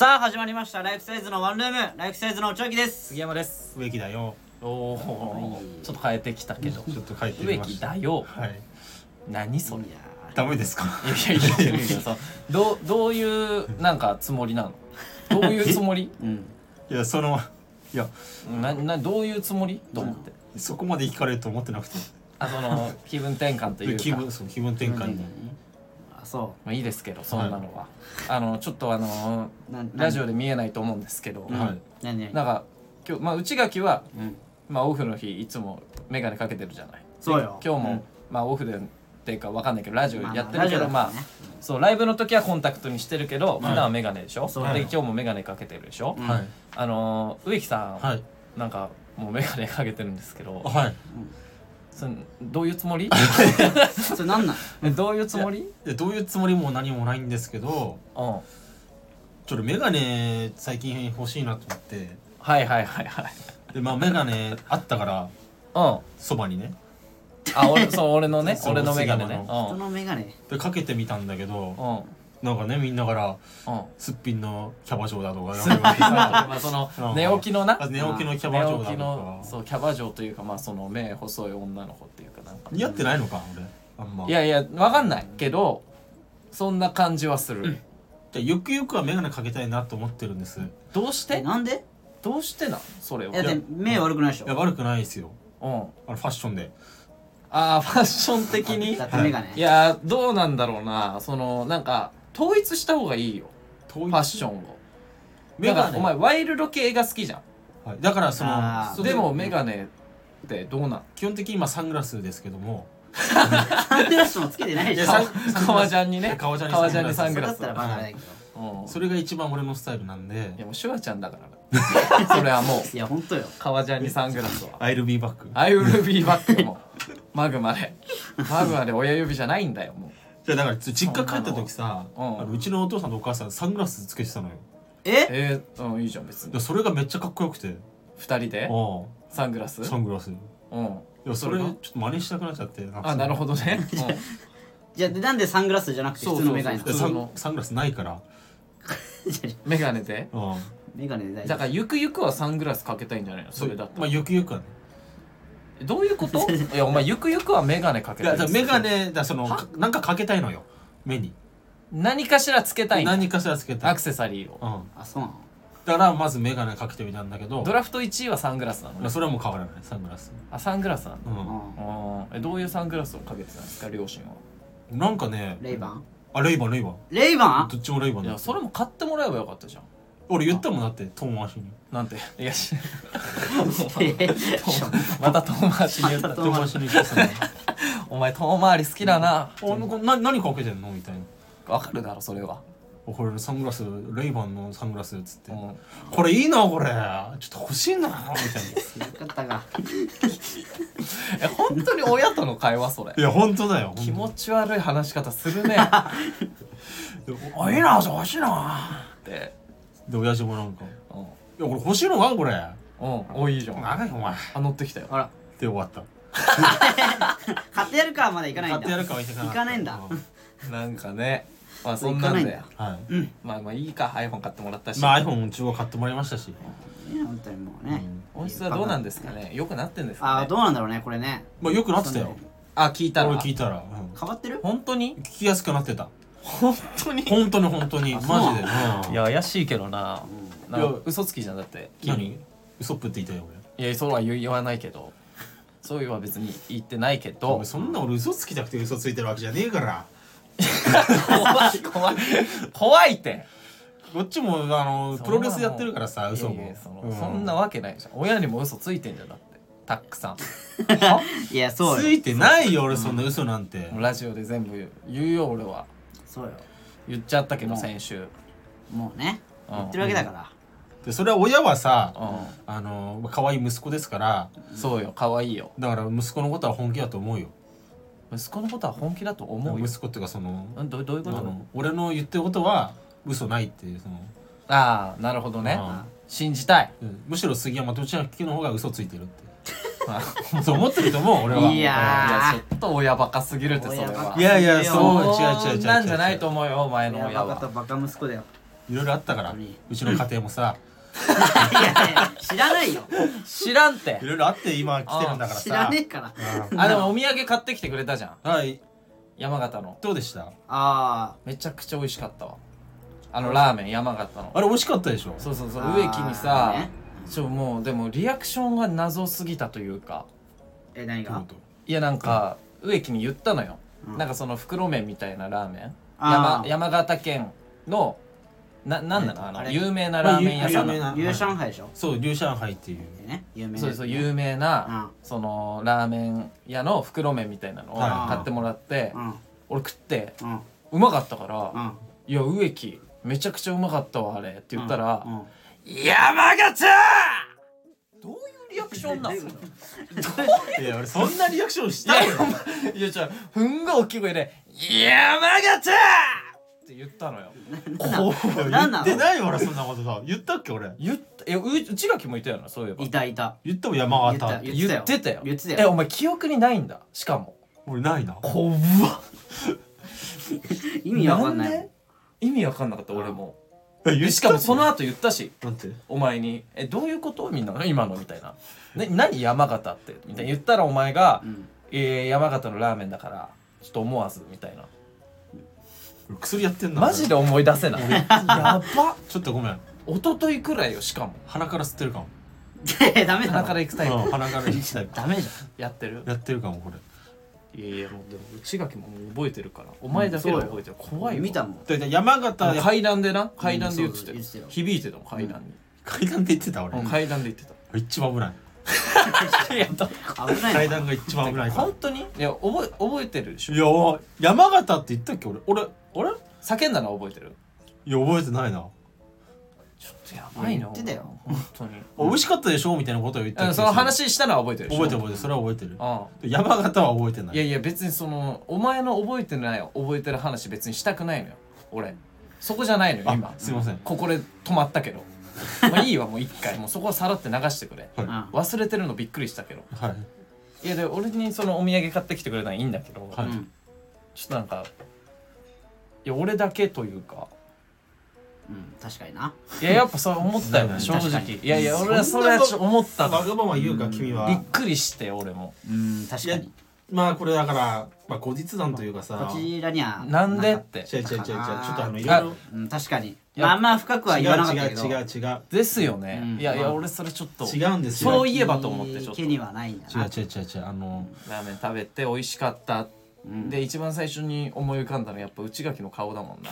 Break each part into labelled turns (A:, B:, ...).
A: あ始まりましたライフサイズのワンルームライフサイズのチョキです
B: 杉山です
C: 植木だよ
B: おお
A: はい
B: ちょっと変えてきたけど
C: ちょっと書いてみ
B: 植
C: まし
B: 木
C: た
B: だよ
C: はい
B: 何それ
A: いや
C: ダメですか
B: いやいやいやいやそうどうどういうなんかつもりなのどういうつもり
A: ーうん
C: いやそのいや
B: ななどういうつもりと思って
C: そこまで聞かれると思ってなくて
B: あそ の気分転換というか
C: 気分そう気分転換に
A: あそ
B: まあいいですけどそんなのは、あのちょっとあの
A: うなん
B: ラジオで見えないと思うんですけど、
A: うん
C: はい
A: 何何
B: なんか今日、まあ、内垣は、
A: うん
B: まあ、オフの日いつも眼鏡かけてるじゃない
A: そうよ
B: 今日も、
A: うん
B: まあオフでっていうかわかんないけどラジオや
A: まあ
B: って
A: まあラ
B: る
A: ジ
B: け
A: オだ
B: ど
A: から
B: まあ
A: ね
B: そうライブの時はコンタクトにしてるけど、普段は眼鏡でしょ
A: そう
B: で
C: はい
B: 今日も眼鏡かけてるでしょ、
A: うん
C: はい
B: あのー植木さん、
C: はい
B: なんかもう眼鏡かけてるんですけど
C: はい
B: そのどういうつもり
A: それ なんなん
B: えどういうつもり
C: いやどういうつもりも何もないんですけど
B: うんはい
C: ちょっと眼鏡最近欲しいなと思って
B: はいはいはい
C: でまあ眼鏡あったから
B: うんあ
C: そばにね
B: 俺そう俺のね
C: そう
B: 俺の眼鏡ね
C: 杉
B: う
A: 人
B: ん
A: の眼鏡
C: でかけてみたんだけど
B: うん
C: なんかねみんなから
B: うん
C: すっぴんのキャバ嬢だとか
B: すっぴんのまあそ
C: うん
B: の寝起きのな
C: あ寝起きのキャバ嬢
B: 寝
C: だ
B: 起きの
C: と
B: そ
C: か
B: うキャバ嬢というかまあその目細い女の子っていうかなんか
C: 似合ってないのか俺あんま
B: いやいやわかんないけどそんな感じはする、
C: じゃあゆくゆくは眼鏡かけたいなと思ってるんですい
B: どうし
A: え
B: て
A: なんで
B: どうしてなんそれを
A: いやでも目悪くないでし
C: や
A: ょ
C: 悪くないですよ
B: うん
C: あのファッションで
B: ああファッション的 に
A: だって眼鏡
B: いやーどうなんだろうなそのなんか統一した方がいいよ
C: フ
B: ファッションを
C: メ
B: だか
C: ガ
B: ら
C: ネ
B: お前ワイルド系が好きじゃん
C: はい、だからそ
A: あ
C: の
A: ー
C: そ
B: でもメガネってどうなん
C: 基本的に今サングラスですけども
A: サングラスもつけてないでしょ
C: いやサン
B: 革ジャンにね
C: 革ジャンに
B: 革ジャンにサ
C: サ
B: ン
C: ン
B: グ
A: それ
B: ラ
A: だ
B: ス
A: ったらバカだけど
B: うん
C: それが一番俺のスタイルなんで
B: いやもうシュワちゃんだからなそれはもう
A: いや本当よ
B: 革ジャンにサングラスは
C: アイルビーバック
B: アイウルビーバックもマグマでマグマで親指じゃないんだよもう
C: じゃあだからち実家帰った時さ
B: そんなの
C: あのうちのお父さんとお母さんサングラスつけてたのよ
A: え
B: えー、うんいいじゃん別に
C: でそれがめっちゃかっこよくて
B: 2人で
C: あ
B: サングラス
C: あサングラスい
B: うん
C: やそ
B: そ
C: れ
B: れ
C: ち
B: が
C: ょっと真似したくなっちゃって
B: あなるほ
C: ど
B: どね、
A: じゃあなんでサングラスじゃなくて普通の眼鏡な
B: そうそう
C: サ
B: 普通
C: ン
B: の
C: サングラスないから
B: うん、メガネで
C: ああ
A: 眼鏡で大丈
B: だ
A: 夫
B: からゆくゆくはサングラスかけたいんじゃないのそれだった
C: まあ
B: ら
C: ゆくゆくはね
B: どういうこと いやお前ゆくゆくはメガネかけ
C: い
B: た
C: や
B: い
C: だから眼鏡だそのかなんかかけたいのよ目に
B: 何かしらつけたいんだ
C: 何かしらつけたい
B: アクセサリーを
C: うん
A: あそうなの
C: だからまず眼鏡かけてみたんだけど
B: ドラフト1位はサングラスなの
C: まあ
B: ね
C: それはもう変わらないサングラス
B: あサングラスなの
C: う
A: うんん
B: あーえどういうサングラスをかけてたんですか両親は
C: なんかね
A: レイバン
C: あレイバンレイバン
A: レイバン
C: どっちもレイバン
B: い
C: だ
B: やそれも買ってもらえばよかったじゃん
C: 俺言ったもんだって遠回しに
B: なんていやし
A: え
B: また遠回しに言っ
A: ま
B: た
A: た
C: 遠回しに言ってたの
B: お前遠回り好きだな
C: あなんかな何かけてんのみたいな
B: わかるだろそれは
C: あこれサングラスレイバンのサングラスっつって
B: うん
C: これいいなこれちょっと欲しいなみたいな
A: よかったが
B: え本当に親との会話それ
C: いや本当だよ
B: 気持
C: ち
B: ち悪い話し方する ね
C: あいいなそれ欲しいな
B: って
C: で親父もなんか「
B: うん
C: いやこれ欲しいのかこれ
B: うんおいいじゃんあ
C: 長いお前」っ
B: 乗ってきたよ
A: あら
C: て終わった
A: 買ってやるかはまだ行かないんだ
C: 買ってやるかはい
A: 行かないんだ
B: なんかねまあそん
A: 行
B: なん
A: かないん
B: で
A: だ
C: はい
B: まあまあいいか iPhone 買ってもらったし
C: まあ iPhone 中は買ってもらいましたし
A: ね本当にもうね、
C: うん
B: 音質はどうなんですかね良くなってんです
A: あ
B: か
A: あ
B: ね
A: どうなんだろうねこれね
C: まあよくなってたよ
B: あ聞いた
C: 俺
B: ら
C: 聞いたらうん
A: 変わってる
B: 本当に
C: 聞きやすくなってた
B: 本当に
C: 本当に本当に
A: あ
C: マ
A: そう
C: ジで
A: なの
C: うん
B: いや怪しいけどななんか嘘つきじゃんだって
C: 何ウソップって言ったよ
B: いやそうは言う言わないけ どそういうは別に言ってないけ
C: 俺
B: ど
C: お前そんな俺嘘つきたくて嘘ついてるわけじゃねえから
B: 怖い怖い怖いって
C: こっちもあの
B: そんなの
C: プロレスやってるからさ嘘
B: いやい
C: も
B: やその
C: う
B: そんなわけないじゃん親にも嘘ついてんじゃんだってたっくさ ん
A: いやそう
C: つ
A: よ
C: いてないよ俺そんな嘘なんて
B: もうラジオで全部言う言うよ俺は
A: そうよ
B: 言っちゃったけど
A: うん
B: 先週うん
A: もうね
B: うん
A: 言ってるわけだから、
C: でそれは親はさあの可愛い息子ですから
B: そうよ可愛いよ
C: だから息子のことは本気だと思うよ
B: 息子のことは本気だと思うよ
C: 息子っていうかその
B: んどどういう
C: あ
B: こと
C: の俺の言ってることは嘘ないっていうその
B: ああなるほどね
C: うん
B: 信じたい
C: うんむしろ杉山どちらかの方が嘘ついてるってそう思ってると思う俺はい
A: や
B: い
A: あー
B: やちょっと親バカすぎるってそれ
A: 親バ
B: はい
A: カ
C: いやいや
A: いや
C: そう違う違う違う違
B: なんじゃないと思うよお前
A: い
B: の
A: や
B: 親
A: バカと
B: は
A: バカ息子だよ
C: いろいろあったから
A: 本当に
C: うちの家庭もさ
A: いやいや知らないよ
B: 知らんって
C: いろいろあって今来てるんだからさ
A: 知らねえから
C: うん
B: あでもお土産買ってきてくれたじゃん
C: はい
B: 山形の
C: どうでした
A: あ
B: めちゃくちゃ美味しかったわあのラーメン山形の
C: あれ美味しかったでしょ
B: そうそうそう
A: あー
B: 植木にさ、
A: ね
B: ちょもうでもリアクションが謎すぎたというか
A: ーえ何
C: どうい
A: が
C: うこと
B: いやなんか植木に言ったのよ、
A: うん
B: なんかその袋麺みたいなラーメン
A: あ
B: 山
A: ー
B: 山形県のななんなのあ
A: あ
B: の
A: れ
B: 有名なラーメン屋さん
C: まあ有
B: な
C: 名
B: の
C: な
A: 有上海でしょ
C: そう龍上海っていう
A: ね有名な
B: そうそう有名な、そのラーメン屋の袋麺みたいなのを
C: はい
B: 買ってもらって、
A: うん
B: 俺食って
A: うん
B: うまかったから「
A: うん
B: いや植木めちゃくちゃうまかったわあれ」って言ったら
A: う
B: 「
A: んうん
B: 山形!」どういうリアクションなの
C: いや俺そんなリアクションし
B: いや
C: た
B: い
C: よ
B: やお前いやじゃふんごい大きい声で「山形!」って言ったのよ
A: ん
C: 言
A: なんな
C: っ
A: の
C: てないよ俺そんなことさ言ったっけ俺
B: 言ったえう内垣もいたよなそういえば
A: いたいた
C: 言ったもん山
A: 言った
C: 形って
A: よ
B: 言ってたよ
A: 言ってたよ
B: えお前記憶にないんだしかも
C: 俺ないな
B: 怖っ
A: 意味わかんないもん
B: で意味わかんなかった俺も
C: え言
B: で
C: っ
B: しかも
C: た
B: その後言ったし
C: なんて
B: お前に「えどういうことみんな今の」みたいな「な何山形って」みたいな言ったらお前が
A: うん
B: 「えー山形のラーメンだからちょっと思わず」みたいな
C: 俺薬やってんな
B: マジで思い出せないやばっ
C: ちょっとごめん
B: 一昨日くらいよしかも
C: 鼻から吸ってるかも
A: いやダメだ
B: 鼻から
A: ろ
B: 行くタイ
C: うん
B: プ
C: 鼻から息タイプ
A: ダメじ
B: やってる
C: やってるかもこれ
B: いやいやもうでも内垣ももう覚えてるからお前だけは覚えてる怖
A: ゃ
B: い
A: ん
B: よ
A: 見たもん
C: だいたい山形や
B: 階段でな階段で言ってたよ
A: うんそうそう言ってた
B: 響いてたもん階段に
C: 階段で言ってた俺
B: うん階段で言って
C: 一番危ない
B: たいやだ
A: 危ない
C: 階
A: よ
C: 段が一番危ないから
B: 本当にいや覚え覚えてるでしょ
C: いやおい山形って言ったっけ俺俺あれ
B: 叫んだのは覚えてる
C: いや覚えてないな
B: ちょっとやばいな
A: 言ってたよ
B: 本当に
C: あ美味しかったでしょみたいなことを言って
B: うんその話したのは覚えてるでしょ
C: 覚えてる覚えてるそれは覚えてる
B: うん
C: 山形は覚えてない
B: いやいや別にそのお前の覚えてない覚えてる話別にしたくないのよ俺そこじゃないのよ
C: あ
B: 今
C: すいません
B: ここで止まったけど まあいいわもう一回もうそこはさらって流してくれ
A: うん
C: は
B: 忘れてるのびっくりしたけど
C: いはい
B: いやで俺にそのお土産買ってきてくれたらいいんだけど、
C: はい
A: うん
B: ちょっとなんかいや俺だけというか
A: うん確かにない
B: ややっぱそう思ったよ
C: う
B: ね
C: ん
B: 正
A: 確か
B: 直
A: に
B: いやいや俺はそれはちょっと思ったの
C: わがまま言うか君
B: びっくりして俺も
A: うん確か
C: い
A: に
C: まあこれだからまあ後日談というかさ
A: こちらには
B: なんでっ
A: か
B: て
C: 違う違う違う違うちょっとあのい
B: あ
C: ろ
A: うん確かに
B: いや
A: まああんま深くはい言わな
C: ろ
A: かっ
C: 違
A: たけど
C: う違う違う
B: ですよね、
A: うん
B: いやい
C: まあ
B: や俺それちょっと
C: 違うんですよ
B: そう言えばと思ってちょっと
A: 気にはないんだ
C: 違う
A: な
C: 違う違う違うあの
B: ラーメン食べて美味しかった、
A: うん
B: で一番最初に思い浮かんだのはやっぱ内垣の顔だもんな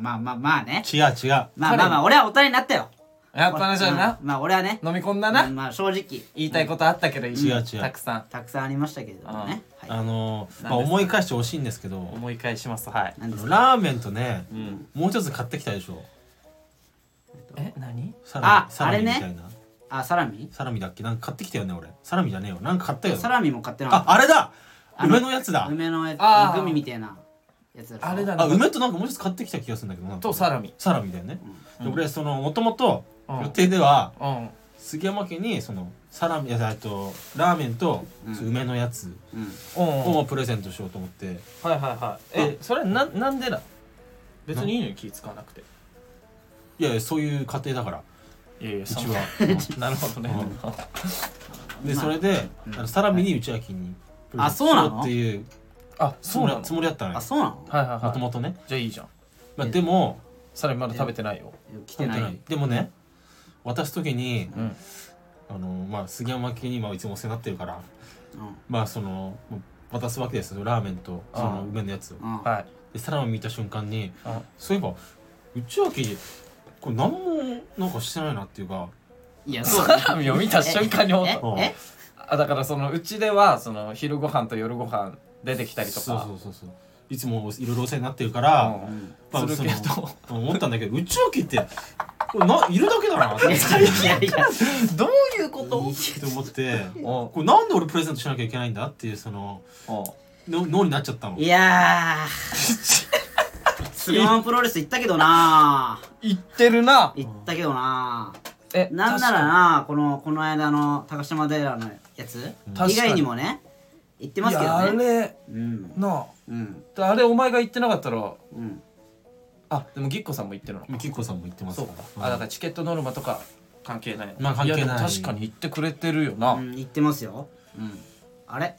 A: まあまあまあね
C: 違う違う
A: まあまあまあ俺は大人になったよ
B: やっぱなじゃな
A: うんまあ俺はね
B: 飲み込んだな、
A: うんまあ正直
B: 言いたいことあったけど、い
C: 違う違う
B: たくさん
A: たくさんありましたけれどもねはい
C: あ
B: 何
C: のまあ
B: ですか
C: 思い返してほしいんですけど
B: 思い返しますはい、
A: 何ですか
C: ラーメンとね
B: うん、
C: もう一つ買ってきたでしょ
B: え何
C: サラ
A: あ
C: ミサラミ
A: あれ
C: み
A: ね
C: たいな
A: あサラミ
C: サラミだっけなんか買ってきたよね俺サラミじゃねえよなんか買ったよね
A: サラミも買ってなか
C: あ
A: っ
C: あれだ
A: あの
C: 梅のやつ
A: た
C: だ
A: 梅のや
B: あー
A: つグミみたいなやつだろ
B: あれだ
C: あ
B: ね
C: 梅となんかもう一つ買ってきた気がするんだけどなんか
B: とサラミ
C: サラミだよね
B: うん
C: で俺そのもともと
B: うん
C: 予定では
B: うん
C: 杉山家にそのサラミいやえっとラーメンと
A: うん
C: そう梅のやつ
A: うん
B: うんうん
C: をプレゼントしようと思って
B: はいはいはいえそれななんでだ別にいいのに気使わなくて
C: いやいやそういう家庭だから
B: いやいやう
C: うち は
B: なるほどね、
C: で
A: まあ
C: それで
A: うん
C: あのサラミに内秋にプレゼント
A: あそうなの
C: しよっていう
B: あ
C: つ
B: そう
C: も
B: な
C: り
B: の
C: つもりだったの
A: あ
C: よ
A: そうなの
B: はいはい
C: も
B: は
C: と
B: い
C: もとね
B: じゃあいいじゃん
C: まあでも
B: サラミまだ食べてないよ
A: 来てない
C: でもね渡す時に
B: うん
C: あのまあ杉山家にまあいつもお世話になってるからまあその渡すわけですよラーメンとその梅のやつを
A: うんうん
B: はい
C: でサラミ見た瞬間に
B: うん
C: そういえば内脇これ何もなんかしてないなっていうか
A: いやそうだね
B: サラミを見た瞬間に思っ
A: え
B: た
C: うん
A: え
B: あだからそのうちではその昼ご飯と夜ご飯出てきたりとか
C: そうそうそうそういつもいろいろお世話になってるから、
B: うん
A: うん
C: まあ
B: するけど
C: その思ったんだけど内脇ってこれないるだけだなって
A: いやいや
B: どういうこと
C: って 思って
B: おう
C: これなんで俺プレゼントしなきゃいけないんだっていうその
B: おう
C: の脳になっちゃ ったの
A: いやー杉山プロレス行ったけどな
B: 言ってるな
A: 行ったけどな
B: え
A: なんならなこのこの間の高島平のやつ
B: 確
C: ん
B: かに
A: 以外にもね行ってますけ
B: いやあ
A: どね
B: れ
A: うん
B: な
A: うん
B: ああれお前が言ってなかったら
A: うん
B: あでもぎっこさんも行ってるの
C: キッコさんも言ってます
B: そう
C: か
B: からあだからチケットノルマとか関係ない
C: まあ関係ない
B: やでも確かに行ってくれてるよな、
A: うん言ってますようんあれ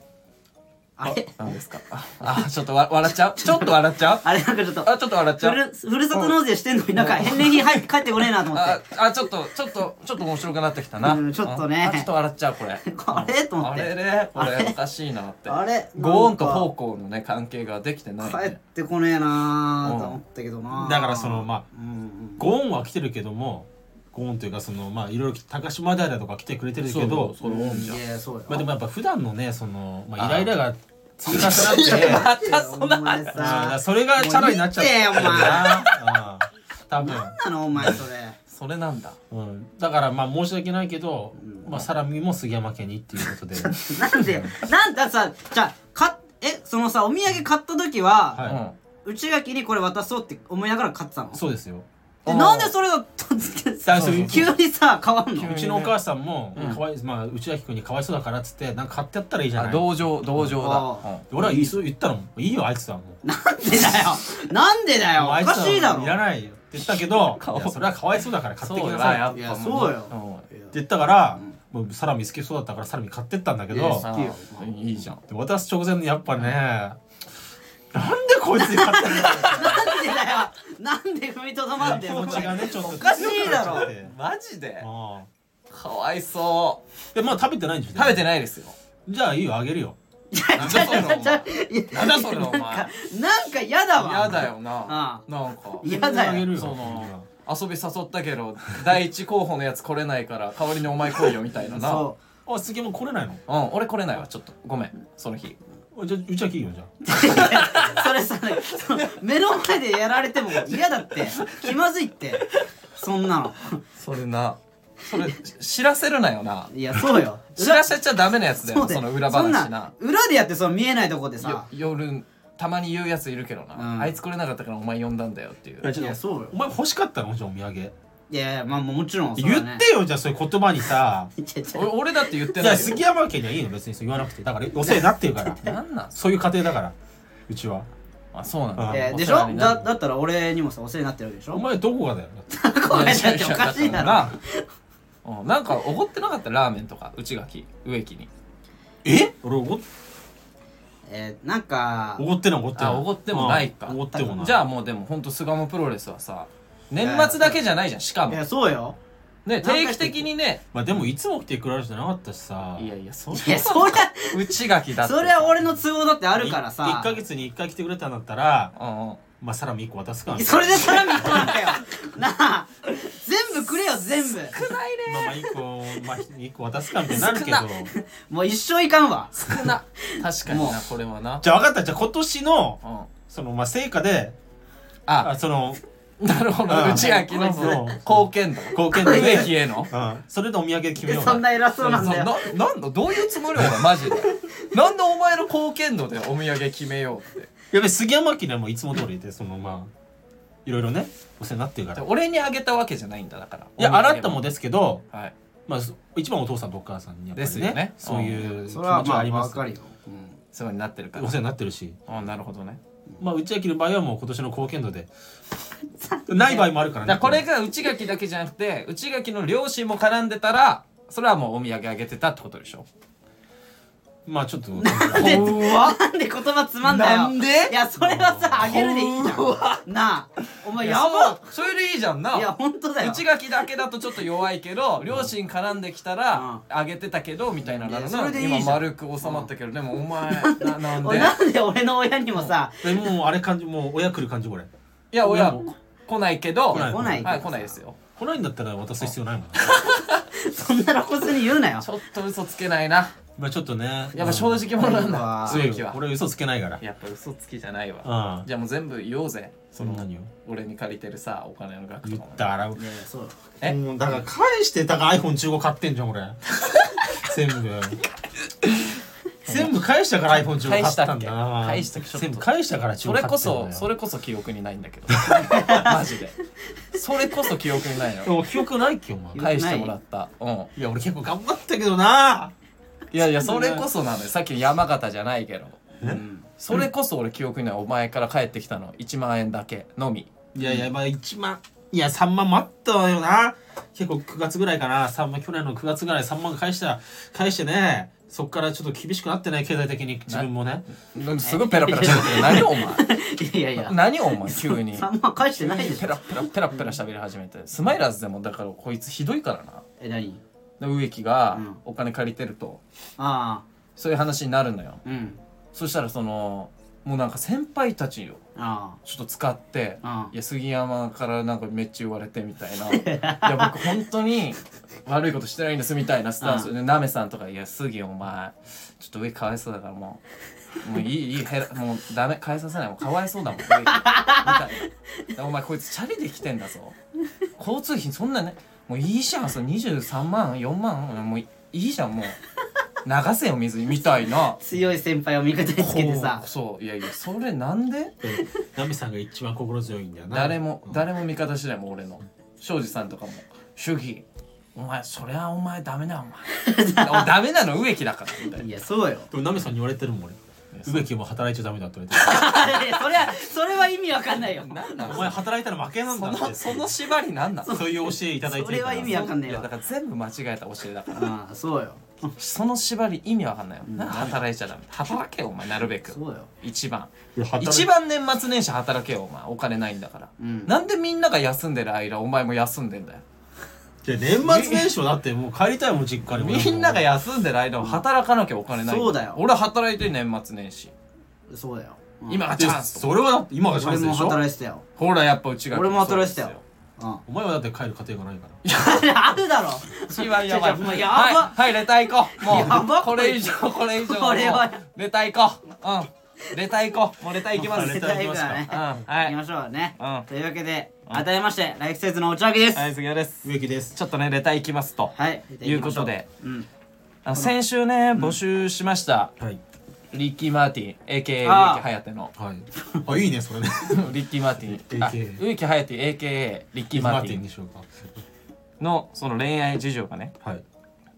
A: あれ
B: なんですかああちょっとわ笑っちゃうちょっと笑っちゃう
A: あれなんかちょっと
B: あちょっと笑っちゃ
A: ふ
B: う
A: るふるさと納税してんのになんか返礼品入って帰ってこねえなと思
B: あ
A: っ
B: あちょっとちょっとちょっと面白くなってきたな、
A: うんちょっとね
B: あちょっと笑っちゃうこれ
A: あれと思って
B: あれれこ
A: あれ
B: れおかしいなって
A: てあれ
B: ご恩と
A: なん
B: 奉
A: か
B: 公のね関係ができてない、
A: 帰っ
B: ね、
A: てこねえなーと思ったけどな
C: だからそのまあ
A: あうん
C: ゴーンは来てるけどもゴーンというかそのまあいろいろ高島平とか来てくれてるけど
B: そうそう
A: う
B: 恩
A: ん
B: じゃん
A: いやそうよ
C: まあでもやっぱ普段のねそのまあ
B: あ
C: イ
B: ー
C: ライラが積み重なって
B: また
A: お
B: その
A: 前
C: うんだから
A: さ
C: それがチャラになっちゃって
A: もう見てよお
C: な多分
A: なんなのお前それ
B: それなんだ
C: うんだからまあ申し訳ないけどまあサラミも杉山家にっていうことで
A: なんでなんださじゃあかえそのさお土産買った時は、
C: はい
A: 内垣にこれ渡そうって思いながら買ってたの
C: そうですよ
A: で
B: あー
A: なんでそれが突然さ
C: 最初
B: そうそう
A: 急にさ変わんの
B: 急に
C: うちのお母さんも
B: うん
C: かわい、まあ、内明君にかわいそうだからっつってなんか買ってやったらいいじゃ
B: あ
C: ない
B: 同情同情だ、
A: あ
C: 俺は言いそう言ったのもういいよあいつはもう
A: なんでだよなんでだよ
C: もうあ
A: お
C: つは
A: かしいだろ
C: いらないよって言った けど
B: かわい
C: いやそれはかわいそうだから買ってきな
B: そう
C: さい
B: よ
C: って
B: な
A: っ
B: い
A: い
B: や
A: や
B: っぱ
A: そうよ
B: う
C: 言ったから
A: うん、
C: もうサラミ好きそうだったからサラミ買ってったんだけ
A: い
C: ど
A: や好きよ
B: うんいいじゃん
C: で渡す直前にやっぱねなんでこいつに買って んだよ
A: なんでだよなんで踏みとどまってん
C: 気
A: の
C: 持ちがねちょっと
A: おかしいだろ
C: 強くなっちゃって
B: マジで
C: ああ
B: かわいそ
C: でまあ食べてないんでしょ
B: う食べて
C: い
B: ないですよ
C: じゃあいいよあげるよ
B: なんだそれお前
A: じゃいや
B: なんだそれ
A: なん
B: お前
A: かなんか嫌だわ
B: 嫌だよな
A: あ
B: なんか
A: 嫌だよ
C: あげるよ
B: その
C: の
B: 遊び誘ったけど第一候補のやつ来れないから代わりにお前来いよみたいなな
A: そ
C: あ杉山来れないの
B: うん俺来れないわちょっとごめんその日
C: あじゃあうちは切るよじゃあ
A: う それさその目の前でやられても嫌だって気まずいってそんなの
B: それなそれし知らせるなよない
A: やそう よ
B: 知らせちゃダメなやつだよ
A: そう
B: そ
A: だよ
B: の裏
A: そん
B: 話な
A: 裏でやってその見えないとこで
B: よ
A: さ
B: 夜たまに言うやついるけどな、
A: うん
B: あいつ来れなかったからお前呼んだんだよっていう
C: やちょっと
A: そうよ
C: お前欲しかったのじゃあお土産
A: いやいやまあもちろんそうだ
C: 言
A: ね
C: ってよじゃあそういう言葉にさ
A: ちょち
B: 俺
A: ょ
B: 俺だって言って
C: じゃ
B: な
C: あ
B: いよ
C: 杉山家にはいいの別にそう言わなくてだからお世話になって るから
B: なんなん
C: そういう家庭だからうちは
B: あそうなんだ
C: あ
A: いやでし
B: お世
A: ょ
B: 話にな
A: だ
B: る
A: だったら俺にもさお世話になってるわけでしょ
C: お前どこがだよ
A: ごめんだっておかしいだろ
B: ろなうんなんか おごってなかったラーメンとか内垣植木に
C: え俺おご
A: えー、なんか
C: おごってないおごってない
B: あおごってもないか
C: うんおごってもない
B: じゃあもうでもほんと巣鴨プロレスはさ年末だけじゃないじゃんしか
A: い
B: も
A: やそうよ
B: ね定期的にね
C: まあでもいつも来てくれる人じゃなかったしさ
B: いやいやそ
A: いや
B: れ
A: そりゃ
B: 内垣だって
A: そりゃ俺の都合だってあるから
C: 1
A: さ
C: ヶ月に1回来てくれたんだったら
B: うんうん
C: まあサラミ1個渡すか
A: それでサラミ行くなんだよなあ全部くれよ全部
B: ないね
C: まあまあ1個まあ1個渡すかみたいになるけど
B: 少な
A: もう一生いかんわ
B: 少な確かになこれはな
C: じゃあ分かったじゃあ今年の
B: うん
C: そのまあ成果で
B: あ
C: あその
B: なるほど
C: うん
B: 内垣の
C: うん
B: 貢献度
C: 貢献度で
B: 植木への
C: うんそれでお土産決めよう
A: そんな偉そうなんだ
B: な
A: よ
B: なんだどういうつもりなのマジでなんでお前の貢献度でお土産決めようって
C: やべ杉山家にはもういつも通りでそのまあいろいろねお世話になってるから
B: 俺にあげたわけじゃないんだだから
C: いやあなたもですけど
B: はい
C: まあそ一番お父さんとお母さんにやっぱり
B: ですよね
C: そういう気
A: そ
C: 持ち
A: れはま
C: が
A: あ
C: あります
A: 分かるよ、うん
B: 世話になってるか
C: お
B: ら
C: 世話になってるし
B: あなるほどね
C: まあ内明の場合はもう今年の貢献 度でない場合もあるから
B: だ
C: ね
B: からこれが内垣だけじゃなくて内垣の両親も絡んでたらそれはもうお土産あげてたってことでしょ
C: まあちょ っと
B: 怖っ
A: なんで言葉つまんだよ
B: なんで
A: いやそれはさあげるでいいじゃんなあお前やば
B: そうそれでいいじゃんない
A: や本当だよ
B: 内垣だけだとちょっと弱いけど両親絡んできたらあげてたけどみたいなのが
A: いやそれでいいじゃん
B: 今丸く収まったけどでもお前 ななん
A: おい
B: で
A: なんで俺の親にもさ
C: えもうあれ感じもう親来る感じこれ
B: いや
C: 親
B: 親
C: も
B: 来ないけど
C: 来ない
A: 来ない
B: はい来ないですよ
C: 来ないんだったら渡す必要ないもんね
A: そんな露骨に言うなよ
B: ちょっと嘘つけないな
C: まあちょっとね
B: やっぱ正直者なんだ
A: うん
C: 強い
B: 植木
C: よ
B: は
C: 俺嘘つけないから
B: やっぱ嘘つきじゃないわ
C: うん
B: じゃあもう全部言おうぜ
C: その何を
B: 俺に借りてるさお金の額
C: 言
B: と
C: っ
B: かも
C: たら
A: いやいやそうよ
B: え
C: もうだから返してだから iPhone15 買ってんじ ゃん俺全部全部返したから iPhone15 買ったんだな
B: 返したっけ返したっけちょっと
C: 全部返したから15
B: それ
C: 買ったんだ
B: こそそ
C: れ
B: れこそ記憶にないん だけどマジでそれこそ記憶にないの
C: もう記憶ないっけお前
A: い
B: 返してもらったうん
C: いや俺結構頑張ったけどない
B: やいやそれこそなのよさっきの山形じゃないけど
A: うん
B: それこそ俺記憶にないお前から帰ってきたの1万円だけのみ
C: いやいやまあ1万いや3万もあったわよな結構9月ぐらいかな3万去年の9月ぐらい3万返した返してねそっからちょっと厳しくなってね経済的に自分もね
B: なんかすごいペラペラ喋ってる何お前
A: いやいや
B: 何お前急に
A: 3万返してないでし
B: ペ
A: ょ
B: ラペラペラペラ喋り始めてスマイラーズでもだからこいつひどいからな
A: え何
B: で植木
A: う
B: が
A: ん
B: お金借りてると
A: あ
B: そういう話になるのよ
A: あうん
B: そしたらそのもうなんか先輩たちを
A: あ
B: ちょっと使って
A: あ。
B: いや杉山からなんかめっちゃ言われてみたいないや僕本当に悪いことしてないんですみたいなスタンスでなめさんとか「いや杉お前ちょっと上かわいそうだからもうもういいいいへらもうダメ返させないもうかわいそうだもん上みたいなでお前こいつチャリで来てんだぞ交通費そんなねもういいじゃんその23万4万もういいじゃんもう流せよ水にみたいな
A: 強い先輩を味方につけてさ
B: こうそういやいやそれなんで
C: ナミさんが一番心強いんだよな
B: 誰も
C: うん
B: 誰も味方しないもん俺の庄司さんとかも「主義お前そりゃお前ダメだお前 おダメなの植木だから」みたい
A: い
B: な
A: やそうよ
C: でもナミさんに言われてるもん俺植木も働いちゃダメだって言われて
A: いやそれはそれは意味わかんないよ
B: 何な
C: る
B: の
C: お前働いたら負けなんだ
B: そ
C: って
B: のその縛り何なの
C: そういう教えいただいてるか
A: それは
C: ら
A: 意味わかんないわ
B: やだから全部間違えた教えだから
A: ああそうよ
B: その縛り意味わかんないよ、
A: ん
B: なんで働いちゃダメ働けよお前なるべく
A: そうよ
B: 一番
C: いや働い
B: 一番年末年始働けよお前お金ないんだから、
A: うん
B: なんでみんなが休んでる間お前も休んでんだよ
C: いや年末年始はだってもう帰りたいもん実家に
B: みんなが休んでる間は働かなきゃお金ないん
A: そうだよ
B: 俺は働いてる年末年始
A: そうだよ、うん
B: 今が
C: で
B: チャンス
C: それはだって今がチャン
A: 俺
C: スで
A: も
C: しょ
A: 働いてたよ、
B: ほらやっぱうちが
A: 俺も働いてたようん、
C: お前はだって帰る家庭がないから
A: あるだろ
B: 一番やばい
A: ちょちょもうやば
B: はい、はい、レタ行こうもう
A: やば
B: これ以上これ以上
A: これは
B: もうレタ行こううんレタ行こうもうレタ行きます
C: もう
A: 世
C: レ
B: う
C: タ
B: ん
C: 行
A: 界からね、
B: は
A: 行き
B: い
A: ましょうね、
B: うん
A: というわけで改めまして来季節のおちわけです
B: は
A: はい、
B: い杉谷です
C: 植木です
B: ちょっとねレタ行きますということで
A: うん
B: あの先週ね募集しました
C: はい
B: リッキー・マーティン AKA
A: あー
B: 植木颯の
C: はいあいいねそれね
B: リッキー・マーティンあ
C: AKA
B: 植木颯 AKA リッキー・マ
C: マ
B: ー
C: ー
B: テ
C: テ
B: ィ
C: ィ
B: ン
C: ンでしょうか
B: のその恋愛事情がね
C: はい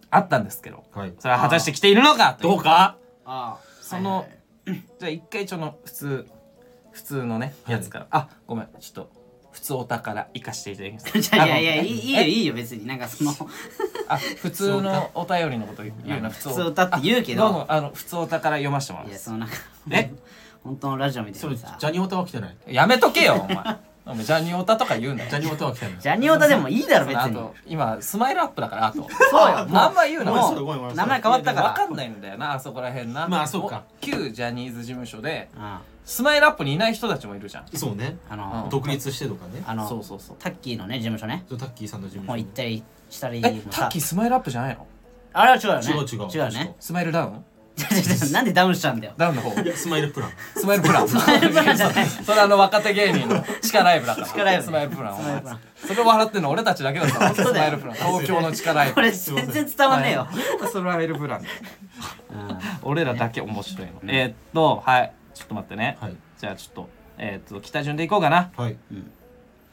B: あったんですけど
C: はい
B: それは果たして来ているのかどうか
A: ああ
B: その
A: はいはい
B: じゃあ一回その普通普通のね
C: はい
B: やつから、あごめんちょっと普通お宝生かしていただきま す
A: じゃあいやいや
B: あ
A: いい
B: ごめん
A: いいよいいよ別になんかその
B: あ普通のお便りのこと言うな普通
A: 普通歌って言うけど
B: あどうもあの普通お宝読ませてもらい
A: い
B: ま
A: や
B: す
A: そのなんか
B: え
A: 本当のラジオみた
C: そ
A: い
C: れ
A: な
C: ジ
A: さ
C: ャニオタは来てない
B: やめとけよお前お前ジャニオタとか言うな よ
C: ジャニオタは来てない
A: ジャニオタでもいいだろ別
B: あ
A: に
B: と今スマイルアップだからあと
A: そうよもう
B: あんま言うな
C: もう
B: もう
C: ごめんごめん
A: 名前変わったから
B: 分かんないんだよなあそこら辺な
C: まあそうか
B: 旧ジャニーズ事務所で
A: あ
B: スマイルアップにいない人たちもいるじゃん
C: そうね
A: ああの、
B: うん
C: 独立してとかね
A: あの
B: そうそうそう
A: タッキーのね事務所ね
C: そうタッキーさんの事務
A: もう
C: 所
A: 行ったりしたり
B: え
A: も
B: タッ
A: さ
B: キースマイルアップじゃないの
A: あれは違うよね
C: 違う違う
A: 違うよね
B: スマイルダウン
A: 違う違う違うなんでダウンしたんだよ
B: ダウンの方
C: いやスマイルプラン
B: スマイルプラン。スマイルプランじゃない。それあの若手芸人の地下ライブだから。
A: 地下ライブ
B: スマイルプラン。お
A: スマイル
B: 前
A: プラン
B: それを笑ってんの俺たちだけだったの。
A: そう
B: ス
A: だ
B: マ
A: よ
B: イルプラン。東京の地下 ライ
A: こ
B: ブ。
A: れ全然伝わんねえよ、
B: スマイルプラン。
A: うん
B: 俺らだけ面白いの。えーっとはい。ちょっと待ってね。
C: はい
B: じゃあちょっとえーっと北順でいこうかな。
C: はい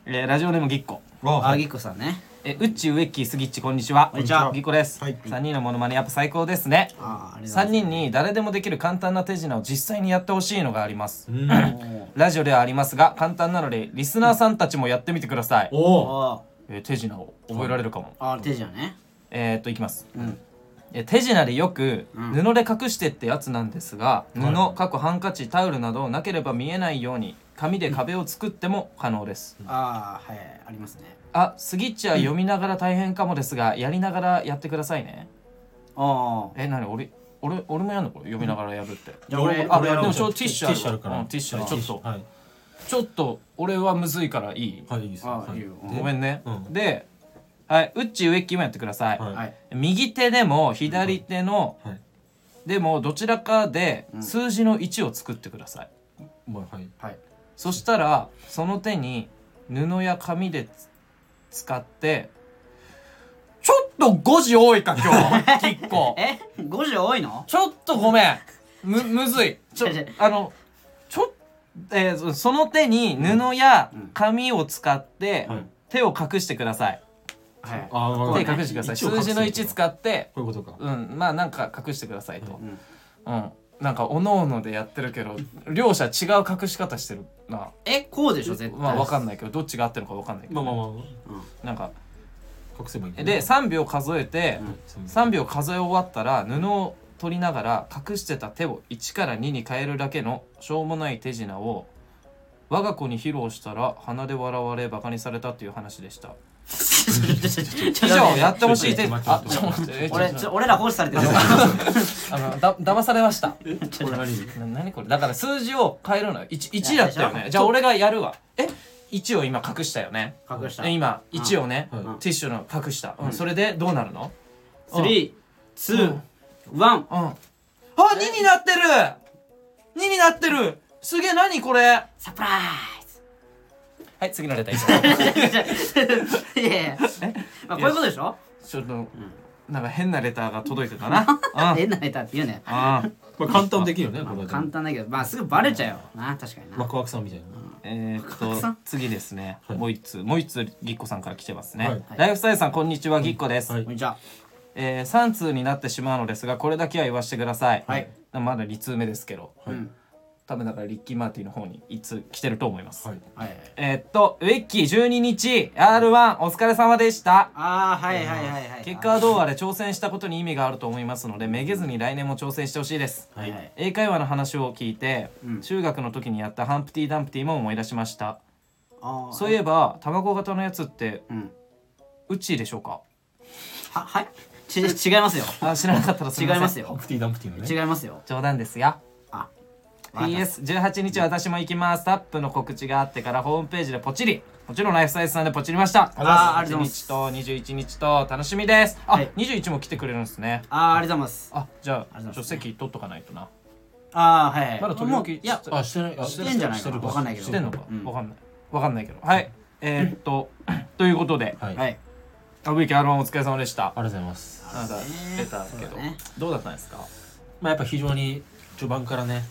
B: えーラジオネームぎっこ。
A: あ
C: あ
A: ぎっこさんね
B: えうっちうえっきーすぎっちこんにちは。
A: こんにちは
B: ぎっこです
C: はい。
B: 三人のモノマネやっぱ最高ですね。
A: ああありがと
B: 三
A: うござい
B: 人に誰でもできる簡単な手品を実際にやってほしいのがあります。
C: うん
A: ますおー
B: ラジオではありますが簡単なのでリスナーさんたちもやってみてください、
C: おお
A: あ
B: えー手品を覚えられるかも、
A: ああ手じゃね
B: えー、っといきます、
A: うん
B: えー手品でよく
A: うん
B: 布で隠してってやつなんですが、
C: はい
B: 布過去ハンカチタオルなどなければ見えないように紙で壁を作っても可能です、
A: ああはいありますね
B: あスギッチは読みながら大変かもですがやりながらやってくださいね
A: ああ
B: え何俺俺俺もやんのこれ読みながらやるって、
A: じゃあ俺
B: あ
A: 俺や
B: で
A: ろ
B: も
A: う
B: ちょティッシュある
C: あるから
B: うんティッシュある
C: はい
B: ちょっと
C: はい
B: ちょっと俺はむずいからいい
C: はいいいです
A: あ
C: はい
A: いよ
C: で
B: ごめんね、
C: うん
B: ではいうっち植木もやってください、
C: はい
A: はい
B: 右手でも左手の、
C: はい
B: でもどちらかで
A: うん
B: 数字の1を作ってください、
C: まあはい
A: はい
B: そしたらその手に布や紙でつ使ってちょっと5時多いか今日結構
A: え五時多いの
B: ちょっとごめんむむずいちょ
A: 違う違う
B: あのちょえーそその手に布や
A: うん
B: 紙を使って、
C: はい
B: 手を隠してください、
A: はい
C: あーわか
B: 手
C: る
B: 隠してください
C: 一応隠
B: 数
C: す
B: 字の1使って
C: こういうことか
B: うんまあなんか隠してくださいと、
A: うん
B: うん、なんかおのおのでやってるけど両者違う隠し方してるな
A: えこうでしょ絶対
B: まあわかんないけどどっちが合ってるのかわかんないけ
C: ま
B: ど、
C: あまあまあ
B: なんか
C: 隠せばいいんだね
B: で3秒数えて、
A: うん
B: 3秒数え終わったら布を取りながら隠してた手を1から2に変えるだけのしょうもない手品を我が子に披露したら鼻で笑われバカにされたっていう話でした以上やってほしい手
C: ちょっと
B: あ
C: 待って
B: ちょっと待ってえちょっ
A: 俺
B: と
A: ち
B: 待っ
A: ょ俺ら放置されてる
B: てあのだ騙されました
C: えこれ何
B: な何これだから数字を変えるのよ 1, 1だったよ
A: いやでし
B: ね
A: ょ
B: じゃあ俺がやるわえ1を今隠したよね
A: 隠した
B: え今1をね
C: うん
B: ティッシュの隠した、うんそれでどうなるの
A: 321ワ
B: うんあ2になってる2になってるすげえ何これは
A: サプラ
B: い次のレターい
A: イ ズいやいやまあこういうことでしょ
B: ちょっと、なんか変なレターが届いてた なうん
A: 変なネタって言うね
B: うん
C: これ簡単できるよねこれ
A: 簡単だけどまあすぐバレちゃうよな確かに
C: ワ
A: な
C: クワクさんみたいな
B: え
A: たく
B: ー
A: さ
B: っ
A: ん
B: と次ですね、
C: はい
B: もう一通もう一通ぎっこさんから来てますね、
C: はい
B: ライフスタイルさんこんにちはぎっこです、
C: はい
A: こんにちは
B: えー、3通になってしまうのですがこれだけは言わせてください、
A: はい
B: まだ2通目ですけど、
A: うん
B: 多分だからリッキー・マーティの方にいつ来てると思います、
C: はい
A: はい
B: えーっとウェッキー12日 R1 お疲れ様でした
A: ああはいはいはいはい
B: 結果はどうあれ挑戦したことに意味があると思いますのでめげずに来年も挑戦してほしいです、
A: はいはい
B: 英会話の話を聞いて、
A: うん
B: 中学の時にやったハンプティ・ダンプティも思い出しました
A: あー
B: そういえば卵型のやつって
A: うん
B: ウッチーでしょうか
A: ははいち違いますよ
B: あ知らなかったらす
A: 違い
B: みま
A: ます
B: せんよ
C: ハ
A: よ
C: プティダンプティのね
A: 違いますよ
B: 冗談ですよ
A: あ
B: PS18 日私も行きますタップの告知があってからホームページでポチリもちろんライフサイズさんでポチりました
A: あーありがとうございます
B: 18日と21日と楽しみですあ、
A: はい
B: 21も来てくれるんですね
A: あーありがとうございます
B: あじゃあ
A: ありがとうございます
B: ちょっと席取っとかないとな
A: ああはいはい
B: まだ時
A: も
B: 々
A: ういや
C: あしてないあ
A: してんじゃないかな
C: してる
A: わかんないけど
B: してんのか、
A: うん
B: わかんないわかんないけどはいえー、っ とということで
C: はいありが
A: はい
B: あ VKR1 お疲れ様でした
C: とうございます
B: なんか出たけ
A: そ
B: ど、
A: うだね
B: どうだったんですか
C: まあやっぱ非常に序盤からね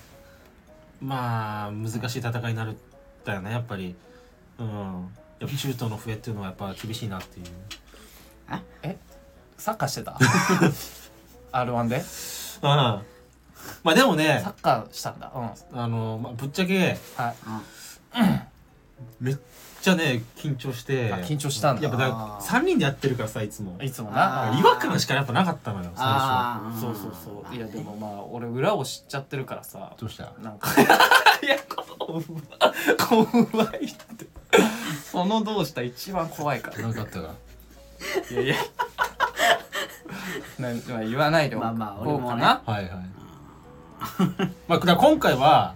C: まあ難しい戦いになるんだよねやっぱりうんやっぱ中東の笛っていうのはやっぱ厳しいなっていう
B: サッカーしてた R1 でサ
C: うんまあでもね
B: ッカーしたんだうんは
C: あの、まあ、ぶっちゃけ
B: い
C: めっちゃね緊張して
B: あ緊張したんだ
C: やっぱだ
A: あー
C: 3人でやってるからさいつも
B: いつもな
A: あー
C: 違和感しかやっぱなかったのよ最初
A: あー
B: そうそうそういやでもまあ俺裏を知っちゃってるからさ
C: どうした
B: なんかいや怖怖いってそのどうした一番怖いから
C: なんかあったか
B: いやいや なまあ言わないでおこ
A: まあまあ
B: こう
A: 俺も
B: か
A: ね
B: な
C: はいはい まあだから今回は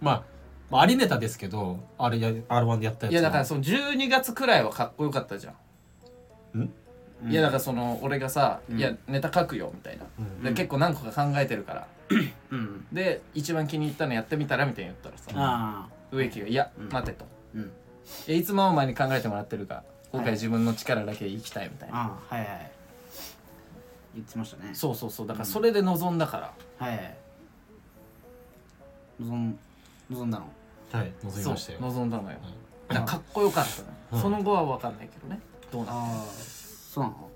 C: まあまあありネタですけどあれや R1 でやったやつ
B: いやだからその12月くらいはかっこよかったじゃん
A: うん
B: いやだからその俺がさ「
A: うん
B: いやネタ書くよ」みたいな、
C: うん
B: で結構何個か考えてるから
A: うん
B: で一番気に入ったのやってみたらみたいに言ったらさ
A: あ
B: 植木が「いや
A: うん
B: 待て」と
A: ーうん
B: 「いやいつもはお前に考えてもらってるが今
A: は
B: 回
A: い
B: 自分の力だけで生きたい」みたいな、
A: あーはいはい言ってましたね
B: そうそうそうだからそれで望んだから、
A: はい望ん望んだの
C: はい望み
B: そう
C: ましたよ
B: 望んだのよ、
C: はい
B: だからかっこよかったのよ、
C: うん
B: その後は分かんないけどねどうなの
A: ああそうなの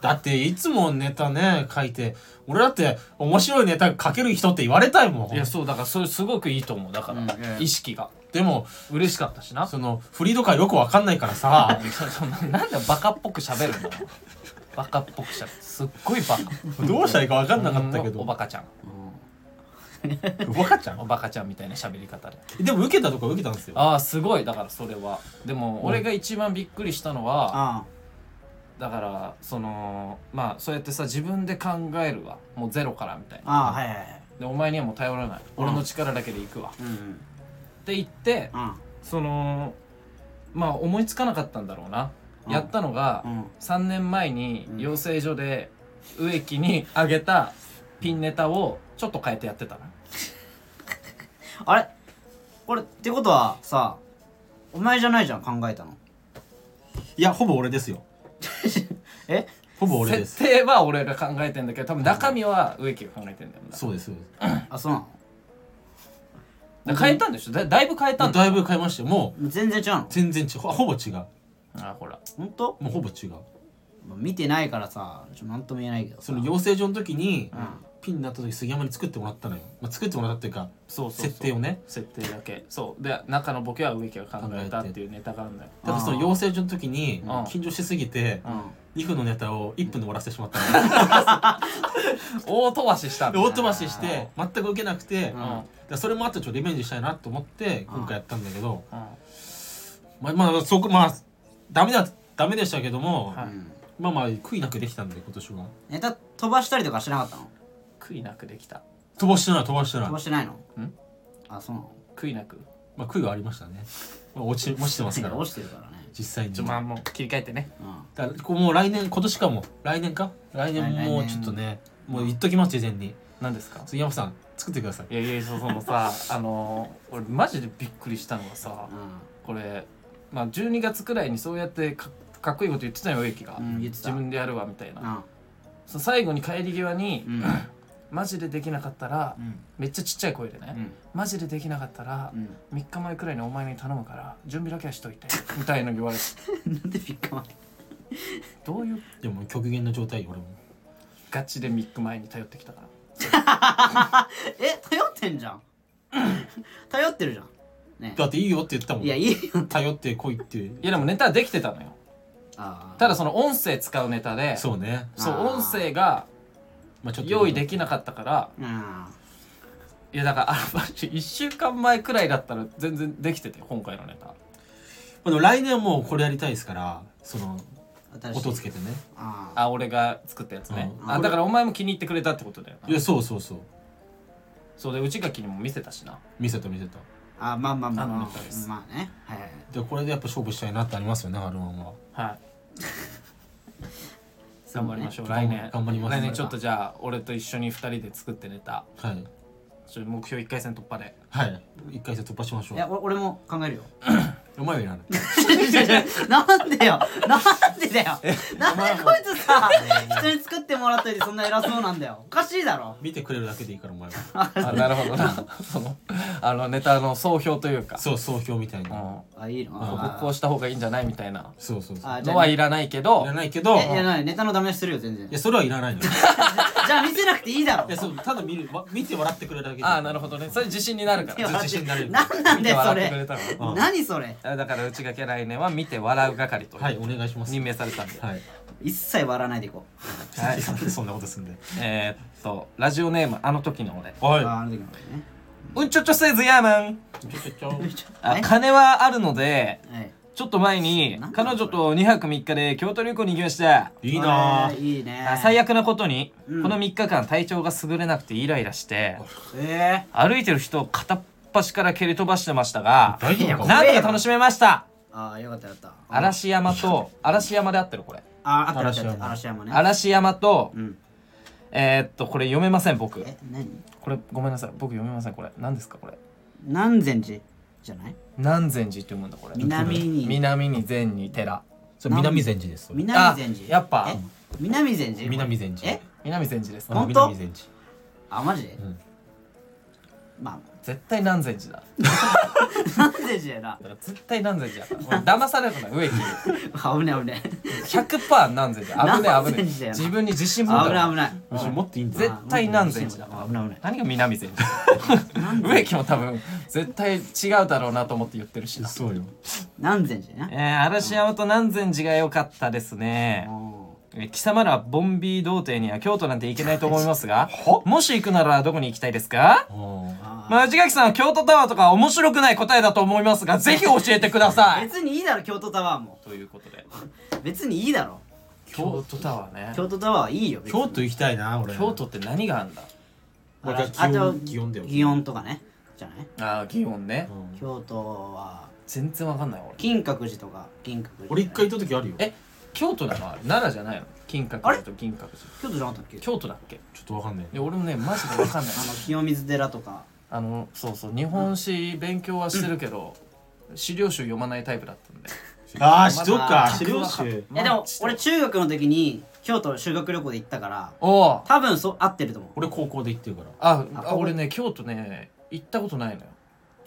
C: だっていつもネタね書いて俺だって面白いネタ書ける人って言われたいもん
B: いやそうだからそれすごくいいと思うだから、
A: うんいやいや
B: 意識が
C: でも
B: 嬉しかったしな
C: そのフリード感よくわかんないから さ
B: そそんななんでバカっぽく喋るのバカっぽくしゃべるすっごいバカ
C: どうしたらいいかわかんなかったけど
B: おバカちゃん
C: わかっちゃ
B: お
C: う
B: バカちゃんみたいな喋り方で
C: でも受けたとこは受けたんですよ
B: ああすごいだからそれはでも俺が一番びっくりしたのは、
A: あ
B: だからそのまあそうやってさ自分で考えるわもうゼロからみたい
A: あ
B: な
A: ああはいはいはい
B: でお前にはもう頼らない
A: うん
B: 俺の力だけでいくわ、
A: うんうん
B: って言って
A: あ
B: そのまあ思いつかなかったんだろうな、
A: うん
B: やったの
A: あ
B: が、
A: うん
B: 3年前に
A: うん
B: 養成所で植木にあげたピンネタをちょっと変えてやってたな
A: あれこれってことはさお前じゃないじゃん考えたの
C: いやほぼ俺ですよ
A: え
C: ほぼ俺です
B: 設定は俺が考えてんだけど多分中身は植木が考えてんだよな
C: そうですそうで
A: あそうな
B: だから変えたんでしょだだいぶ変えたん
C: す
B: だ
C: だいぶ変えましたよもう
A: の全然違うの
C: 全然違うほほぼ違うも
B: あほら
A: ほんと
C: うほぼ違う
A: 見てないからさちょっとなんとも言えないけどさ
C: その養成所の時に
A: うん
C: ピンになった時杉山に作ってもらったのよ、まあ、作ってもらったっていうか
B: そうそうそう
C: 設定をね
B: 設定だけそうで中のボケは植木が考えたっていうネタがあるんだよ
C: だからその養成所の時に
B: ん
C: 緊張しすぎて
A: うん
C: 2分のネタを1分で終わらせてしまったの、
B: 大飛ばししたんだ
C: で大飛ばしして全く受けなくて、
A: う
C: だ
A: ん
C: からそれもあってちょっとリベンジしたいなと思って今回やったんだけど、
B: うん
C: まあまあそこまあダメだダメでしたけども、
B: は
A: うん
C: まあまあ悔いなくできたんで今年は
A: ネタ飛ばしたりとかしなかったの
B: 悔いなくできた
C: 飛ばしてない飛ばしてない
A: 飛ばしてないの
B: ん
A: あそうなの
B: 悔いなく
C: まあ悔いはありましたね、まあ、落ち落ちてますから
A: 落ちてるからね
C: 実際に
B: ちょまあもう切り替えてね
A: うん
C: だからこうもう来年今年かも来年か来年
A: 来
C: もう
A: 来年
C: ちょっとねもう言っときます事前に
B: 何ですか
C: 杉山さん作ってください
B: いやいやそうそのさあの俺マジでびっくりしたのがさこれまあ12月くらいにそうやってかかっこいいこと言ってたよ植木が、
A: うん言ってた
B: 自分でやるわみたいな、
A: うん
B: その最後に帰り際に、
A: うん
B: マジでできなかったら、
A: うん
B: めっちゃちっちゃい声でね、
A: うん
B: マジでできなかったら、
A: うん
B: 3日前くらいにお前に頼むから準備だけはしとい てみたいの言われて
A: なんでピッカマン
B: どういう
C: でも極限の状態よ俺も
B: ガチで3日前に頼ってきたから
A: え頼ってんじゃん頼ってるじゃんね
C: だっていいよって言ったもん
A: いやいいよ
C: 頼ってこいって
B: いやでもネタはできてたのよ
A: あー
B: ただその音声使うネタで
C: そうね、
B: そう
A: あー
B: 音声が
C: まあ、ちょっと
B: 用意できなかったから
A: うん
B: いやだからあの1週間前くらいだったら全然できてて今回のネタ
C: まあ、でも来年はもうこれやりたいですからその
A: 新しい
C: 音つけてね
A: あー
B: あ俺が作ったやつね、
C: うん
B: あだからお前も気に入ってくれたってことだよない
C: やそうそうそう
B: そうで内垣にも見せたしな
C: 見せた見せた
A: あまあまあまあ
B: あの
A: ま
B: ネタで
A: あ
B: す
A: まあねはいはいはい
C: でこれでやっぱ勝負したいなってありますよねアルマンは
B: はい頑張りましょう
C: そうね
B: 来年
C: 頑張ります
B: 来年ちょっとじゃあ俺と一緒に2人で作ってネタ
C: はい
B: ちょっと目標1回戦突破で
C: はい一回戦突破しましょ
A: いや
C: う
A: お俺も考えるよ
C: お前はいらない
A: なんでよなんでだよなんでこいつさ人に作ってもらっといてそんな偉そうなんだよおかしいだろ
C: 見てくれるだけでいいからお前は
B: あなるほどな そのあのネタの総評というか
C: そう総評みたいに
B: うん
A: あいいの
B: ここ
A: あ
B: こうした方がいいんじゃないみたいな
C: そうそうそう
A: あじゃ
B: のはいらないけど
C: いらないけ
A: え
C: ど
A: いや
C: い
A: ないネタのダメ出しするよ全然
C: やそれはいらないの い
A: じゃあ見せなくていいだろ
C: やそうただ見るわ見て笑ってくれるだけで
B: ああなるほどねそれ自信になるから
A: いや
C: 自信になれる
A: なんなん
B: 見
A: だ
B: て
A: よそ
B: 笑ってくれ
A: れ
B: たの
C: うん
A: 何それ
B: あだから内垣は来年は見て笑う係と
C: はいお願いします
B: 任命されたんで、
C: はい
A: 一切笑わないでいこう
C: はいなんでそんなことすんで
B: えー、っとラジオネームあの時の俺
C: は
A: あ
C: い
A: ーあの時のね
B: うんちょちょせずやまん
C: ちょちょちょ
B: あ
A: え
B: 金はあるので
A: はい
B: ちょっと前に
A: なんだ
B: 彼女と2泊3日で京都旅行に行きました
C: いいな
A: あ
C: ぁ
A: ーいいね
B: あ最悪なことに、
A: うん
B: この3日間体調が優れなくてイライラして
A: え
B: 歩いてる人を片っ端から蹴り飛ばしてましたが
C: 大丈夫
A: い
C: か
A: や
B: なんとか楽しめました
A: ーあーよかったよかったあ
B: 嵐山と嵐山で合ってるこれ
A: ああったあったあっ
C: 嵐
A: た
C: 山
A: 嵐山ね
B: 嵐山と
A: うん
B: えー、っとこれ読めません僕
A: え何
B: これごめんなさい僕読めませんこれ何ですかこれ
A: 南禅寺じゃない
B: 南禅寺って読むんだこれ
A: 南に
B: 南に禅に寺
C: それ南禅寺ですそれ
A: 南禅寺
B: あやっぱ
A: え南禅寺
C: 南禅寺
A: え
B: 南禅寺です
C: あ
A: 本当
C: 南禅寺
A: あマジで
C: ん
A: ま
B: 絶対南禅寺だ
A: あ南禅寺やな
B: だから絶対南禅寺やから俺騙されたな植木
A: 危ない危ない
B: 100%南禅寺危ねえ危ねえ
A: 南禅寺だよな
B: 自分に自信持
A: 危
B: た
A: ない危ない
C: むしろもっといいんだ
B: 絶対南禅寺だ
A: 危ない危ない
B: 何が南禅寺植木も多分絶対違うだろうなと思って言ってるしな
C: そうよ
A: 南禅寺やな
B: えー、嵐山と南禅寺が良かったですね
A: お
B: えー貴様らボンビー童貞には京都なんて行けないと思いますがもし行くならどこに行きたいですか
C: あ
B: まあ、内垣さんは京都タワーとか面白くない答えだと思いますがぜひ教えてくだ
A: ー
B: さい
A: 別にいいだろ京都タワーも
B: ということで
A: 別にいいだろ
B: 京都タワーね
A: 京都タワーはいいよ
C: ー
A: 別に
C: 京都行きたいな俺
B: 京都って何があんだ
C: 俺が
A: あと
C: 祇園だよ
A: 祇園とかねじゃない
B: ああ祇園ね、
C: うん
A: 京都は
B: 全然わかんない俺
A: 金閣寺とか金閣寺
C: 俺一回行った時あるよ
B: え京都なのあれ奈良じゃないの金閣寺と銀閣寺
A: 京都じゃなかったっけ
B: 京都だっけい
C: ちょっとわかんない
B: や俺もねマジでわかん ない
A: あの清水寺とか
B: あのそうそう日本史勉強はしてるけど、資料集読まないタイプだったんで
C: ああ、静岡、
A: ま
C: 資料集。
A: いやでも俺中学の時に京都修学旅行で行ったから
B: おお
A: 多分そう合ってると思う
C: 俺高校で行ってるから。
B: あ
A: あ
B: あ俺ね京都ね行ったことないのよ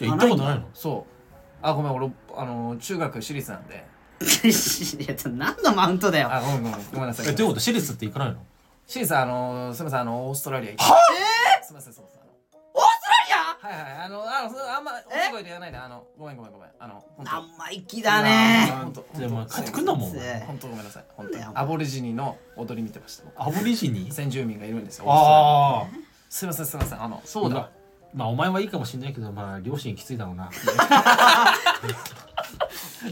C: いや、行ったことないの。
B: そうあごめん俺あの中学私立なんで
A: いや何のマウントだよ
B: あごめんごめんごめんなさい
C: え、どういうこと、私立って行かないの。
B: シーさんあのすみませんあのオーストラリア行ってすみませんすみません
A: オーストラ
B: はいはいあのあのそあんま大声で言わないであのごめんごめんごめんあの本
A: リ
B: 当
A: ア生意気だね
B: 本当
C: でも帰ってくんだもん
A: そう
B: 本当ごめんなさい本当
A: なんだよ
B: アボリジニの踊り見てました僕
C: アボリジニ
B: 先住民がいるんですよ
C: ああ
B: すいませんすいませんあの
C: そうだまあお前はいいかもしれないけどまあ両親きついだろうな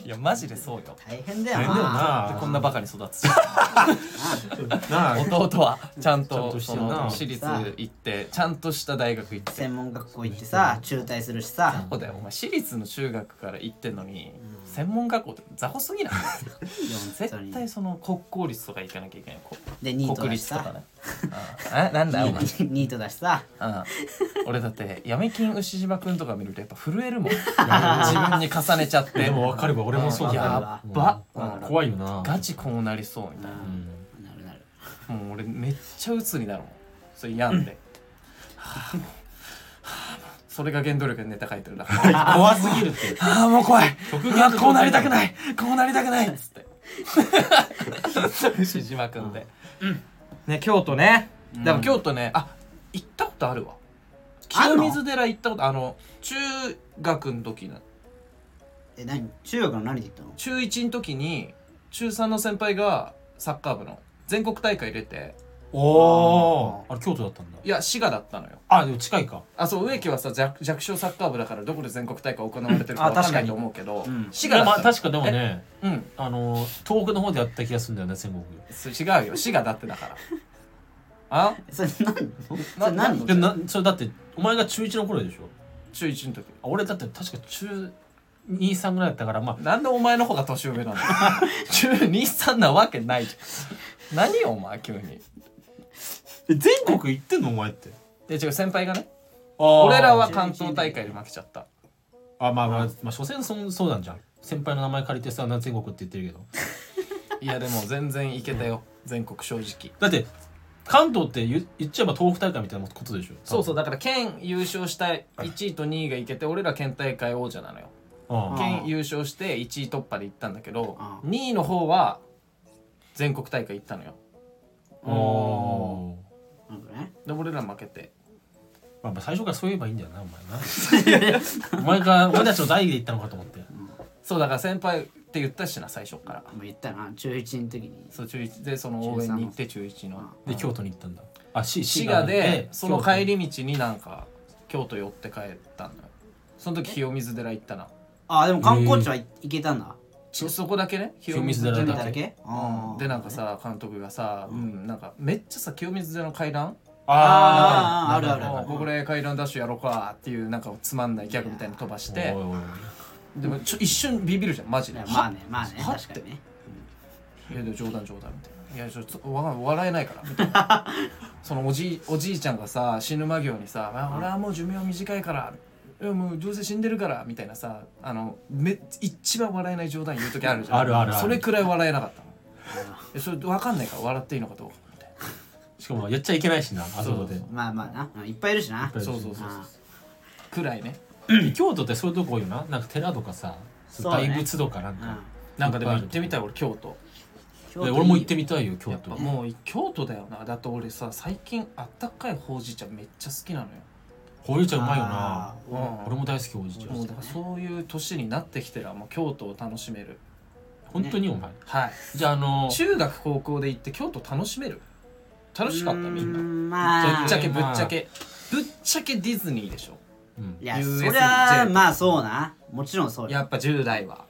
B: いやマジでそうよ
A: 大変だよ
C: 大変だよ
A: な
C: な
B: でこんなバカに育つ
C: な あ
B: 弟はちゃん
C: ちゃん
B: と
C: として
B: そ
C: るな
B: の私立行ってちゃんとした大学行って
A: 専門学校行ってさ中退するしさ
B: そうだよお前私立の中学から行ってんのに専門学校って雑魚すぎない絶対その国公立とか行かなきゃいけないこ
A: でニート
B: 国
A: だし
B: 立とか
A: さ
B: ねあなんだよお前
A: ニートだしさ
B: うん、俺だって闇金牛島くんとか見るとやっぱ震えるもん自分に重ねちゃって
C: でも分かれば俺もそ
A: だ
C: う
B: んやっば、うん
C: 怖いよな
B: ガチこうなりそうみたい
C: うん
A: なるなる
B: なもう俺めっちゃ鬱になるもんそれ病んで、はあもうはあもう それが原動力でネタ書いてるだから
C: 怖すぎるって
B: ああもう怖い
C: 極
B: うわ
C: 限
B: こうなりたくないこうなりたくないっつって牛島くんで、
C: ね京都ね
B: でも京都ねあ行ったことあるわ
A: あん
B: 清
A: の
B: 水寺行ったことあの中学の時な
A: え何中学の何で行ったの
B: 中1の時に中3の先輩がサッカー部の全国大会出て
C: おおあれ京都だったんだ
B: いや滋賀だったのよ
C: あでも近いか
B: あそう植木はさ弱弱小サッカー部だからどこで全国大会行われてるか
C: あ
B: 分かん
C: 確
B: な
C: か
B: い
C: に
B: と思うけど、
A: うん
B: 滋賀だ
C: いや
B: っ
C: ま
B: た
C: あ
B: の
C: 確かでもね
B: うん
C: あの東北の方でやった気がするんだよね戦国
B: す違うよ滋賀だってだからあ
A: それ何
B: な
A: それ何
B: な
C: でなそれだってお前が中1の頃でしょ
B: 中1の時
C: あ俺だって確か中23ぐらいだったからまあ
B: なんでお前の方が年上なの 中23なわけないじゃん何よお前急に
C: え全国行ってんのお前って
B: で違う先輩がね俺
C: 俺
B: らは関東大会で負けちゃった
C: あまあまあまあ所詮そそうなんじゃん先輩の名前借りてさ何全国って言ってるけど
B: いやでも全然いけたよ全国正直
C: だって関東って言言っちゃえば東北大会みたいなことでしょ
B: そうそううだから県優勝した1位と2位がいけて俺ら県大会王者なのよ
A: あ
B: 県優勝して1位突破で行ったんだけど
A: あ
B: 2位の方は全国大会行ったのよ
C: おお
A: なんかね
B: で俺ら負けて
C: ー、まあ、まあ最初からそう言えばいいんだよなお前な お前が俺たちの代で行ったのかと思って
B: そうだから先輩って言ったしな最初から
A: もう言ったな中1の時に
B: そう中1でその応援に行って中1の
C: で京都に行ったんだあし
B: 滋賀でその帰
C: り
B: り道になんか京都寄って帰ったのよその時清水寺行ったな
A: あでも観光地は行けたんだ
B: ちそこだけね
C: 清水寺だ
A: 見
C: け
A: ただけあー
B: でなんかさ監督がさ、うん、なんかめっちゃさ清水寺の階段
A: あーあるある
B: もうこれ階段ダッシュやろうかっていうなんかつまんないギャグみたいなの飛ばして
C: おいおい
B: でもちょ一瞬ビビるじゃんマジ
A: い
B: で
A: やまあねまあね
B: は
A: 確かにね
B: いやでも冗談冗談みたいないやちょっとわかんない笑えないからみたいな そのおじいおじいちゃんがさ死ぬ間際にさあ「俺はもう寿命短いから」いやもうどうせ死んでるからみたいなさあのめ一番笑えない冗談言う時あるじゃん
C: あるあるある
B: それくらい笑えなかったのいやそれ分かんないから笑っていいのかどうかみたいな
C: しかもやっちゃいけないしなあそこで
A: まあまあなうんいっぱいいるしな
C: ぱいいるし
B: そうそうそうそう
A: あ
B: くらいね
C: 京都ってそういうとこ多いよななんか寺とかさ
A: そうね
C: 大仏とかなん
A: ー
C: か
B: なんかでも行ってみたい俺京都
A: うん
C: で俺も行ってみたいよ京
B: やっ
C: 都
B: ぱもう京都だよなだって俺さ最近あったかいほうじ茶めっちゃ好きなのよ
C: ほうじ茶うまいよな
A: あー
B: うん
C: 俺も大好きほうじ茶
B: もうだからそういう年になってきてらもう京都を楽しめる
C: 本当にお前
B: はい
C: じゃああの
B: 中学高校で行って京都楽しめる楽しかったみんな
A: う
B: ぶ
A: まあ
B: っちゃけぶっ
C: まあ
B: ちゃけぶっちゃけディズニーでしょ
C: うん
A: いや
B: USJ
A: そりゃまあそうなもちろんそうよ
B: やっぱ10代は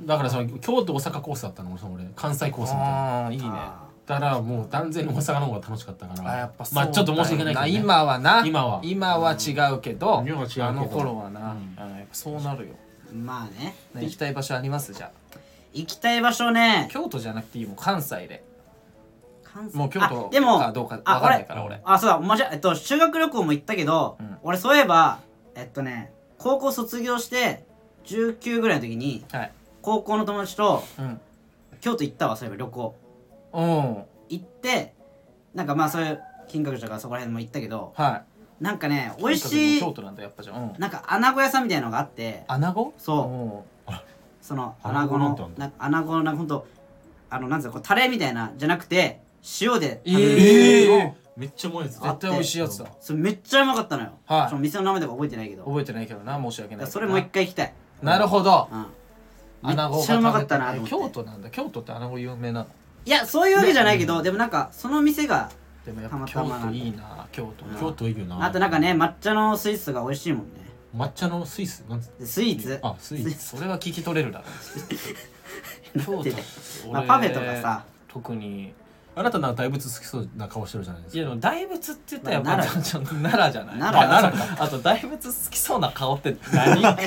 C: だからその京都大阪コースだったの俺その俺関西コースみたいな
B: ああーいいね
A: あ
C: だからもう断然大阪の方が楽しかったから
B: あやっぱそう
C: まあちょっと申し訳ないけど、ね、
B: 今はな
C: 今は
B: 今は違うけど,、
C: うん今は違うけど
B: あの頃はな、
C: うん
B: あのやっぱそうなるよ、
A: ーまあね
B: ね行きたい場所ありますじゃ
A: 行きたい場所
B: あ
A: ね
B: 京都じゃなくていいもう関西で
A: 関西
B: もう京
A: あ
B: 都
A: で
B: か
A: も
B: どうか分
A: あ
B: かんないから俺
A: あそうだ間違ええっと修学旅行も行ったけど
B: うん
A: 俺そういえばえっとね高校卒業して19ぐらいの時に
B: はい
A: 高校の友達と
B: うん
A: 京都行ったわそういえば旅行
B: うん
A: 行ってなんかまあそういう金閣寺とかそこら辺も行ったけど
B: は
A: なんかね
B: い
A: 美味しい
B: 京都なんだやっぱじゃん、うん、
A: なんか穴子屋さんみたいなのがあって
B: 穴子
A: そう
B: う
A: その穴
C: 穴
A: 子
C: 子なんてあ
A: の
C: んの
A: な穴子のなんかほんとあのなんつうのこうタレみたいなじゃなくて塩で
B: えー
A: 食べる、
B: え
C: めっちゃうまいやつ
B: ー、絶対美味しいやつだ
A: それめっちゃうまかったのよ、
B: はい
A: その店の名前とか覚えてないけどだか
B: 覚えてないけどな申し訳ない
A: ら
B: けどな
A: それもう一回行きたい、
B: なるほど
A: うん、めっ
B: 穴子が
A: ちゃうまかったなと思
B: 食べ
A: って
B: たい京都なんだ京都って穴子有名なの
A: いやそういうわけじゃないけど、でもなんかその店が
B: でもやったぱ
A: ま
B: 京
A: たまなんだ
B: 都いいな京都な
C: 京都いいよな
A: あとなんかね抹茶のスイーツが美味しいもんね
C: 抹茶のスイスなんつ
A: でスイーツ
C: あスイス
B: それは聞き取れるだろ京都
A: でまあパフェとかさ
B: 俺特に
C: あなたなんか大仏好きそうな顔してるじゃないで
B: い
C: す
B: やでも大仏って言ったらやっぱ
A: 奈良
B: ちょっと奈良じゃない
A: 奈良
B: あ奈良あと大仏好きそうな顔って 何あな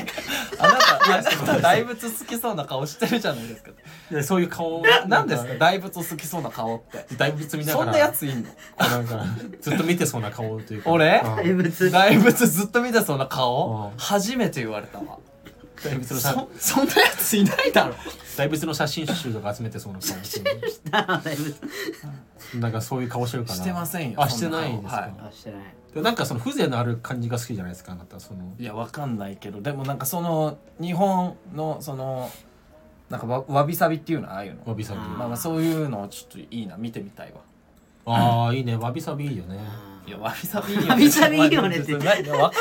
B: たあなた大仏好きそうな顔してるじゃないですか
C: かそういう顔
B: 何ですか大仏好きそうな顔って
C: 大仏見な
B: そ
C: がら
B: んなやついんの
C: こうなんかずっと見てそうな顔というか
B: 俺
C: うん
A: 大仏
B: 大仏ずっと見てそうな顔
C: うん
B: 初めて言われたわ
C: 大仏のさ
B: そそんなやついないだろ
C: 大仏の写真集とか集めてそうな顔
A: あ大仏
C: なんかそういう顔してるかな
B: してませんよ
C: あし
B: そ
C: て
B: んな顔
C: ないんですか、
B: は
A: あしてない
C: でなんかその風情のある感じが好きじゃないですかあなたその
B: いやわかんないけどでもなんかその日本のそのなんかわわびさびっていうのああいうの
C: わびさび
A: うん
B: まあまあそういうのちょっといいな見てみたいわ
C: ああいいねわびさびいいよね
B: いやわびさびいいよね
A: わびさびいいよねって
B: 分かってるわ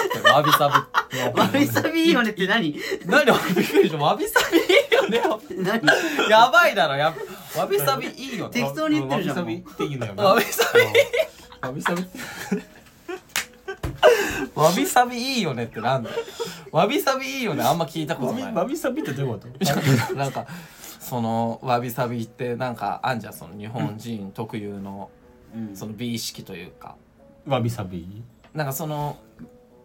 B: びさび
A: わびさびいいよねって何
B: 何びっくりしたわびさびいいよね
A: 何
B: やばいだろやばわびさびいいよね
A: 適当に言ってるじゃん
C: わびさびっていいのよ
B: わびさび
C: わびさびって
B: わびさびいいよねってなんだよわびさびいいよねあんま聞いたことない
C: わびさびってどういうこと
B: なんかそのわびさびってなんかあんじゃんその日本人特有の
A: うん
B: その美意識というか
C: わびさび
B: なんかその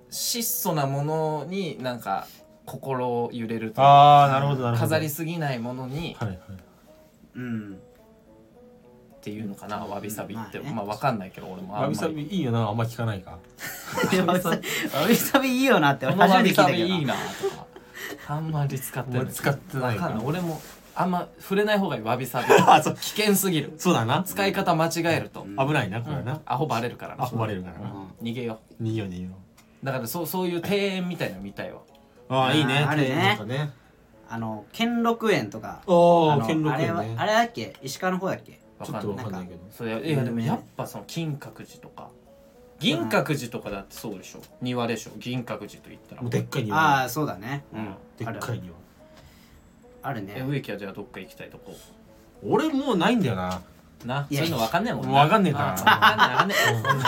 B: 質素なものになんか心を揺れるというか
C: ああなるほどなるほど
B: 飾りすぎないものに
C: はいはい
A: うん
B: っていうのかなわびさびって
A: まあね
B: まあわかんないけど俺もあ
C: わ
B: ん
C: び
B: ま
C: さ
B: り
C: びいいよなあんま聞かないか
A: わびさわびさびいいよなって
B: こ
A: 俺
B: の
A: 初め
B: わ
A: て聞い
B: び
A: た
B: さ
A: け
B: び
A: ど
B: いいなとかあんまり使ってない
C: 俺使ってな
B: わ
C: いか
B: からんない俺もあんま触れない方がいいわびさび
C: あそう
B: 危険すぎる
C: そうだな
B: 使い方間違えると
C: 危ないなこれな
B: アホバレるから
C: あ
B: な
C: ほばれるから
A: う
C: なん
B: 逃げよう
C: いいよねいいよ
B: だからそうそういう庭園みたいなの見たいわ
C: ああいいね
A: あるね
C: 庭園とかね
A: あの兼六園とか
C: お
A: あ
C: お兼
A: の
C: 六
A: あれ
C: 園
A: は
C: ね
A: あれだっけ石川の方だっけ
B: わ
C: ち
B: かんな
C: ょっ
B: い
C: とわかんないけど
B: それいやでもやっぱその金閣寺とか銀閣寺とかだってそうでしょ庭でしょ銀閣寺と言ったら
C: もうでっかい庭
A: ああそうだねうん
C: で
A: あ
C: っ
A: る
C: かい庭
A: ある
B: え
A: ね
B: 植木はじゃあどっか行きたいとこ
C: 俺もうないんだよな
B: ないそ
A: や
B: ういうのわかんねえもん
C: もうわかんねえから
B: あわかんねえわかんね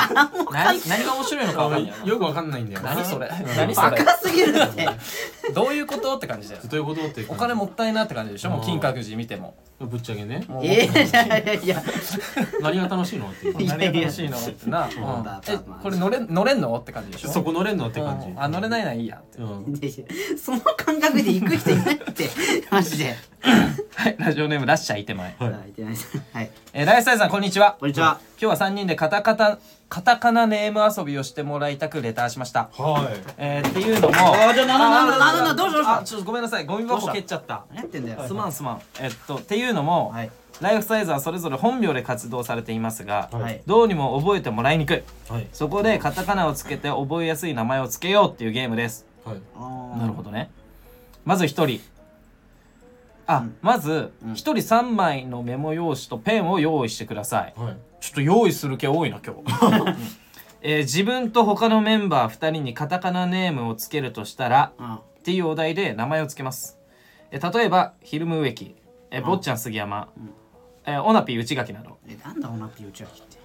B: え何何が面白いのかわかんねえ
C: よくわかんないんだよな
B: 何それ
C: うん
B: 何そ
A: バ
B: れ
A: カすぎるって
B: どういうことって感じだよ
C: どういうことっていうか
B: お金もったいなって感じでしょもう金閣寺見ても
C: ぶっちゃけね
B: もう
A: えーいやいやいや
C: 何が楽しいのっていう
A: いや
B: 何が楽しいのってなうん
A: まあまあ
B: えこれ乗れ乗れんのって感じでしょ
C: そこ乗れんのって感じ
B: うんあ乗れないならいいやって
C: うん
A: いやいやその感覚で行く人いない ってマジで
B: はいラジオネームラッシャーいてまい
C: はい
A: あいてないですはい
B: えー、ライフサイズさんこんにちは
A: こんにちは
B: 今日は三人でカタカタカタカナネーム遊びをしてもらいたくレターしました
C: はい
B: えー、っていうのも
A: あじゃあななななななどうしどうした
B: あちょっとごめんなさいゴミ
A: どうし
B: 箱
A: た
B: 蹴っちゃった
A: 何やってんだよ
B: すまんすまんえっとっていうのも、
A: はい
B: ライフサイズはそれぞれ本名で活動されていますが、
A: はい
B: どうにも覚えてもらいにくい
C: はい
B: そこでカタカナをつけて覚えやすい名前をつけようっていうゲームです
C: はい
B: な
A: な
B: るほどねまず一人あ、
A: うん
B: まず
A: うん
B: 一人三枚のメモ用紙とペンを用意してください
C: はい
B: ちょっと用意する気多いな今日、うん えー自分と他のメンバー2人にカタカナネームをつけるとしたら
A: うん
B: っていうお題で名前をつけます、えー例えば「ヒルム植木」えー「坊ちゃん杉山」えーオナピー内垣」など、
A: えなんだオナピー打ち上げって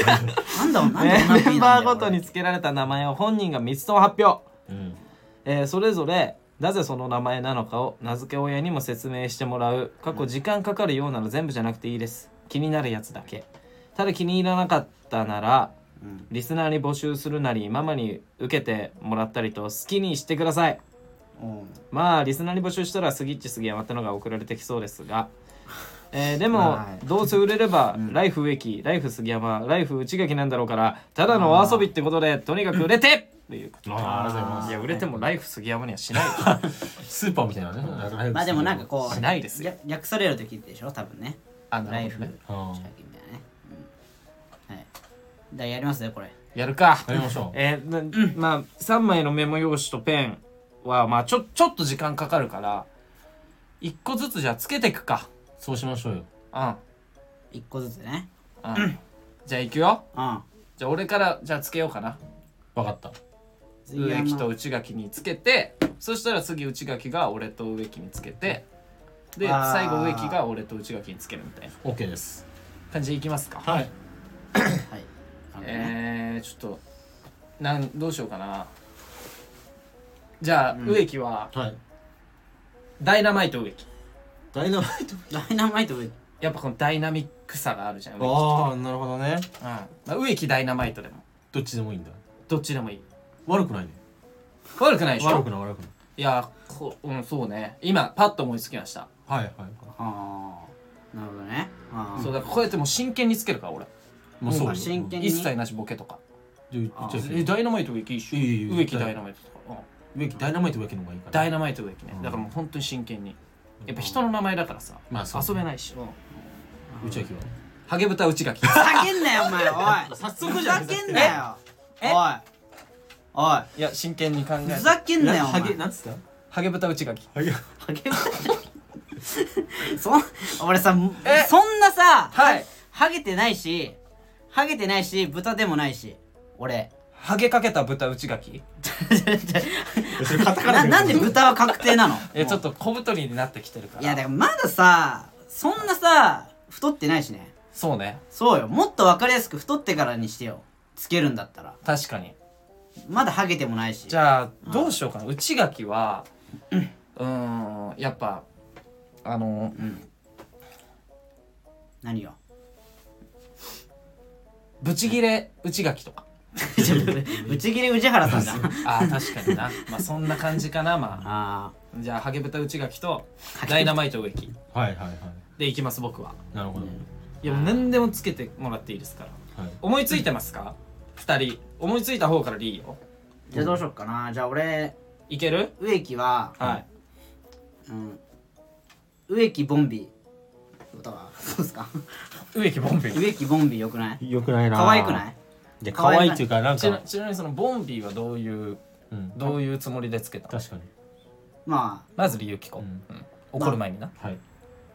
A: なんだなんだオナ
B: え
A: ピーなん
B: ー
A: だよ
B: メンバーごとにつけられた名前を本人が3つとも発表、
C: うん
B: えーそれぞれなぜその名前なのかを名付け親にも説明してもらう過去時間かかるようなら全部じゃなくていいです気になるやつだけただ気に入らなかったなら
A: うん
B: リスナーに募集するなりママに受けてもらったりと好きにしてください
A: おう
B: まあリスナーに募集したら杉っち杉山ってのが送られてきそうですが、えーでも、
A: はい
B: どうせ売れれば、ライフ植木ライフ杉山ライフ内垣なんだろうからただのお遊びってこ とでとにかく売れてっていうこと
C: あありがとうございま
B: い
A: ー
B: や売れてもライフ杉山にはしないよ
C: すスーパーみたいなね
A: まあでもなんかこう
B: しないですよ
A: や略される時でしょ多分ね
B: あ
A: ライフ打ち上げ
C: うん
A: みたいなねうんはいだからやりますねこれ
B: やるか
C: やりましょう
B: えーなまあ3枚のメモ用紙とペンはまあちょちょっと時間かかるから1個ずつじゃあつけていくか
C: そうしましょうよ
B: うん
A: 一個ずつね
B: うんじゃあ行くよ
A: うん
B: じゃあ俺からじゃあつけようかな
C: 分かった
A: 次
B: 植
A: あ
B: 木と
A: の
B: 内垣につけてそしたら次内垣が俺と植木につけてで
A: あー
B: 最後植木が俺と内垣につけるみたいな
C: OK です
B: 感じでいきますか
C: はい
A: はいあのね
B: えー、ちょっとなんどうしようかなじゃあ、
A: うん
B: 植木は
C: はい
B: ダイナマイト植木
C: ダイナマイト
A: ダイナマイト植木
B: やっぱこのダイナミックさがあるじゃん植木,、うん
C: ああなるほどね
B: まあ、植木ダイナマイトでも
C: どっちでもいいんだ
B: どっちでもいい
C: 悪くないね
B: 悪くないでし
C: 悪
B: ょ
C: くない悪くない
B: いやこうんそうね今パッと思いつきました、
C: はいはい
A: ああなるほどねあー
B: そうだからこうやってもう真剣につけるから俺
C: まあそ
A: ま
C: うよ
A: あ真剣に
B: 一切なしボケとか
C: じゃあ言っちゃ
B: えダイナマイト植木一緒
C: いいよいいよ
B: 植木ダイナマイトとか、うん
C: え植木ダイナマイト植木の方がいいか
B: ダ
C: ら
B: イナマイト植木ね、
C: うん
B: だからもう本当に真剣にやっぱ人の名前だからさ、
C: まあそう
B: 遊べないし、うん
C: 内垣は
B: ハゲブタ内 垣
A: ふざけんなよお前おい
C: 早
A: ふざけんな
C: ね
A: よお
B: え
A: いおい
B: いや真剣に考えて
A: ふざけんなよお
C: ハ
A: 前
C: ゲなんつった
B: ハゲブタ内垣
C: ハゲ
A: ハゲブタ そん俺さそんなさ
B: はい
A: ハゲてないしハゲてないし豚でもないし俺
B: ハゲかけた豚内垣
C: それカタカナ
A: ななんで豚は確定なの
B: えちょっと小太りになってきてるから
A: いやだからまださそんなさ太ってないしね
B: そうね
A: そうよもっと分かりやすく太ってからにしてよつけるんだったら
B: 確かに
A: まだハゲてもないし
B: じゃあどうしようかな内垣はうーんやっぱあの
A: 何よ
B: ブチギレ内垣とか
A: ちょぶち切り宇治原さ んじゃん
B: あー確かに なまあそんな感じかなまあ
A: あ
B: じゃあハゲブタ内垣とダイナマイト植木
C: はいはいは
B: でいきます僕はい
C: なるほど
B: いやもう何でもつけてもらっていいですから
C: はい
B: 思いついてますか二人思いついた方からでいいよ
A: ーじゃあどうしよっかなじゃあ俺
B: いける
A: 植木は、
B: はい
A: うん、植木ボンビーとかそうですか
B: 植木ボンビ
A: 植木ボンビーよくない
C: よくないな
A: 可愛くない
C: いや可愛いっていうかなん
B: ちな
C: か
B: ちなみにそのボンビーはどういう
C: うん
B: どういうつもりでつけたの
C: 確かに
A: まあ
B: まず理由聞こう、
C: うん
B: うん怒る前にな
C: はい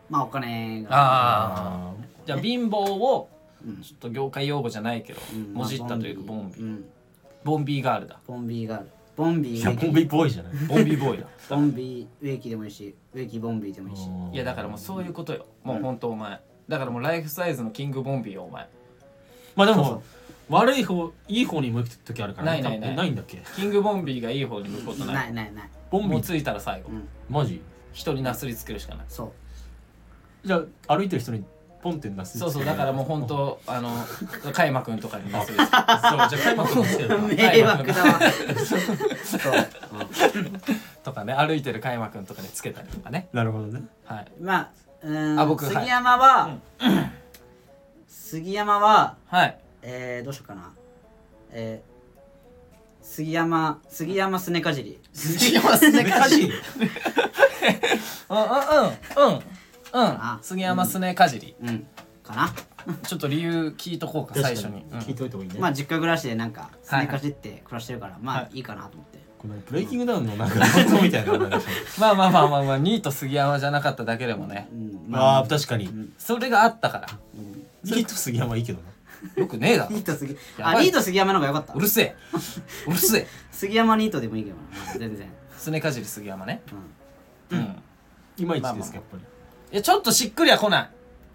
A: まあお金が
B: ああ
C: あ
B: じゃあ貧乏を
A: うん
B: ちょっと業界用語じゃないけど、
A: うん
B: もじったというかボンビー
A: うん
B: ボンビーガールだ
A: ボンビーがあるボンビ
C: い
A: ー
C: や
A: 植
C: ボ
A: 木
C: ンビーっぽいじゃない
B: ボンビーボーイだ
A: ボンビー植木でもいいし植木ボンビーでもいいし
B: いやだからもうそういうことよもうほんとお前だからもうライフサイズのキングボンビーよお前
C: まあで
A: そう
C: も悪い方いい方に向く時あるからね
B: ないないない
C: えないんだっけ
B: キングボンビーがいい方に向くことない
A: ないないない
C: ボンビ
B: もう
C: ー
B: ついたら最後
A: うん
C: マジ
B: 人になすりつけるしかない
A: そう
C: じゃあ歩いてる人にポンって出す
B: そうそうだからもう本当あの加山君とかになすりつける
C: そうじゃあ開幕のせいだな
A: 迷惑だ わ
B: とかね歩いてる加山君とかにつけたりとかね
C: なるほどね
B: はい
A: まあうーん
B: あ僕はい
A: 杉山は、杉山は
B: はい
A: えー、どうしようかなえー、杉山杉山すねかじり
B: 杉山す
C: めか じり
B: うんうんうんうんうん
A: あ
B: 杉山すねかじり
A: うんかな
B: ちょっと理由聞いとこうか最初にうん
C: 聞いといた方がいいね
A: まあ実家暮らしでなんかす
B: はい
A: ねかじって暮らしてるから、まあいいかなと思って、
C: ごめんブレイキングダウンのなんか本当みたいな話
B: まあまあまあまあまあニート杉山じゃなかっただけでもね
A: うん
C: あ
A: ま
C: あ確かに
B: それがあったから
C: いいと杉山いいけどな
B: よくねえだろ
A: ニート杉
B: やばい
A: あニート杉山の方が良かった
B: うるせえうるせえ
A: 杉山ニートでもいいけどな全然
B: すねかじり杉山ね
A: うん
B: うん
C: いまいちですかやっぱ
B: いやちょっとしっくりは来な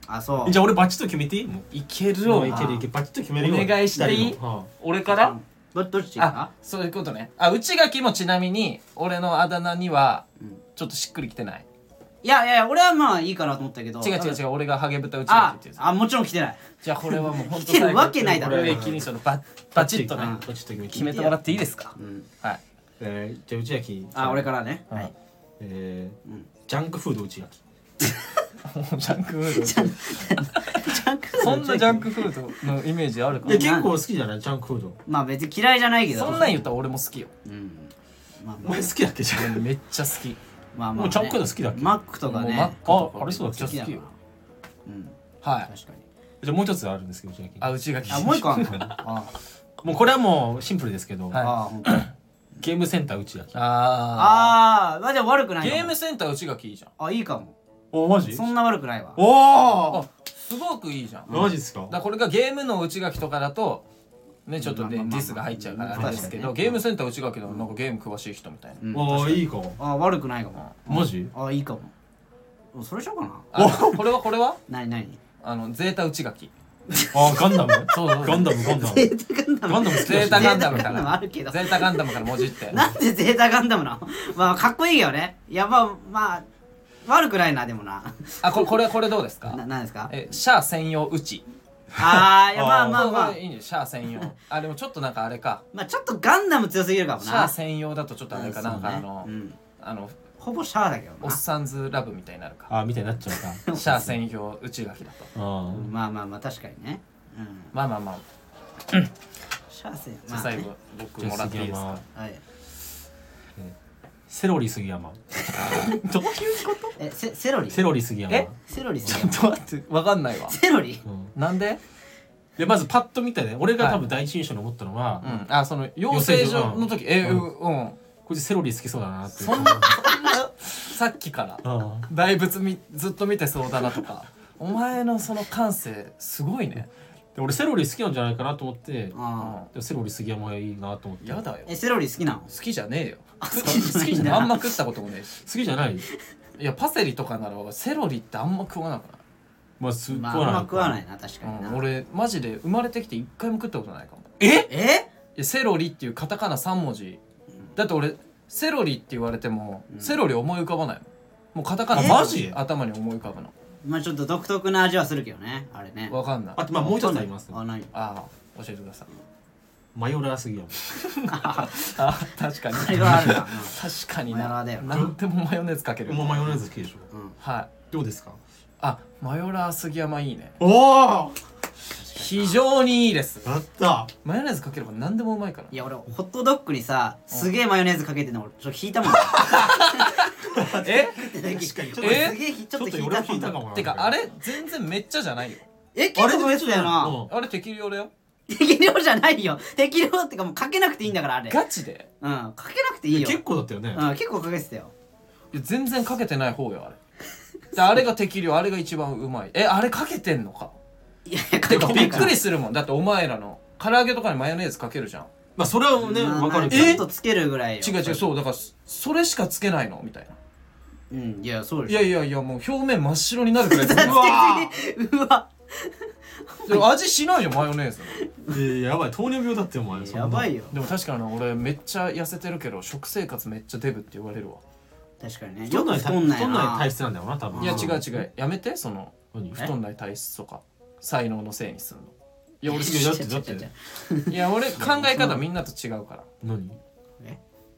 A: あそう
C: りじゃあ俺バチッと決めていいもう
B: いいける
C: も
B: よ
C: ういけるいけるバチッと決めるよ
B: お願いしていい
C: 二人のは
B: 俺から
A: うんどどっち
B: あ
A: か
B: そういうことねあ内垣もちなみに俺のあだ名には
A: うん
B: ちょっとしっくりきてない、
A: いやいや俺はまあいいかなと思ったけど
B: 違う違う違う俺がハゲブタ内垣
A: あ
B: っていう
A: あもちろん来てない
B: じゃあこれはもう本当
A: 来てるわけないだろ
B: 上木にそのババチッとね
A: うん
C: いバチッと決めて
B: 決めてもらっていいですか
A: うん
B: はい
C: えーじゃあ内垣
A: あ俺からね
B: うん
A: はい
C: えー
A: うん
C: ジャンクフード内垣
B: もうジャンクフー
A: ジャンクフード
B: ドそんなジャンクフードのイメージあるか
C: いや
B: な
C: 結構好きじゃないジャンクフード
A: まあ別に嫌いじゃないけど
B: そんなん言ったら俺も好きよ
A: うんまあま
C: お
A: あ
C: 前好きだっけじゃん
B: めっちゃ好き
A: まあまあ
C: もう
A: ね
C: ジャンクフード好きだっけ
A: マックとか
B: もうマッ
A: ね
B: ク
C: あありそうだ
B: め
C: っけ
B: っちゃ好きよ
A: うん
B: はい
A: 確かに
C: じゃあもう一つあるんですけど内
B: あ
C: 垣
B: 内垣
A: あもう一個あんのあ
C: もうこれはもうシンプルですけど
B: はい
A: あほ んとあ
C: ゲームセンター内垣
B: あ
A: あまあでも悪くな
B: ー
A: いか
B: ゲ
A: も
B: ームセンター内垣いいじゃん
A: あいいかも
C: おマジ
A: そんな悪くないわ
C: おお
B: あすごくいいじゃんだか
C: マジっすか
B: らこれがゲームの内垣とかだとねちょっとで
A: まあまあま
B: デ
A: あ
B: ィスが入っちゃうから
A: まあ
B: あれですけど
A: 確か
B: ゲームセンター内垣でもなんかゲーム詳しい人みたいな
A: うん
C: ああいいかも
A: あ悪くないかも
C: マジ
A: あいいかもそれしようかな
B: あこれはこれは
A: なにな に
B: あのゼータ 内垣
C: ああガンダム
B: そうそうそう
C: ガンダムガンダム
A: ゼータガンダム
C: ガンダム好き
B: ゼータ
C: だしね
B: ガンダム
A: ゼ
B: か
A: ータガンダム
B: ら
A: あるけど
B: ゼータガンダムからもじって
A: なんでゼータガンダムなのまあかっこいいよねいやまあまあ悪くないなでもな
B: あこれこれこれどうですか
A: ななんですか
B: えシャア専用内
A: あーいやまあ
C: あー
A: まあま
B: こ
A: あ
B: れいいねシャア専用あでもちょっとなんかあれか
A: まあちょっとガンダム強すぎるかもな
B: シャア専用だとちょっとあれか
A: うん
B: な
A: そ
B: ん
A: う
B: か
A: ね
B: あの
A: うん
B: あの
A: ほぼシャアだけど
B: おっさんずラブみたいになるか
C: ああみたいになっちゃう か
B: シャア専用内垣だと
C: あ
A: なまあまあまあ確かにねうん
B: まあまあまあ
A: シャアせん
B: じゃあ最後僕もらっていいですか
A: はい
C: セロリ杉山どういうこと
A: えセセロリ
C: セロリ杉山
B: え
A: セロリ
B: ちょっと 待ってわかんないわ
A: セロリ
C: うん
B: なんで
C: でまずパッと見てね俺が多分第一印象に思ったのは、
B: うんあその養成所の時えうんうん
C: こいつセロリ好きそうだなっていう
B: そんな そんなさっきから
C: うん
B: 大仏みずっと見てそうだなと かお前のその感性すごいね
C: で俺セロリ好きなんじゃないかなと思ってで
A: あ
C: もセロリ杉山がいいなと思って
B: やだよ
A: ーえセロリ好きなの
B: 好きじゃねえよ好
A: きじゃない
B: きじゃねえあんま食ったこともねえし
C: 好きじゃない
B: いやパセリとかならセロリってあんま食わなく
C: まあすっごい
A: まああんま食わないな確か
B: な
A: に
B: い、
A: な
B: うん、俺マジで生まれてきて一回も食ったことないかも
C: え
A: え
B: いやセロリっていうカタカナ3文字だって俺セロリって言われても、セロリ思い浮かばないもんもうカタカナ三
C: え
B: 文
C: マ
B: 字
C: ジ
B: 頭に思い浮かぶの
A: まあちょっと独特な味はするけどねあれね
B: わかんない
C: あ
B: あ
C: とまあもう一つありますね
A: あ何
B: あー教えてください
C: マヨラー杉山
B: あー確かに
A: あれはあるな
B: 確かに
A: マヨラ
B: な
A: ーだよな
B: 何でもマヨネーズかける
C: お前マヨネーズ好きでし
A: う
C: ょ
A: んうん
B: はい
C: どうですか
B: あマヨラー杉山いいね
C: おお
B: 非常にいいです
C: やった
B: マヨネーズかければ何でもうまいから
A: いや俺ホットドッグにさすげえマヨネーズかけてんの俺ちょっと引いたもん
B: え
A: 確かにちょっとす
B: え
A: げえひち
C: ち
A: ょっと
C: ょっ
A: 引
C: と
A: い
C: 俺
A: た
C: も聞いたか
A: もん
C: もな
B: てかあれ全然めっちゃじゃないよ
A: え結構別だよ
C: うん
A: な
B: あれ適量だよ
A: 適量じゃないよ適量ってかもうかけなくていいんだからあれうん
B: ガチで
A: かけなくていいよ
C: 結構だったよね
A: うん結構かけてたよ
B: いや全然かけてない方よあれであれが適量あれが一番うまいえあれかけてんのか
A: いやいやか
B: て
A: け
B: か
A: て
B: び
A: な
B: っ
A: いから
B: くりするもんだってお前らの唐揚げとかにマヨネーズかけるじゃん
C: まあそれはね
A: まあ
C: わかるけ
A: ちょっ
C: ど
A: とつけるぐらいよ
B: 違う違うそうだからそそれしかつけないのみたいな
A: うんいやそう
B: い
A: で
B: や
A: す
B: いやいやもう表面真っ白になるくらい全然
C: う わ
A: うわ
B: でも味しないよマヨネーズ
C: ーえやばい糖尿病だってお前そんな
A: やばいよ
B: でも確かに俺めっちゃ痩せてるけど食生活めっちゃデブって言われるわ
A: 確かにね
C: 太
A: よ
C: ん
A: く
C: ない
A: 太んない
C: 太んない
A: な
C: 体質なんだよな多分
B: いや
A: うん
B: 違う違うやめてその
C: 何
B: 太んない体質とか才能のせいにするのいや俺
C: いやだってだって
A: 違う違う違う
B: いや俺考え方みんなと違うから
C: 何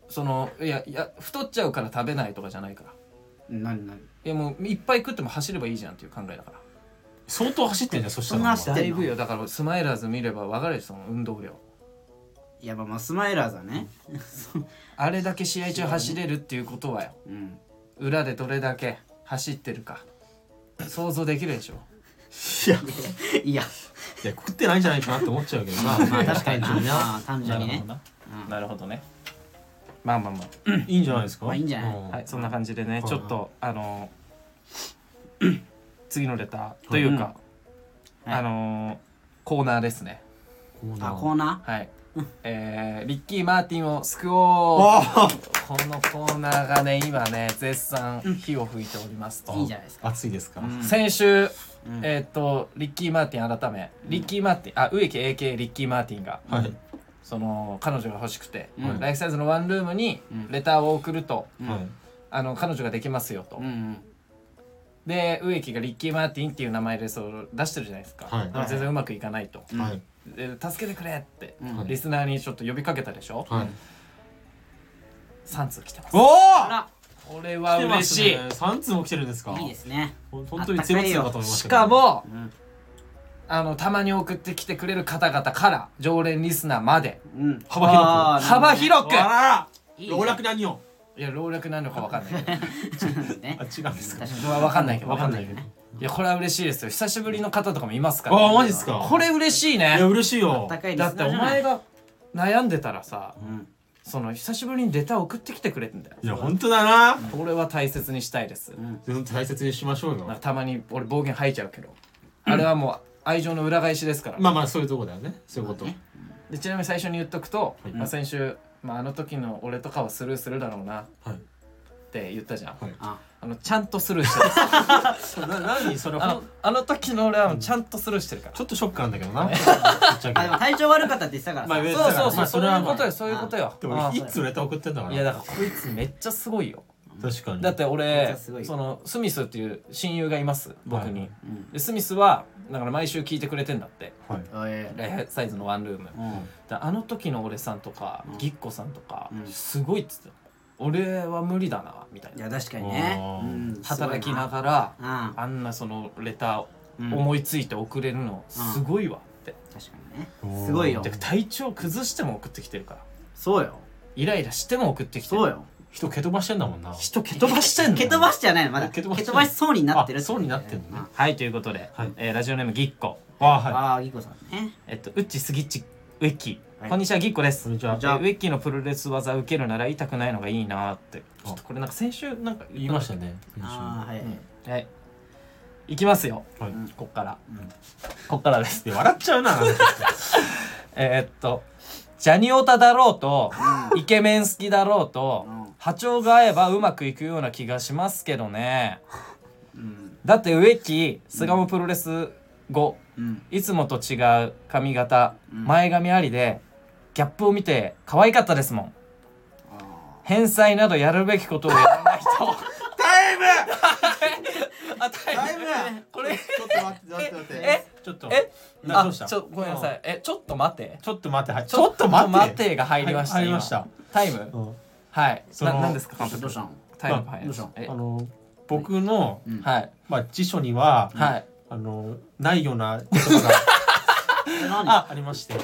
B: そのいやいや太っちゃうから食べないとかじゃないから
A: 何何
B: いやもういっぱい食っても走ればいいじゃんっていう考えだから
C: 相当走ってんじゃんそした
A: そんな
C: ら
A: 走っ
B: だ
A: て
B: いぶよだからスマイラーズ見れば分かるでしょその運動量
A: いやまあまあスマイラーズはね
B: あれだけ試合中走れるっていうことはよ
A: うん
B: 裏でどれだけ走ってるか想像できるでしょ
C: いや
A: いや
C: いや食ってないんじゃないかなって思っちゃうけどな
A: まあ 確かにな
C: 単純な
A: まあ単純にね
C: なる
B: なるほどねまあまあまあ
C: ほどないいんじゃないですか
A: まあいいんじゃない
C: うん
B: はい、そんな感じでね、
C: い
B: ちょっとあ の次のレターというか、
A: うん
B: あのコーナーですね。
C: コーナ
A: あ
C: ー
A: コーナ
B: はい。えー、リッキー・マーティンを救おう
C: あ
B: このコーナーがね今ね絶賛火を吹いておりますと、
A: ーいいじゃないですか
C: あ暑いですか
A: うん
B: 先
A: う
B: 週、
A: ん
B: えーっとリッキー・マーティン改めリッキー・マーティンあ植木 AK リッキー・マーティンが、
C: はい
B: その彼女が欲しくて、
A: うん
B: ライフサイズのワンルームに
A: うん
B: レターを送ると、
A: うん
C: はい
B: あの彼女ができますよと、
A: うんうん
B: で植木がリッキー・マーティンっていう名前でそう出してるじゃないですか、
C: はい
B: でも全然うまくいかないと、
A: うん
C: はい
B: で助けてくれって、
A: うん
B: リスナーにちょっと呼びかけたでしょ、
C: はい
B: 3通来てます
C: お
A: あら
B: これは
C: お
B: 嬉しい、
C: 三通も来てるんですか
A: いいですね
C: ほん本当にゼロ通かと思いました
B: し
C: けど
B: かも
A: うん
B: あのたまに送ってきてくれる方々から常連リスナーまで
A: うん
C: 幅広く
A: あー
B: 幅広く、
C: あら
A: いいね
C: 老若男女
B: いや老若なのか分かんないけど
A: ね
C: あ違うんですか
A: 確
B: まあ分かんないけど
C: わかんないけど
B: いやこれは嬉しいですよ久しぶりの方とかもいますから
C: あーマジっすか
B: これ嬉しい
C: いや
B: ね
C: 嬉しいよ
A: 高いリス
B: だ
A: ナ
B: って
A: ー
B: お
A: じゃな
B: 前
A: い
B: が悩んでたらさ
A: うん
B: その久しぶりにレター送ってきてくれてんだよ
C: いや本当だな
B: これは大切にしたいです、
A: うん
C: 大切にしましょう
B: まあ
C: よ
B: たまに俺暴言吐いちゃうけどあれはもう愛情の裏返しですから、
C: まあまあそういうとこだよねそういうこと、
A: まあね
B: でちなみに最初に言っとくと、
C: はい
B: まあ、先週、まあ、あの時の俺とかはスルーするだろうなっ
C: はい
B: て言ったじゃん、
C: はい
A: あ
B: あのちゃんとスルーしてる
C: そうな 何それほ
B: あ
C: ん
B: のあの時の俺はもうちゃんとスルーしてるから、
C: ちょっとショックあんだけどなぶっちゃけ
A: あでも体調悪かったって言ってたから
C: まあ
A: さ
C: 上
B: そう
C: だか
B: そ
C: ら
B: うそう、
C: まあそ
B: そう
C: れ
B: いう
C: はまあ
B: ことよそういうことよ
C: で
B: あ
C: も
B: あ
C: いつレター送ってんだから
B: いやだからこいつめっちゃすごいよ
C: 確かに
B: だって
A: めっち
B: 俺
A: ゃすごいよ
B: そのスミスっていう親友がいます僕に、
C: はい
A: うん
B: でスミスはだから毎週聞いてくれてんだって
C: はい
A: おい
B: ライフサイズのワンルーム
A: うん
B: だあの時の俺さんとか、
A: うん
B: ぎっこさんとか、
A: うん
B: すごいっつってた俺は無理だなみたい
A: い
B: な
A: や確かにね
C: あー
A: うん
B: 働きながら
A: すごいな
B: あんなそのレタ
A: う
B: ー
A: ん
B: 思いついて送れるの
A: うん
B: すごいわって、
A: 確かにね
C: おー
A: すごいよ
B: で体調崩しても送ってきてるから
A: そうよ
B: イライラしても送ってきてる
A: そうよ
C: 人蹴飛ばしてんだもんな
B: 人蹴飛ばしてんの
A: 蹴飛ばしじゃないのまだ
C: 蹴
A: 蹴
C: 飛ばし
A: 飛ばしそうになってる
C: あそうになってんのね
A: あ
B: はいということで、
C: はい
B: えーラジオネームぎっこ
C: あは
A: あーぎこさんね
B: えっとうっちすぎっちウェッキー、
A: はい
B: こんにちはぎっこで
C: い
B: す
C: こんにちは
A: じゃあ
B: えーウェッキーのプロレス技受けるなら痛くないのがいいなーって
C: あ
B: ちょっとこれなんか先週なんか
C: 言いましたね
A: ああはい
B: たはいいきますよ
C: はい
B: こっから
A: うん
B: こっからです
C: いや笑っちゃうな
B: えーっとジャニオタだろうとイケメン好きだろうと
A: うん
B: 波長が合えばうまくいくような気がしますけどね
A: うん
B: だって植木巣鴨プロレス後
A: うん
B: いつもと違う髪型
A: うん
B: 前髪ありでギャップを見て可愛かったですもん
A: あー
B: 返済などやるべきことをやらないと
C: タイム
B: あ大
C: タイム
B: これ
C: ちょっと待って待って待って
B: え
C: ち ょっと
B: え
C: な
B: あ
C: どうした
B: ちょごめんなさいえちょっと待て
C: ちょっと待ってはい
B: ちょっと待
C: ちょっと
B: てが入りました
C: 入り
B: 今
C: ました
B: タイム
C: うん
B: はい
C: その
B: な何ですか
A: ど
B: 監
A: うしたどうした
B: 督
A: の
B: タイムが入り
A: ど
B: ま
A: うし
B: したた
A: の
B: え
C: あの僕の
A: うん
B: はい
C: まあ辞書には
B: はい
C: あのないような言葉が
A: え何
B: あ
C: ありまして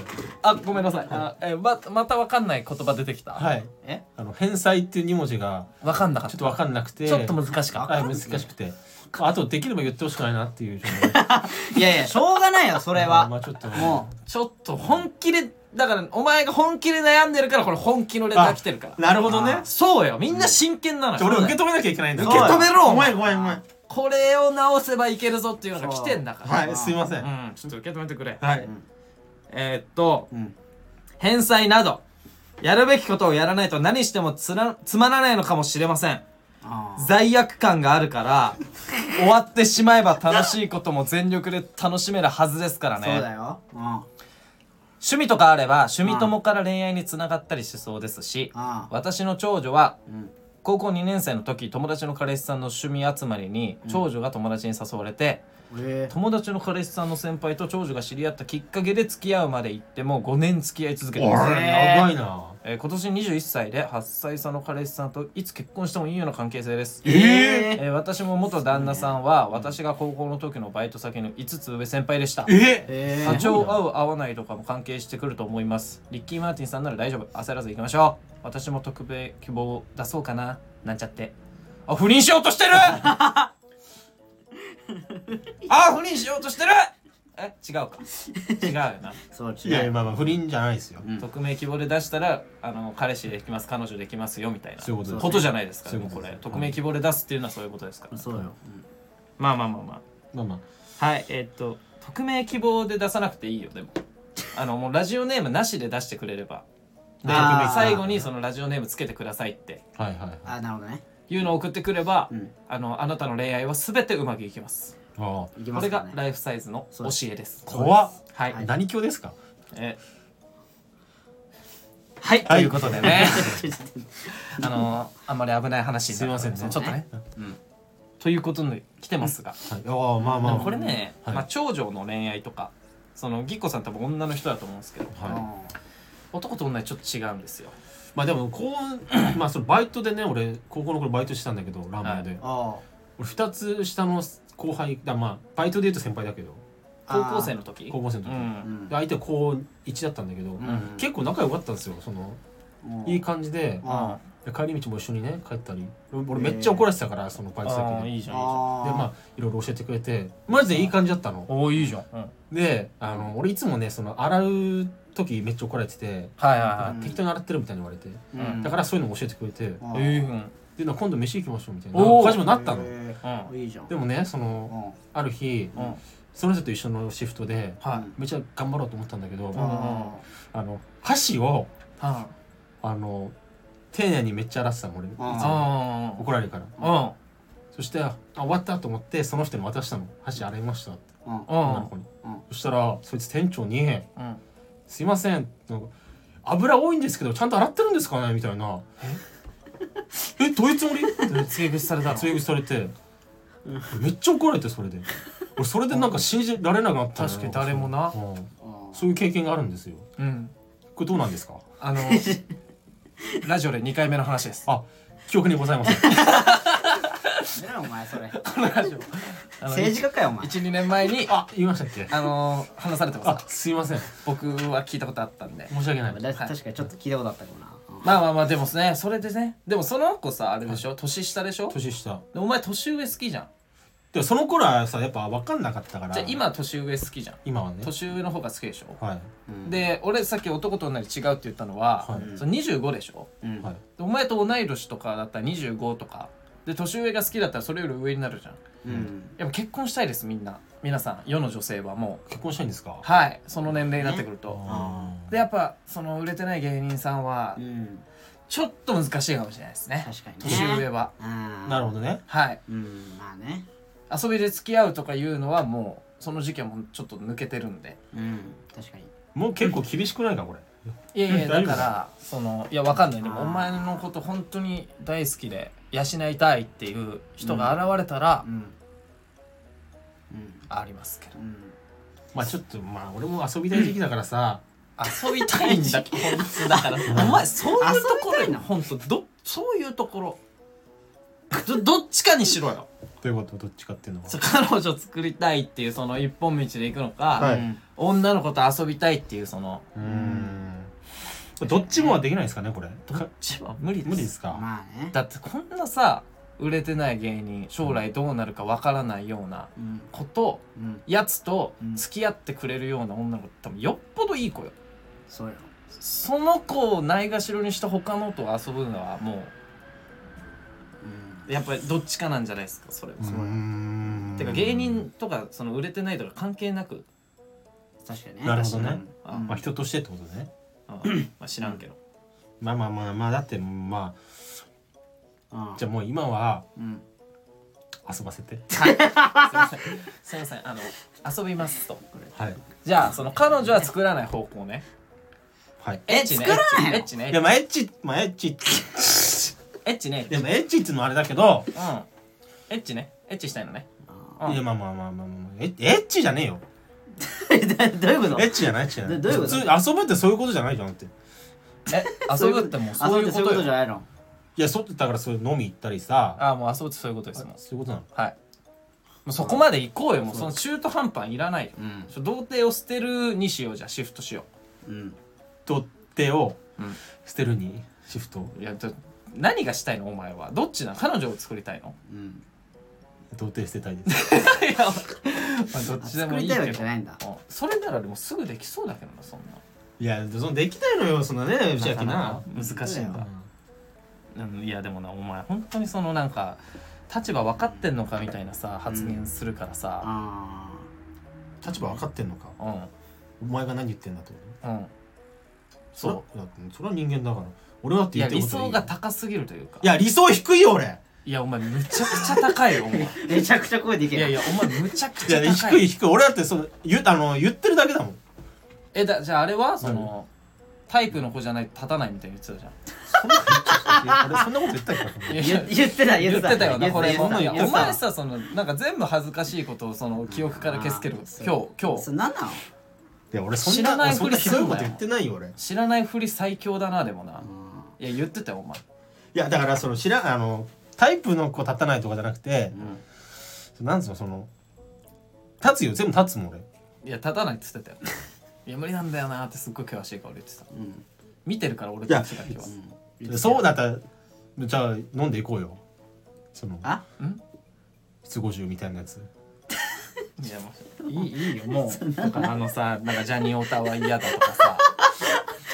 B: あごめんなさいあえままたわかんない言葉出てきた
C: はい
A: え
C: あの返済っていう2文字が
B: わかんなかっ
C: ちょ
B: た
C: っと分かんなくて
B: ちょっと難しかっ
C: はい難しくてあとできれば言ってほしくないなっていう状況
A: いやいやしょうがないよそれ
C: ま
A: は
C: あちょっと
A: も
B: たちょっと本気でだからお前が本気で悩んでるからこれ本気のレター来てるから
C: なるほどね
A: あ
B: そうよみんな真剣なの
C: じ
B: よ
C: ゃあ俺受け止めなきゃいけないんだ
A: 受け止めろ
C: ごめんごめんごめん
B: これを直せばいけるぞっていうのが来てんだから
C: はいすいませんは
B: うんちょっと受け止めてくれ
C: い
B: えーっと
A: ううん
B: 返済などやるべきことをやらないと何してもつらつまらないのかもしれません
A: あー
B: 罪悪感があるから終わってしまえば楽しいことも全力で楽しめるはずですから
A: そうだ
B: ね
A: ようんあ
B: 趣味とかあれば趣味友から恋愛につながったりしそうですし
A: あ
B: 私の長女は
A: うん
B: 高校2年生の時友達の彼氏さんの趣味集まりに長女が友達に誘われて、
A: え
B: 友達の彼氏さんの先輩と長女が知り合ったきっかけで付き合うまで行ってもう5年付き合い続け
C: お
B: て
C: い
B: ます、
C: 長いな
B: えー今年21歳で8歳差の彼氏さんといつ結婚してもいいような関係性です
A: ええ
B: えー私も元旦那さんは私が高校の時のバイト先の5つ上先輩でした
C: え
A: え
B: 波長合う合わないとかも関係してくると思いますリッキー・マーティンさんなら大丈夫焦らず行きましょう私も特別希望を出そうかななんちゃってあ不倫しよう としてるあ不倫しようとしてるえ違うか違うよな
A: そう
C: いやい
A: 違
C: や
A: う
C: まあまあ不倫じゃないですよ
A: うん
B: 匿名希望で出したらあの彼氏できます彼女できますよみたいな
C: そういうことです
B: ことじゃないですか
C: そういう
B: も
C: こ
B: こと
C: です
B: れ匿名希望で出すっていうのはそういうことですから
A: そうよ
B: まあまあまあま
C: まあまあ
B: あはいえっと匿名希望で出さなくていいよでもあのもうラジオネームなしで出してくれればで
A: あー
B: 最後にそのラジオネームつけてくださいって
C: はいはいはい。あ
A: あなるほどね
B: いうのを送ってくれば、
A: うん
B: あのあなたの恋愛は全てうまくいきます
C: あ。
A: いき
B: こ
A: ま
B: れ
A: すか
B: が
A: ね
B: ライフサイズの教えです
C: 怖っ。
B: はい、
A: はい
C: 何教ですか
B: えはい、
C: はい
B: ということで ね
A: ちょちょちょ
B: あのあんまり危ない話になる
C: すいませんね
B: ちょっとね、ということで来てますが、
C: はい。ああ、まあま
B: で
C: あ。
B: もこれね、
C: はい
B: まあ、長女の恋愛とかそのぎっこさん多分女の人だと思うんですけど
C: は
B: 男と女はちょっと違うんですよ
C: い。まあでも、こう、 まあそのバイトでね、俺、高校の頃バイトしてたんだけど、ラーメン屋で。
A: あ
C: 俺、二つ下の後輩、だまあ、バイトで言うと先輩だけど、
B: 高校生の時
C: 高校生の時。
B: う
A: あ
B: ん
C: で相手は高1だったんだけど、
B: ん
C: 結構仲良かったんですよ。その、いい感じで、で帰り道も一緒にね、帰ったり。俺俺めっちゃ怒られてたから、そのバイト先
B: ああ
C: で。
B: いいじ
A: じ
B: ゃんいいじゃん
C: で、まあ、いろいろ教えてくれて、マジでいい感じだったの。
B: おおいいじゃん、うん、はい
C: であの俺いつもねその洗う時めっちゃ怒られてて、
B: はい
C: なん
B: は
C: か適当に洗ってるみたいに言われて、だからそういうのも教えてくれて、
B: い、うん、ええうん
C: でなんか今度飯行きましょうみたいな
B: おー
C: 感じもなったの、
A: へーいいじゃん
C: でもねそ
A: うん
C: の
A: は
C: ある日、
B: うん
C: その人と一緒のシフトで
B: はい
A: い
C: めっちゃ頑張ろうと思ったんだけど、
B: ん
A: あ
C: あの箸を
B: は
C: あの丁寧にめっちゃ洗ってたの俺いつも
B: あ
A: あ
B: あ
C: 怒られるから
B: あ
C: そしてあ終わったと思ってその人に渡したの箸洗いましたって
A: ーうん
B: う
C: 女の
B: ん
C: 子に、
A: うん
C: そしたらそいつ店長に
B: うん
C: 「すいませんなんか油多いんですけどちゃんと洗ってるんですかね?」みたいな「えどういうつもり?」って
B: 追口された の
C: 追撃されてめっちゃ怒られてそれで俺それでなんか信じられなくなったのよ
B: 確かに誰もな
C: うん
A: あー
C: そういう経験があるんですよ
B: うん
C: これどうなんですか
B: あのラジオで2回目の話です
C: あ記憶にございません
A: なんだよお前それ
B: ラジオあの
A: 政治家かよお前
B: 12年前に
C: あ言いましたっけ
B: あのー話されてま
C: あ
B: す
C: すいません
B: 僕は聞いたことあったんで
C: 申し訳ない
A: だ確かにちょっと聞いたことあったかもな
B: まあまあまあでもねそれでねでもその子さあれでしょ年下でしょ
C: 年下
B: でお前年上好きじゃん
C: でもその頃はさやっぱ分かんなかったから
B: じゃあ今年上好きじゃん
C: 今はね
B: 年上の方が好きでしょ
C: はい
A: うん
B: で俺さっき男と女に違うって言ったのは、
C: はい
B: その25でしょ
A: うん
C: はい
B: でお前と同い年とかだったら25とかで年上が好きだったらそれより上になるじゃん
A: うん
B: やっぱ結婚したいですみんな皆さん世の女性はも
C: 結婚したいんですか
B: うはいその年齢になってくると、
C: あー
B: でやっぱその売れてない芸人さんは
A: うん
B: ちょっと難しいかもしれないですね
A: 確かにね
B: 年上は
A: な
C: なるほどね
B: はい
A: うんまあね
B: 遊びで付き合うとかいうのはもうその時期はもうちょっと抜けてるんで
A: うん確かに
C: もう結構厳しくないかこれ
B: い やいや
C: うん大丈夫
B: だからそのいやわかんないでも
A: あ
B: お
A: ー
B: 前のこと本当に大好きで養いたいっていう人が現れたら、
A: うんうん
B: ありますけど
A: うん
C: まあちょっとまあ俺も遊びたい時期だからさ
B: 遊びたいん だ本当だからお前そういうとこ
A: 遊び
B: ろ
A: たい
B: よ
A: の
B: 本当どそういうところどどっちかにしろよ
C: ということどっちかっていうのは
B: そう彼女作りたいっていうその一本道で行くのか、
C: はい
A: うん
B: 女の子と遊びたいっていうその
C: うーんどっちもはできないですかねこれ
B: どっちは無理です
C: 無理ですか、
A: まあね
B: だってこんなさ売れてない芸人将来どうなるかわからないような
A: うん
B: こと
A: うん
B: やつと
A: うん
B: 付き合ってくれるような女の子多分よっぽどいい子よ
A: そうよ
B: その子をないがしろにして他のと遊ぶのはも
A: うん
B: うやっぱりどっちかなんじゃないですかそれは、
C: うーん
B: てか芸人とかその売れてないとか関係なく、
A: 確かにね
C: なるほどね
A: うん
B: あ
C: まあ人としてってことね
B: うんまあ、知らん けど、
C: まあまあまあまあだってま
A: うん
C: あじゃあもう今は
A: うん
C: 遊ばせて
B: はいすいませんすいませんあの遊びますと
C: はい
B: じゃあその彼女は作らない方向ね
C: はい
B: エッチね
A: 作らないの
B: エッチね
C: いやまあエッチまあエッチ
B: エッチねエッチね
C: でもエッチっていうのはあれだけど
B: うんエッチねエッチしたいの ね
A: あ
B: うん
C: いやまあまあまあまあまあエッエッチじゃねえ
A: ー
C: よ
A: どういうこと
C: エッチじゃないエッチじゃない
A: どどういうこ
C: 普
A: と
C: 通遊ぶってそういうことじゃないじゃんだって
B: え遊ぶってもうそう
A: 遊ん
B: いうこ
A: でそういう
B: と
A: ことじゃ
B: よ
A: ないの
C: いやそだからそういう飲み行ったりさ
B: ああもう遊ぶってそういうことですもん
C: そういうことなの
B: はいもうそこまで行こうよもうその中途半端いらないよ
A: うん
B: ちょ童貞を捨てるにしようじゃあシフトしよ
A: うん
C: 取っ手を
B: うん
C: 捨てるにシフトを
B: ういやちょ何がしたいのお前はどっちなの彼女を作りたいの
A: うん
C: 童貞捨てたいです
B: いやまあどっちでも
A: 作
B: い
A: り
B: い
A: たいわ
B: け
A: けじ
B: ど
A: ゃないんだ
B: うんそれならでもすぐできそうだけどなそんない
C: やそのできないのよそんなねうちはきな
B: 難しいん
A: そうだ
B: だうんいやでもなお前本当にそのなんか立場分かってんのかみたいなさ発言するからさ
A: あ
C: 立場分かってんのか
B: うん
C: お前が何言ってんだってこと
B: うん
C: そ
B: そ
C: れだってそれは人間だから俺だっ
B: う
C: て
B: いや
C: 言ってる
B: 理
C: ことは
B: 想
C: いい
B: が高すぎるというか
C: いや理想低いよ俺
B: いやお前むちゃくちゃ高いよお前 い
A: ーめちゃくちゃ声でけえ
B: やい
A: や
B: やお前むちゃく
C: い
B: ちゃ
C: や
B: 高
C: 低
B: い
C: い低い俺だってその言あの言ってるだけだもん
B: えだじゃああれはそのタイプの子じゃないと立たないみたいに言ってたじゃん
C: そんなこと言っちゃう俺そんなこと言ったっけ
B: いやいや
A: 言言ってた
B: 言ってたよな
A: 言
B: これ
A: 言
B: も
A: ってた
B: いや
A: 言っ
B: お
A: てた
B: 前さそのなんか全部恥ずかしいことをその記憶から消すけど
A: あー
B: 今日今
A: そ
B: 日
A: れ何なの
C: いや俺そんな
B: 知らないふ
C: そん
B: り
C: な
B: す
C: ひ
B: る
C: ど
B: んだよ
C: いこと言ってないよ俺い
B: 知らないふり最強だなでもないや言ってたよお前
C: やだからその知らあのタイプの子立たないとかじゃなくて
A: うん
C: なんつうのその立つよ全部立つもん俺
B: いや立たないって言ってたよ いや無理なんだよなってすっごい険しい顔で言ってた
A: うん
B: 見てるから俺たちが今日
A: うん
C: そうだったらじゃあ飲んでいこうよその
A: あ
C: 七五十みたいなやつ
B: いやもういいいいよもうだからあのさなんかジャニオタは嫌だとかさ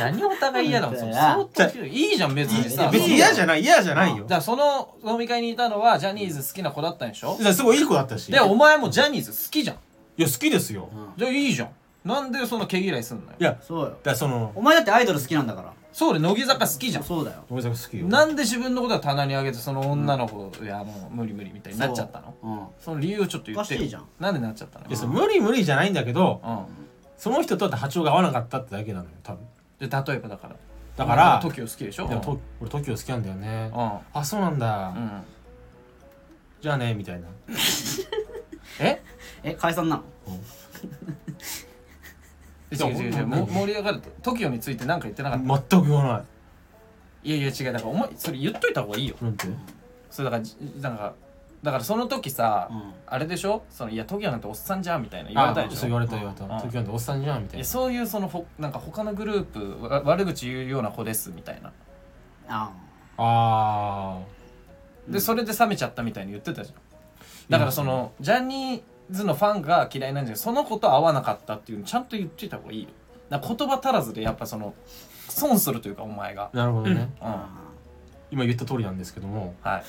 B: 何お互い嫌だもん。そ
A: 本
B: う
A: 当や
B: 相当嫌いいいじゃん別に
C: い
B: さ。
C: や別に嫌じゃ
B: ない。
C: ない嫌じゃないよ
B: じゃあその飲み会にいたのはジャニーズ好きな子だったんでしょ
C: い。やすごいいい子だったしい
B: で
C: や好
B: お前もジャニーズ好きじゃん。
C: きですよ
B: じゃあいいじゃん。なんでそんな毛嫌いすんのよ
C: い。や
A: そうよ
C: だからその
A: お前だってアイドル好きなんだから
B: そうで乃木坂好きじゃん。
A: そうだよ
C: 大阪好きよ
B: なんで自分のことは棚に上げてその女の子、いやもう無理無理みたいになっちゃったの
A: うん
B: その理由をちょっと言って
A: おかしいじゃん
B: なんでなっちゃったの
C: いやその無理無理じゃないんだけど
B: うん
C: その人とは波長が合わなかったってだけなのよ多分
B: で例えばだから
C: だから
B: トキオ好きでしょ
C: いやと俺 TOKIO 好きなんだよね
B: うんうん
C: あそうなんだ、
B: うん
C: じゃあねみたいな
B: え
A: え解散なの
B: 違う違う違う
C: やほん
B: も
C: と
B: 盛り上がると TOKIO について何か言ってなかった
C: 全く言わない
B: いやいや違うだからお前それ言っといた方がいいよ
C: なんて
B: それだからじなんかだからその時さ、
A: うん
B: あれでしょそのいや TOKIO なんておっさんじゃんみたいな言われたでし
C: そう
B: ょ
C: 言われた言われた
B: うん
C: TOKIO なんておっさんじゃんみた
B: いや
C: いな
B: そういうそのほなんか他のグループわ悪口言うような子ですみたいな
A: あ
C: あ
B: でそれで冷めちゃったみたいに言ってたじゃんだからそのジャニーズのファンが嫌いなんじゃないその子と合わなかったっていうのちゃんと言ってた方がいいよだから言葉足らずでやっぱその損するというかお前が
C: あなるほどね
B: うんは
A: あ
C: 今言った通りなんですけどもあ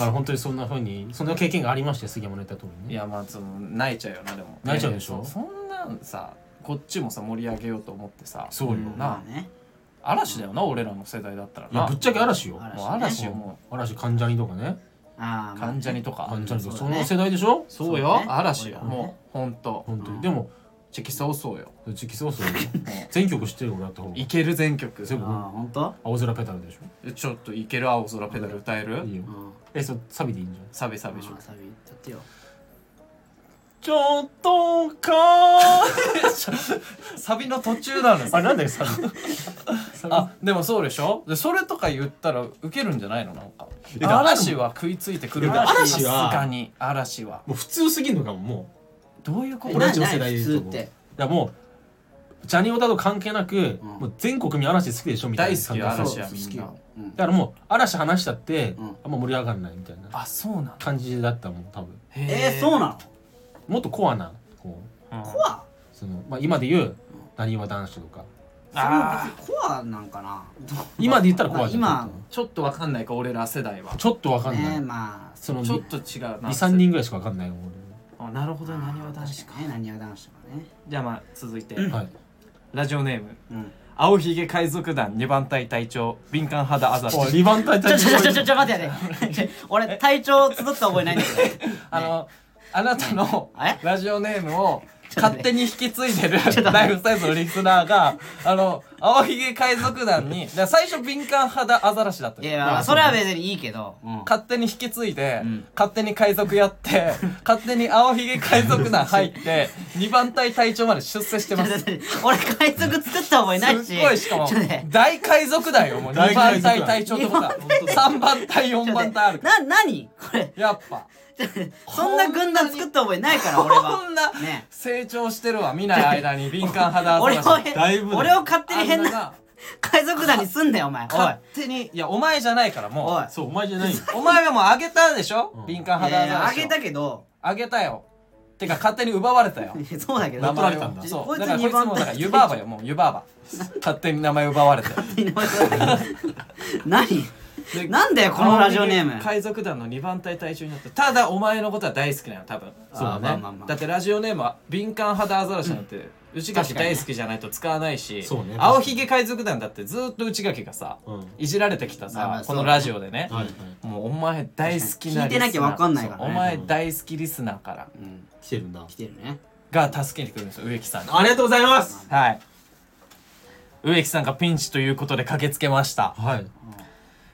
C: の本当にそんな風にそんな経験がありまして杉山の言った通り
B: いい
C: ね
B: やまあその泣いちゃうよなでも
C: 泣いちゃうでしょ
B: やそそんなんさこっちもさ盛り上げようと思ってさ
C: そうよ
A: うん
B: な
A: まあね
B: 嵐だよな俺らの世代だったら
C: いや
B: な
C: ぶっちゃけ嵐よ
A: 嵐
B: もう嵐よも
C: 嵐関ジャニとかね
A: ああ
B: う関ジャニとか
C: 関ジャニとか
A: そ
C: そう
A: だね
C: の世代でしょ
B: そう
A: そう
B: よ
A: ね
B: 嵐よ
A: 俺らね
B: もうほんと
C: 本当
A: うん
C: にでも
B: チェキソーそうよ
C: うちキスオス全曲知ってる俺だった方が
B: いける全曲
C: 全
A: あ
C: 部
A: あ本当
C: 青空ペタルでし
B: ちょっといける青空ペダル歌える
C: ょいいよ
A: うん
C: えそうサビでいいんじゃん
B: サビサビしょ
A: ああサビやってよ
C: ちょっとかー
B: サビの途中なのよ
C: あれなんだよサビサビ
B: あでもそうでしょでそれとか言ったらウケるんじゃないのなんか
C: だから
B: 嵐は食いついてくる
C: いや嵐は
B: さすがに嵐は
C: もう普通すぎんのかもも
B: どういうこ
A: え
B: と
C: 俺
A: な
C: たちの
A: な
C: 世代で
A: 普
C: 言う
A: 通
C: と
A: って
C: いやもうジャニオタと関係なく、
A: うん
C: もう全国民嵐好きでしょみたいな感じ
B: 大好きよ
A: そう
B: 嵐やみんな
A: 好きようん
C: だからもう嵐話したって、
A: うん
C: あんま盛り上がんないみたいな
B: あそうなの
C: 感じだったもん多分
A: えーそうなの
C: もっとコアなこう
B: の
A: コア
C: その、まあ、今で言うなにわ男子とか
A: それも別にコアなんかな
C: 今で言ったらコアじゃん、
A: まあ今
B: ちょっとわかんないか俺ら世代は
C: ちょっとわかんない、
A: ねまあ
C: その
B: ちょっと違うな
C: 23人ぐらいしかわかんないよ
B: あなるほどなにわ男子か
A: かね何は男子とかね
B: じゃあまあ続いて
C: 俺はい
B: ラジオネーム
A: うん
B: 青ひげ海賊団二番隊隊長敏感肌あざし
C: おいリバンタイ
A: ち
C: タ
A: ょ
C: イ
A: ちょちょち ょちょ待って待って俺体調つどった覚えないんだけど
B: あのあなたの
A: え
B: ラジオネームを
A: ちょっと待
B: 勝
A: って
B: 手に引き継いでるライフサイズのリスナーがあの青ひげ海賊団にだから最初敏感肌アザラシだった
A: い
B: じゃん
A: やまあそれは別にいいけどうん
B: 勝手に引き継いで、
A: うん
B: 勝手に海賊 やって勝手に青ひげ海賊団入って2番隊隊長まで出世してますす
A: 俺海賊作った覚えないし
B: っごいしかも
A: ちょっとね
B: 大海賊団よもう2
C: 大
B: 番
C: 海賊団
B: 隊隊長ってことだ
C: 本当だ
B: 3番隊4番隊あるから
A: な何これ
B: やっぱ
A: そんな軍団作った覚えないから俺
B: こ
A: は
B: んな
A: ね
B: 成長してるわ見ない間に敏感肌アザ
A: 俺
B: ラ
A: を
B: シ
C: だいぶだ
A: 俺を勝手に 変
B: あん
A: な海賊団にすんだよお前おい
B: 勝手にいやお前じゃないからも
A: おいう
C: そうお前じゃないよ
B: お前はもうあげたでしょ、
C: うん
B: 敏感
A: いやいや
B: 肌
A: あげたけど
B: あげたよてか勝手に奪われたよ
A: そうだけど
B: 名前
C: 取られたんだ
B: をそ
A: こ
B: う
A: いつ
B: だからこい
A: 二
B: つも
A: 番
B: だ
A: 手
B: から湯婆婆よもう湯婆 婆勝手に名前奪われて
A: 何
B: で
A: なんだよこのラジオネーム
B: 海賊団の2番隊隊長になったただお前のことは大好きなの多分
C: そうだね
A: あまあまあまあ
B: だってラジオネームは敏感肌アザラシなんて、内垣大好きじゃないと使わないし、
C: そうね
B: 青ひげ海賊団だってずーっと内垣がさ、
C: うん
B: いじられてきたさ、
A: まあまあ
B: こ
A: そ
B: の
A: うだね
B: ラジオでね、
C: はいはい
B: もうお前大好きな
A: 聞いてなきゃわかんないからね
B: そうお前大好きリスナーから
A: うん
C: 来てるんだ
A: 来てるね
B: が助けに来るんですよ植木さんに
C: ありがとうございます
B: はい植木さんがピンチということで駆けつけました
C: はい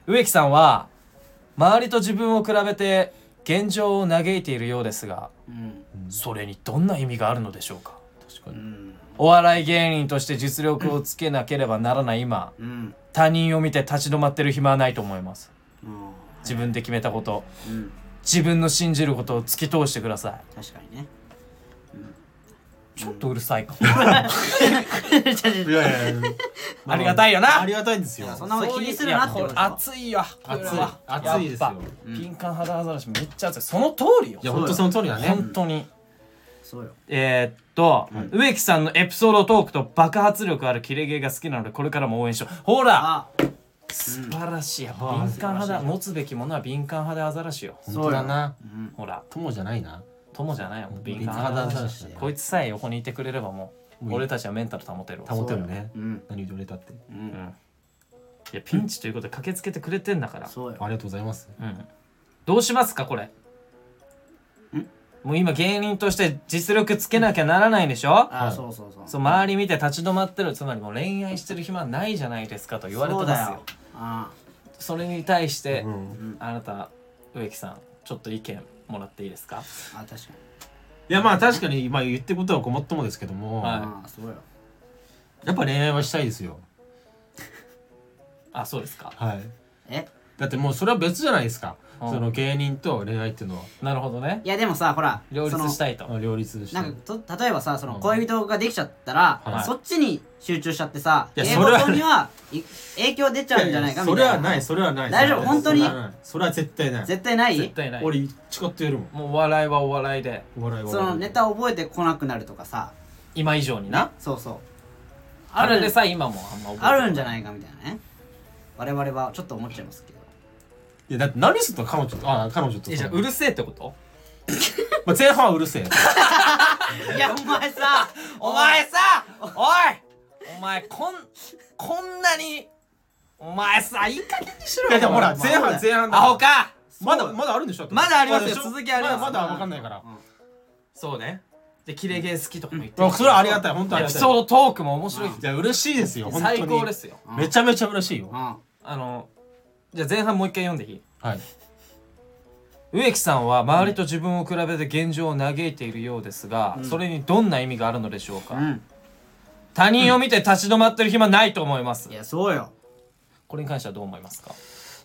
B: 植木さんは周りと自分を比べて現状を嘆いているようですが
A: うん
B: それにどんな意味があるのでしょうか
C: 確か
A: う
C: に
A: ん
B: お笑い芸人として実力をつけなければならない今
A: うん
B: 他人を見て立ち止まってる暇はないと思います
A: うん
B: 自分で決めたこと
A: うん
B: 自分の信じることを突き通してください
A: 確かにね
B: ちょっとうるさいかも
C: いやいやいや
B: ありがたいよな
C: ありがたいんですよ
A: いやそんなこと気にするなって
B: そういういやこれ熱いよ
C: 熱い
B: これは
C: 熱いです
B: や
C: よ
B: っぱ敏感肌アザラシめっちゃ熱いその通りよ
C: いや本当その通りだね
B: 本当に
A: そうよ
B: えーっと、植木さんのエピソードトークと爆発力あるキレゲーが好きなのでこれからも応援しようほ
A: あ
B: ら素晴らしいやっぱ敏感
A: 素晴
B: 派
A: ら
B: だ
A: しい
B: 持つべきものは敏感派でアザラシよ
A: そうよ
B: 本当だな
A: うん
B: ほら
C: 友じゃないな
B: 友じゃないよ
C: 本当
B: 敏感派でアザラシ
C: 敏感派でアザラシだよ
B: こいつさえ横にいてくれればもう
C: もういい
B: 俺たちはメンタル保てるわ
C: 保てるね
A: うん
C: 何言ってれたって
A: う
B: うん
A: ん
B: いやピンチということで駆けつけてくれてんだから
A: そうよ
C: ありがとうございます
B: うんどうしますかこれもう今芸人として実力つけなきゃならないでしょ
A: あ
C: はい
A: そうそうそう
B: そう周り見て立ち止まってるつまりもう恋愛してる暇ないじゃないですかと言われてますよ
A: そうだよあ
B: それに対して、
C: うん
B: あなた植木さんちょっと意見もらっていいですか
A: あ確かに
C: いやまあ確かに今言ってることはごもっともですけども
B: はい
A: ああそうよ
C: やっぱ恋愛はしたいですよ
B: あそうですか
C: はい
A: え
C: だってもうそれは別じゃないですか
B: うん
C: その芸人と恋愛っていうのは
B: なるほどね
A: いやでもさほら
B: 両立
A: その
B: したいと
C: あ両立して
A: なんかと例えばさその
C: うん
A: 恋人ができちゃったら、
C: はい
A: そっちに集中しちゃってさ
C: いや
A: 芸
C: それは
A: 事にはい影響出ちゃうんじゃないかみたいな
C: ややそれはないそれはない
A: 大丈夫
C: それは
A: 本当に
C: それはないそれは絶対ない
A: 絶対ない
B: 絶対ない
C: 俺誓ってやるもん
B: もうお笑いはお笑いで
C: お笑いは
A: そのネタ覚えてこなくなるとかさ
B: 今以上にな
A: そうそう
B: あるで
A: ん
B: さえ今もあんま覚えて
A: あるんじゃ
B: い
A: ないかみたいなね我々はちょっと思っちゃいますけど
C: いやだって何すんの彼女とあ彼女と
B: えじゃあうるせえってこと
C: まあ前半はうる せえ
A: いやお前 さ
B: お前さおいお前こんこんなにお前さいい加減にしろ
C: いやでもほら
B: お
C: 前
B: 前
C: 半前半だ
B: アホか
C: まだまだあるんでしょ
B: まだありますよ
C: だでしょ
B: 続きありますよ
C: まだまだ分かんない から
B: そうねでキレゲー好きとかも言って
C: うんそれはありがたい本当あり
B: エ
C: が
B: ピ
C: たい
B: ソードトークも面白い
C: いや嬉しいですよ本当に
B: 最高ですよ
A: うん
C: めちゃめちゃ嬉しいよ
A: うん
B: あのじゃあ前半もう一回読んでいい
C: はい
B: 植木さんは周りと自分を比べて現状を嘆いているようですが、それにどんな意味があるのでしょうか、
A: うん
B: 他人を見て立ち止まってる暇ないと思います
A: いやそうよ
B: これに関してはどう思いますか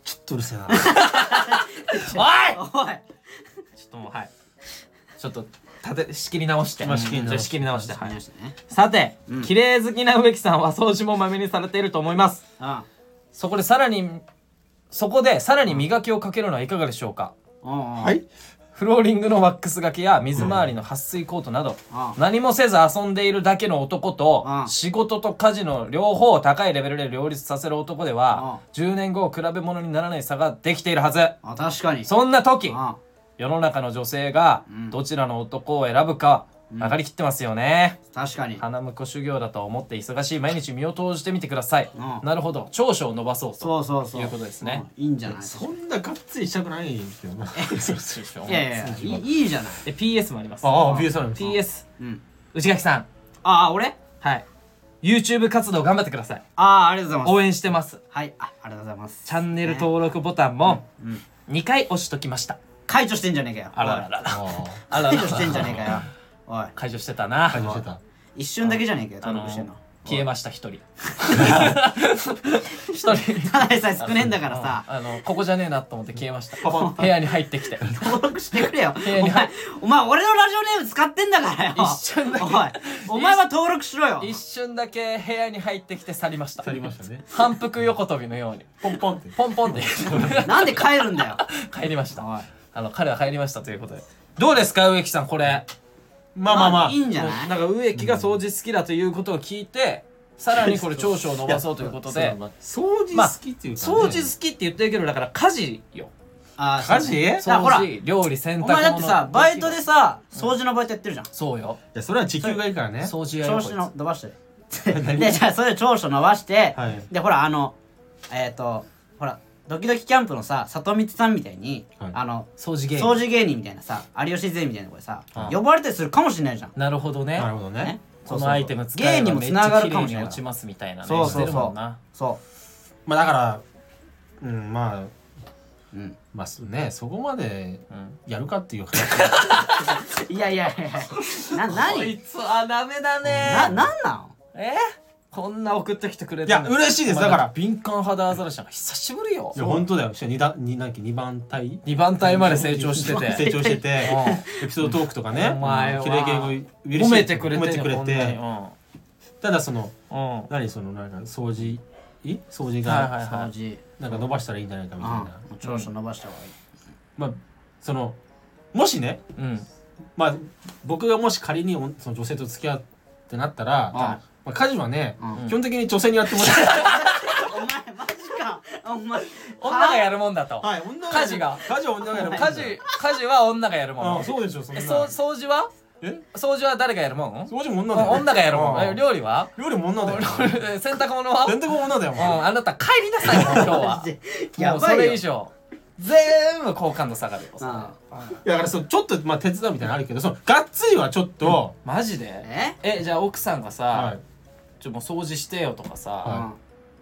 C: ちょっとうるせえな
B: おい
A: おい
B: ちょっともうはいちょっと立て仕切り直して、
C: まあ仕切り直して
B: じゃあ仕切り直して、は
A: 見
B: い
A: ま、したね
B: さて、
A: うん
B: 綺麗好きな植木さんは掃除もまめにされていると思います
A: あ
B: そこでさらにそこでさらに磨きをかけるのはいかがでしょうか
A: あ
C: はい
B: フローリングのワックスがけや水回りの撥水コートなど、
A: あ
B: 何もせず遊んでいるだけの男と、
A: うん
B: 仕事と家事の両方を高いレベルで両立させる男では、10年後を比べ物にならない差ができているはず
A: あ確かに
B: そんな時
A: あ
B: 世の中の女性が
A: うん
B: どちらの男を選ぶか上がりきってますよね、
A: 確かに
B: 花婿修行だと思って忙しい毎日身を投じてみてください、
A: うん
B: なるほど長所を伸ばそうと
A: そうそうそう
B: いうことですね
A: うんいいんじゃないですか
C: そんながっつりしたくないけ どな
A: いやいやいやいいいいじゃない
B: で PS もあります
C: ああ BS あるんです
B: PS
C: か
A: うん
B: 内垣さん
A: ああ俺
B: はい YouTube 活動頑張ってください
A: ああありがとうございます
B: 応援してます
A: はいあありがとうございます
B: チャンネル登録ボタンも
A: うん
B: 2回押しときました
A: 解除してんじゃねえかよ
B: あらららら
C: ああ
B: あら
A: 解
B: ら
A: 除してんじゃねえ
B: ら
A: かよおい
B: 解除してたな
C: 感じしてた
A: 一瞬だけじゃねえかよ
B: あ
A: 登
B: の
A: 録してんの
B: 消えまし た一人 一人
A: ただでさ え少ねえんだからさ
B: あのここじゃねえなと思って消えました
C: パパッ
B: 部屋に入ってきて
A: 登録してくれよお
B: 部屋に入
A: 前お前俺のラジオネーム使ってんだからよ
B: 一瞬だけ
A: おいお前は登録しろよ
B: 一瞬だけ部屋に入ってきて去りました
C: 去りましたね
B: 反復横跳びのように
C: ポンポンって
B: ポンポンで
A: なんで帰るんだよ
B: 帰りました
A: おい
B: あの彼は帰りましたということでどうですか植木さんこれ
C: まあまあまあ
A: いいんじゃない
B: なんか植木が掃除好きだということを聞いて、さらにこれ長所を伸ばそうということで
C: そうまあ掃除好きっていうかね
B: 掃除好きって言ってるけどだから家事よ
A: あー
C: 家
A: そうだから
B: 掃
C: 事い
A: ほら
B: 除料理洗濯
A: お
B: 物
A: 前だってさバイトでさ掃除のバイトやってるじゃん
B: そうよ
C: やそれは時給がいいからね
B: 掃除やよ
A: 長
B: こい
A: 所
B: つ
A: の伸ばして でじゃあそれで長所伸ばして、
C: はい
A: でほらあのえっ、とほらドキドキキャンプのさ里光さんみたいに、
C: はい
A: あの
B: 掃除芸
A: 掃除芸人みたいなさ有吉ゼミみたいなとこでさ、
B: うん
A: 呼ばれたりするかもしれないじゃん、
B: なるほどね
C: なるほどね
A: ね
B: このアイテム使
A: 芸
B: え
A: に
B: ば
A: も
B: めっ
A: つ
B: ちゃ
A: なが
B: 綺
A: るか
B: 麗
A: もしれ
B: に
A: ない
B: 落ちますみたいなね
A: そうそうそう
B: してるもんな
A: そ
C: まあだからうんまあ
A: う、うん、
C: まあそうねそこまで
B: うん
C: やるかっ ていう話
A: いやいやいやいやな
B: こ
A: 何
B: いつはダメだ
A: ななん
B: ね
A: なん
B: えこんな送ってきてくれて
C: いや嬉しいですだから
B: 敏感肌アザラシなんか久しぶりよ
C: いや本当だよしかも二段二なんか二番隊
B: 2番隊まで成長してて
C: 成長してて エピソードトークとかね
B: お前は
C: キレイ系を嬉しい
B: 褒めてくれて
C: 褒めてくれて
B: う
C: ただその
B: んうん
C: 何そのなんか掃除い掃除
B: はいはい
C: が
B: は
A: 掃
B: い
A: 除
C: なんか伸ばしたらいいんじゃないか
A: うん
C: みたい
A: も
C: な
A: う長所伸ばした方がいい
C: まあそのもしね
B: うん
C: まあ僕がもし仮にその女性と付き合うってなったら、まあ、家事はね、
A: う
C: 基本的に女性にやってもら
A: お前マジかお前
B: 女がやるもんだと
C: うはい女が
B: 家事が
C: 家事は女がやるもん
B: 家事家事は女がやるも
C: あ
B: ん
C: そうでしょそん
B: え
C: な
B: そう掃除は
C: え
B: 掃除は誰がやるもん
C: 掃除も女だよ
B: 女がやるもん
C: あ
B: え料理は
C: 料理 も女だよ
B: え洗濯物はう
C: 洗濯も女だよ
B: んあなた帰りなさ いもう今日は
A: マジで
B: も
A: や
B: うそ
A: ばい
B: れ
A: よ
B: 以上全部好感度下がるよ
A: あ
C: いやだからそうちょっとまあ手伝うみたいなのあるけどそのがっつりはちょっと、
B: マジで
A: え
B: えじゃあ奥さんが
C: は
B: さ
C: い
B: ちょもう掃除してよとかさ
C: は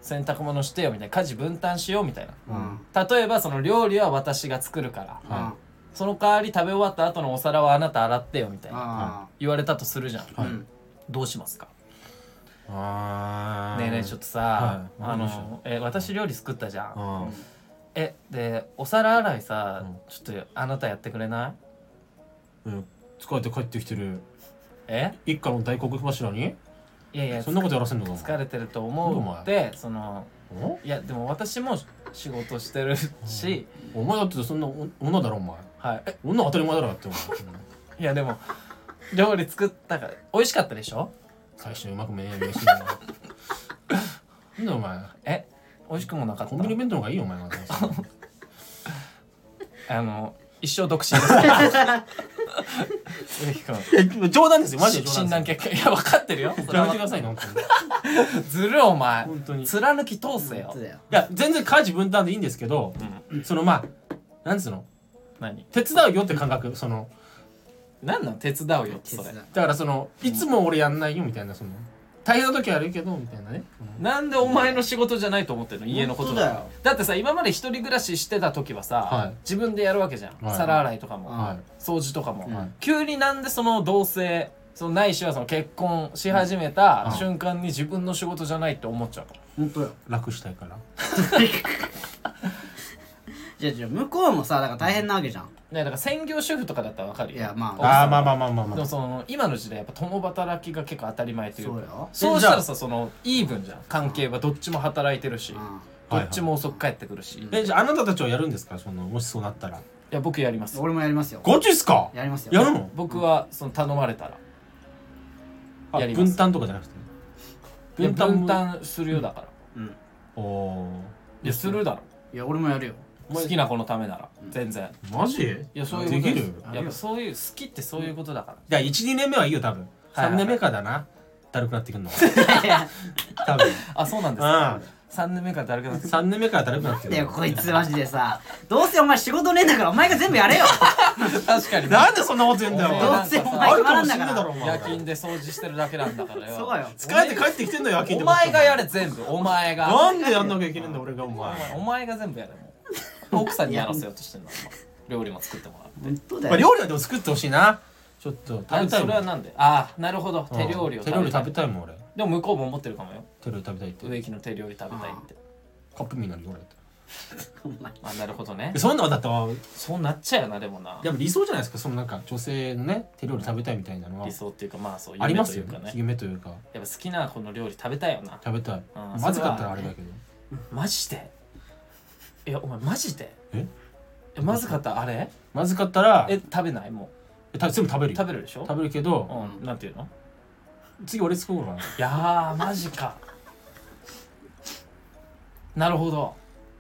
B: 洗濯物してよみたいな家事分担しようみたいな
A: うんうん
B: 例えばその料理は私が作るから
A: うん
C: は
B: その代わり食べ終わった後のお皿はあなた洗ってよみたいな
A: あ
B: 言われたとするじゃん、
A: あうん
B: どうしますか
C: あ
B: ねえねえちょっとさ、
C: はい
B: あ
C: わかりま
B: のえ私料理作ったじゃん、
C: うん
B: えでお皿洗いさ、
C: うん
B: ちょっとあなたやってくれない
C: うん疲れて帰ってきてる
B: え
C: 一家の大黒柱に
B: いやいや
C: そんなことやらせんのか
B: 疲れてると思うってその
C: お
B: いやでも私も仕事してるし、
C: お前だってそんなお女だろお前
B: はいえ
C: 女当たり前だろだってお前
B: いやでも料理作ったから美味しかったでしょ
C: 最初にうまくめえ飯だな なんだお前
B: え美味しくもなかった
C: コンビニ弁当の方がいいよお前 は
B: あの一生独身です。ゆうきくん
C: 冗談ですよマジで冗
B: 診断
C: 談です
B: 結果いや分かってるよ。それは
C: やめてくださいね本当に
B: ずるお前。
C: 本当に
B: 貫き通せよ
A: そう。だよ
C: いや全然家事分担でいいんですけど、そのまあなんつうの
B: 何？
C: 手伝うよって感覚その
B: 何なの手伝うよそれ
A: 手。伝う
C: だからそのいつも俺やんないよみたいなその大変な時はやるけどみたいなね、
B: なんでお前の仕事じゃないと思ってるの家のことだ
A: 本当だ
B: よ
A: よ
B: だってさ今まで一人暮らししてた時はさ、
C: はい
B: 自分でやるわけじゃん、
C: はい
B: 皿洗いとかも、
C: は
B: 掃除とかも、
A: うん
B: 急になんでその同棲そのないしはその結婚し始めた
C: うん
B: 瞬間に自分の仕事じゃないって思っちゃうの
A: 本当よ
C: い楽したいから
A: じゃあじゃあ向こうもさだから大変なわけじゃん
B: ねだから専業主婦とかだったらわかるよ
A: いやまあ
B: 奥さんは
C: あーまあまあまあまあまあ
B: でもその今の時代やっぱ共働きが結構当たり前という
A: そう
B: か
A: よ
B: そうしたらさそのイーブンじゃん関係はどっちも働いてるし、
A: うん
B: どっちも遅く帰ってくるし、い
C: えじゃああなたたちはやるんですかそのもしそうなったら
B: や僕やります
A: 俺もやりますよ
C: ガチっすか
A: やりますよ
C: やるの
B: 僕はその頼まれたら
C: あ
B: やります
C: 分担とかじゃなくて
B: いや
C: 分担も
B: 分担するよだから、
A: うん
C: おお
B: いやするだろ
A: いや俺もやるよ
B: 好きな子のためなら全然
C: マジ
B: いやそういうこと
C: でき
B: です
C: る
A: ある
B: や
A: よ
B: っぱそういう好きってそういうことだから、
C: じゃあ12年目はいいよ多分
B: はいはい
C: 3年目からだなだるくなってくん の多分
B: あそうなんですか
C: う
B: 3年目から誰かなんで
C: ん
B: す
C: 3年目からだるくなってく
A: だ
C: る
A: よこいつマジでさどうせお前仕事ねえんだからお前が全部やれよ
B: 確かに
C: なんでそんなこと言うんだよ
B: お
A: ど
B: 前
A: うせお前
C: ある
A: 暇なん
C: かもし
A: だ
C: んね
A: か
C: えだ
A: ら
C: ろお前
B: 夜勤で掃除してるだけなんだからよ
A: そうよ
C: 疲れて帰ってきてんだよ夜勤
B: お
C: で
B: 前がやれ全部お前が
C: なんでやんなきゃいけないんだ俺がお
B: お
C: 前
B: 前お前が全部やれもう奥さんにやらせようとしてんのお前料理も作ってもらう
A: 本当
C: まあ
A: だよ
C: 料理はでも作ってほしいなちょっと食べた
B: ない
C: も
B: ん
C: ん
B: それはなんでああなるほど手料理
C: う
B: を
C: ん手料理食べ
B: い
C: たいもん俺
B: でも向こうも思ってるかもよ
C: 手料理食べたいって
B: 植木の手料理食べたいって
C: カップ麺なのよ俺
A: お前
B: あなるほどね
C: えそんなのだった
B: そうなっちゃうよなでもな
C: でも理想じゃないですかそのなんか女性のね手料理食べたいみたいなのは
B: 理想っていうかまあそう
C: あり
B: 夢
C: ま
B: と
C: す
B: い
C: よ
B: うか
C: ね
B: ね
C: 夢というか
B: やっぱ好きな子の料理食べたいよな
C: 食べたい
B: あー
C: まずかったらあれだけど
B: マジでいやお前マジで
C: え
B: えまずかったらあれ
C: まずかったら
B: え食べないも
C: た全部食べ
B: う
C: るよ
B: 食べるでしょ
C: 食べるけど
B: うんなんていうの
C: 次俺作ろうかない
B: やーマジかなるほど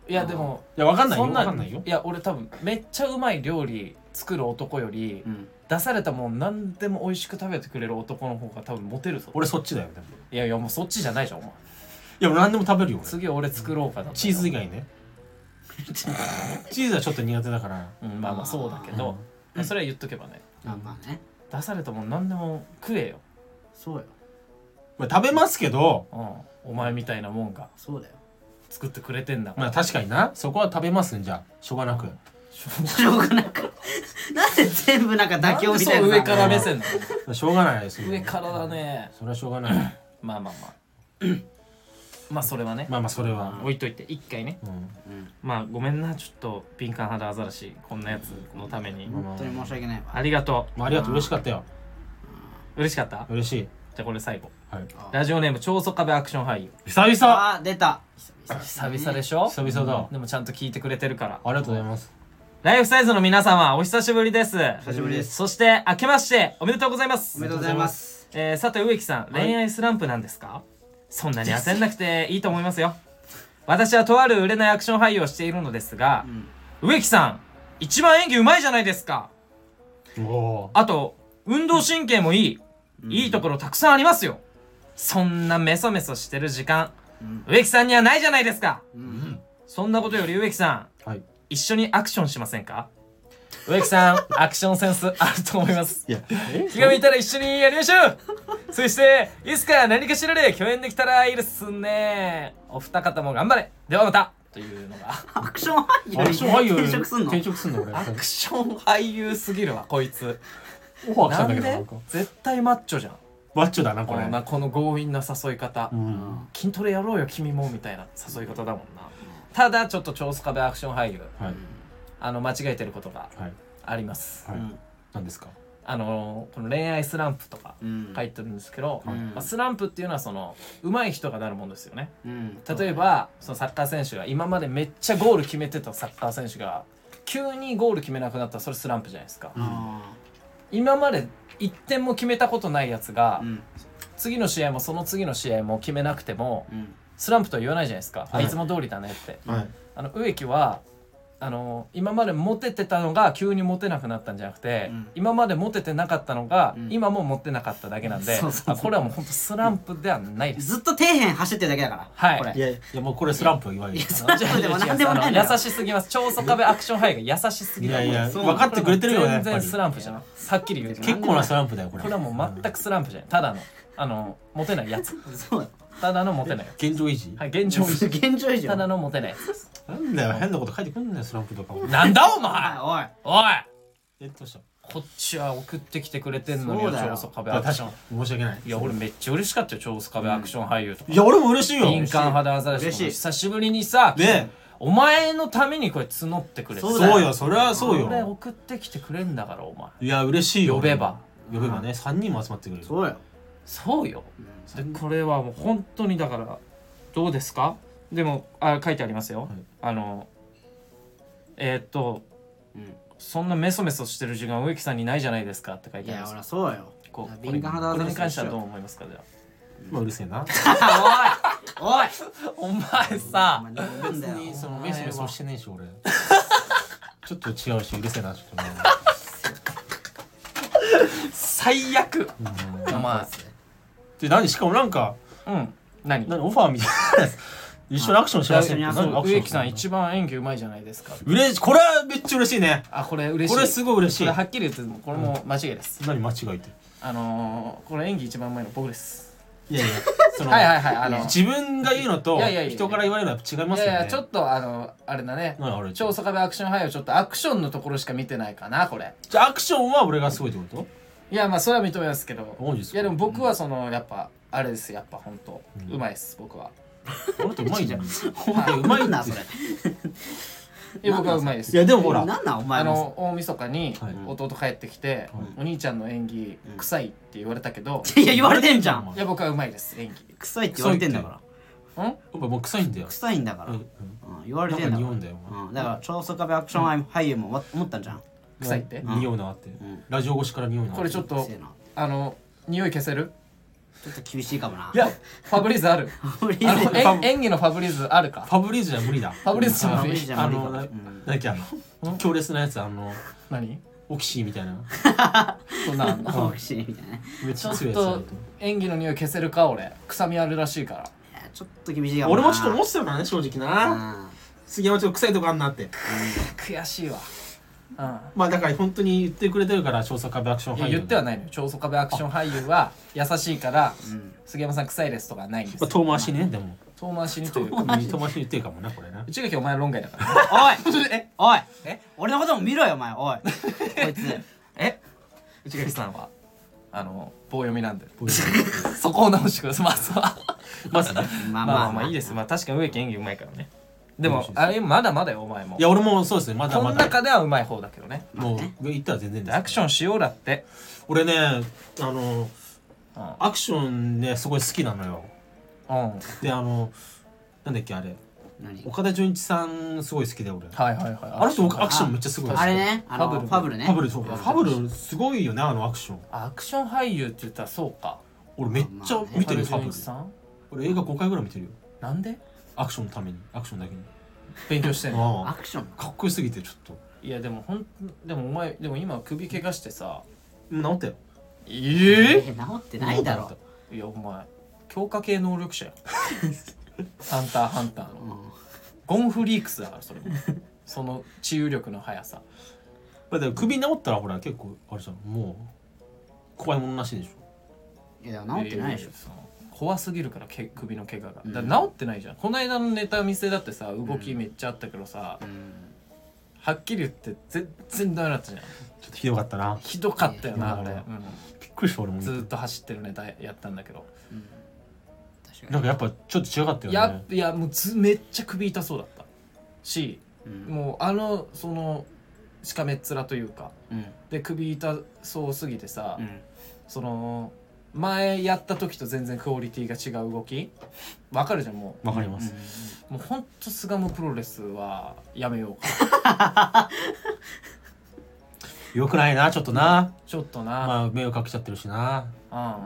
B: いやでも
C: いやわかんないよ
B: そんな
C: わかんないよ
B: いや俺多分めっちゃうまい料理作る男より
A: うん
B: 出されたもん何でも美味しく食べてくれる男の方が多分モテるぞ
C: 俺そっちだよでも
B: いやいやもうそっちじゃないじゃんお前
C: いや俺何でも食べるよ俺
B: 次俺作ろうかな
C: チーズ以外ねチーズはちょっと苦手だから
B: うんまあまあそうだけど、まあそれは言っとけばね
A: まあまあね
B: 出されたもん何でも食えよ、
A: そうよ
C: まあ食べますけど
B: うん、お前みたいなもんが
A: そうだよ
B: 作ってくれてんだから、
C: まあ確かになそこは食べますんじゃあしょうがなく
A: しょうがなくなんで全部なんか妥協みたいな
B: なんでそう上から
A: ね
B: 目線な
C: しょうがないですよ
B: の上からだね
C: それはしょうがない
B: まあまあまあ まあそれはね、
C: まあまあそれは
B: 置いといて一回ね
C: うん
B: まあごめんなちょっと敏感肌アザラシこんなやつのために、
A: 本当に申し訳ない
B: あ
A: わ
B: りがと
C: まあありがとう嬉しかったよ
B: う嬉しかった
C: 嬉しい
B: じゃあこれ最後
C: はい
B: ラジオネーム長曽壁アクション俳優
C: 久々
A: あー出た
B: 久々でしょ
C: 久々だ
B: でもちゃんと聞いてくれてるから
C: ありがとうございます
B: ライフサイズの皆様お久しぶりです
A: 久しぶりです
B: そして明けましておめでとうございま
A: お
B: す
A: めでとうございます
B: えー、さて植木さん、
C: はい
B: 恋愛スランプなんですかそんなに焦んなくていいと思いますよ私はとある売れないアクション俳優をしているのですが
A: う、ん
B: 植木さん一番演技うまいじゃないですか
C: おお
B: あと運動神経もいい、
A: うん
B: いいところたくさんありますよそんなメソメソしてる時間
A: うん
B: 植木さんにはないじゃないですか
A: うん
B: そんなことより植木さん
C: はい
B: 一緒にアクションしませんか植木さん アクションセンスあると思います
C: いやえ
B: 気が向いたら一緒にやりましょうそしていつか何かしらで共演できたらいいですねお二方も頑張れではまたというのが
A: アクション俳優に
C: アクション俳優
A: 転職すんの
C: 転職すんの俺
B: アクション俳優すぎるわこいつ
C: オファー来
B: な
C: たん
B: ん
C: だけどな
B: で
C: んか
B: 絶対マッチョじゃん
C: マッチョだなこ
B: こ
C: れ
B: のなこの強引な誘い方、
C: うん
B: 筋トレやろうよ君もみたいな誘い方だもんなただちょっと超スカベアクション俳優
C: はい
B: あの間違えてることが
C: はい
B: あります
A: う
C: はい
A: ん
C: 何ですか
B: あのこの恋愛スランプとか
A: うん
B: 書いてるんですけど、
A: うん
B: まあ、スランプっていうのはその上手い人がなるもんですよね
A: うん
B: 例えばそのサッカー選手が今までめっちゃゴール決めてたサッカー選手が急にゴール決めなくなったらそれスランプじゃないですか、
A: あ
B: 今まで1点も決めたことないやつ
A: ー
B: が
A: うん
B: 次の試合もその次の試合も決めなくても
A: うん
B: スランプとは言わないじゃないですか、
C: はい
B: い、いつも通りだねって
C: はい
B: あの植木はあの今までモテてたのが急にモテなくなったんじゃなくて、
A: うん
B: 今までモテてなかったのが、
A: うん
B: 今もモテなかっただけなんで
A: そうそうそう
B: あこれはもう本当スランプではないです。
A: ずっと底辺走ってるだけだから
B: はい
A: これ
C: いやいやもうこれスランプいわゆる
A: いやスランプでもなんでもない
B: あ
A: のよ
B: の優しすぎます超ソカベアクション俳優が優しすぎ
C: い
B: る
C: やいや
A: そう
C: 分かってくれてるよねや
B: 全
C: っぱ
B: 然
C: り
B: スランプじゃないさっきり言うけど
C: 結構なスランプだよこれ
B: これはもう全くスランプじゃないただのあのモテないやつ
A: そうよ
B: ただのモテないや
C: 現状維持
B: つはい現状維持
A: 現状維持よ
B: ただのモテないやつです
C: なんだよ変なこと書いてくんねスランプとかも
B: なんだお前
A: おい
B: おい
C: えどうした
B: こっちは送ってきてくれてんのに
A: そうだよ
B: 超ソカベアクション
C: 申し訳ない
B: いや俺めっちゃ嬉しかったよ超スカベアクション俳優とか、
C: いや俺も嬉しいよ
B: 敏感肌アザラシとか
A: 嬉しい
B: 久しぶりにさ、
C: ね
B: お前のためにこれ募ってくれて
A: そうだよ
C: そうよそれはそう
B: 俺
C: よ
B: 送ってきてくれんだからお前
C: いや嬉しいよ
B: 呼べば
C: 呼べばね3人も集まってくれる
A: そうよ
B: そうよ
A: う
B: でこれはもう本当にだからどうですかでもあ書いてありますよ、
C: い
B: あのえーっと
A: ん
B: そんなメソメソしてる時間植木さんにないじゃないですかって書
A: い
B: いてあり
A: や
B: ます
A: 俺そうよ
B: こう
A: 敏感肌ア
B: こ
A: ザ
B: れ
A: ラ
B: に
A: シ
B: 関してはどう思いますかじゃ
C: まあうるせえな
A: おい
B: あお前
A: お
B: さ
A: 前なん
C: 別
A: だよ
C: にそのメソメソしてねえし俺 ちょっと違うしうるせえなちょっとね
B: 最悪
C: うん
B: お前
C: で何しかもなんか
B: うん何
C: 何オファーみたいなやつ一緒にアクションしませんって
A: あ
C: 何
A: 一緒に
C: アクション
B: 植木さん一番演技うまいじゃないですか
C: 嬉しいこれはめっちゃ嬉しいね
B: あこれ嬉しい
C: これすごい嬉し
B: こ
C: い
B: れはっきり言ってもこれも間違いです、
C: 何間違えて
B: あのー、これ演技一番うまいの僕です
C: いやいやその
B: はいはいはいあの
C: 自分が言うのと
B: いやいやいや
C: 人から言われるのは違いま
B: い
C: すよね
B: やいやちょっとあのあれだね
C: 何あれ
B: 超坂部アクション俳優ちょっとアクションのところしか見てないかなこれ
C: じゃあアクションは俺がすごいってこと
B: いやまあそれは認めますけど
C: マジっす
B: い
C: か
B: やでも僕はそのやっぱあれですやっぱ本当
C: うん
B: うまいです僕は
C: あなたうま いじゃん
B: は
C: うまい
A: なんだ
C: んで
A: そ
C: す
A: れ
C: よ
B: いいや僕はうまいで
C: い
B: す
C: やでもほら
A: なんなんお前
B: あ
A: の
B: の大晦日に
C: はい
B: 弟帰ってきて
C: はい
B: お兄ちゃんの演技
A: うん
B: 臭いって言われたけど
A: いや言われてんじゃん
C: お
B: いや僕はうまいです演技
A: 臭いって言われてんだから
B: うん
C: 前もう臭いんだよ
A: 臭いんだから
C: う
A: うん
C: ん
A: 言われてんだ
C: な
A: か
C: んか匂
A: ら
C: うんだよお前
A: うんだから超速部アクション俳優も思ったんじゃん
B: 臭いって
C: 匂うなって
A: ん
C: ラジオ越しから匂うな
B: これちょっ
A: うる
B: と
A: せえな
B: あの匂い消せる
A: ちょっと厳しいかもない
B: やファブリーズあ る
A: 無理
B: あ
A: だ
B: の
A: よ
B: えん演技のファブリーズあるか
C: ファブリーズじゃ無理だ
B: ファブリーズ
A: そ
B: じ
A: う
B: ゃ
A: 無
B: な
A: 理
B: い
A: じゃ
C: あ
A: 無理
C: の
A: かも
C: な
A: うん
C: なんかあの強烈なやつあの
B: 何
C: オキシーみたいな
B: そんなんあ んの
A: オキシみたいなね
C: めっちゃ
B: ちょ
C: 強
B: っ
C: いやつあ
B: と
C: ると
B: 演技の匂い消せるか俺臭みあるらしいから
A: いやちょっと厳しいかも
C: 俺もちょっと思
A: っ
C: ってたからね正直な杉山ちょっと臭いとこあんなって
B: 悔しいわう
C: まあだから本当に言ってくれてるから調査壁アクション
B: んいや
C: 俳優
B: 言ってはないいのよ超速壁アクション俳優は優しいから杉山さん臭いですとかないんです
C: ま
B: よ
C: あ遠回しねでも
B: 遠回しにというか
C: 遠回し言ってるかもなこ れな
B: 内垣お前論外だからね
A: おい
B: え
A: おい
B: え
A: 俺のことも見ろよお前おいこいつ
B: え内垣さんはあの棒読みなんでそこを直してくださいまずは
C: まずね
A: ま
B: まあ
A: あま
B: まあ
A: あ
B: まあいいですまあ確かに植木演技うまいからねで
C: 面
B: も
C: 白いです
B: あれまだまだよお前も
C: いや俺もそうですねまだ
B: こ
C: ま
B: の
C: だ
B: 中ではうまい方だけどね
C: もう言ったら全然です
B: アクションしようだって
C: 俺ねあの
B: うん
C: アクションねすごい好きなのよ
B: うん
C: であのなんだっけあれ
A: 何
C: 岡田准一さんすごい好きで俺
B: はいはいはい
C: あの人僕アクションめっちゃすごいです
A: あれねあのフ
B: ファ
A: ァブ
B: ブル
A: ルね
C: ファブルそうファブルすごいよねあのアクション
B: アクション俳優って言ったらそうか
C: 俺めっちゃ見てるよファ
B: 岡田准
C: ブ
B: 一さ
C: ル
B: ん
C: 俺映画5回ぐらい見てるよ
B: なんで
C: アクションのためにアクションだけに
B: 勉強してんの
A: ア
C: あ
A: クション
C: あかっこよすぎてちょっと
B: いやでもほんでもお前でも今首怪我してさ
C: うん治ったよ
B: え
A: 治ってないだろ
B: いやお前強化系能力者やハンターハンターの
A: うん
B: ゴンフリークスだからそれもその治癒力の速さ
C: まあでも首治ったらほら結構あれじゃんもう怖いものなしでしょ
A: いや治ってないでしょ
B: やややその怖すぎるからけ首の怪我がだから治ってないじゃん、この間のネタ見せだってさ動きめっちゃあったけどさ、
A: うん
B: はっきり言って全然ダメだったじゃん
C: ちょっとひどかったな
B: ひどかったよなあ
C: い
B: れ、
C: や
B: うん
C: びっくりした俺も
B: ずーっと走ってるネタやったんだけど、
A: うん確か
C: な
A: に
C: んかやっぱちょっと違かったよね
B: やいやもうずめっちゃ首痛そうだったし
A: うん
B: もうあのそのしかめっ面というか
A: うん
B: で首痛そうすぎてさ、
A: うん
B: その前やった時と全然クオリティが違う動きわかるじゃんも
C: わかります、
B: うもうほんと巣鴨プロレスはやめようか
C: よくないなちょっとな、
B: ちょっとな、
C: まあ迷惑かけちゃってるしな
A: う
B: う
A: ん
B: ん
A: ま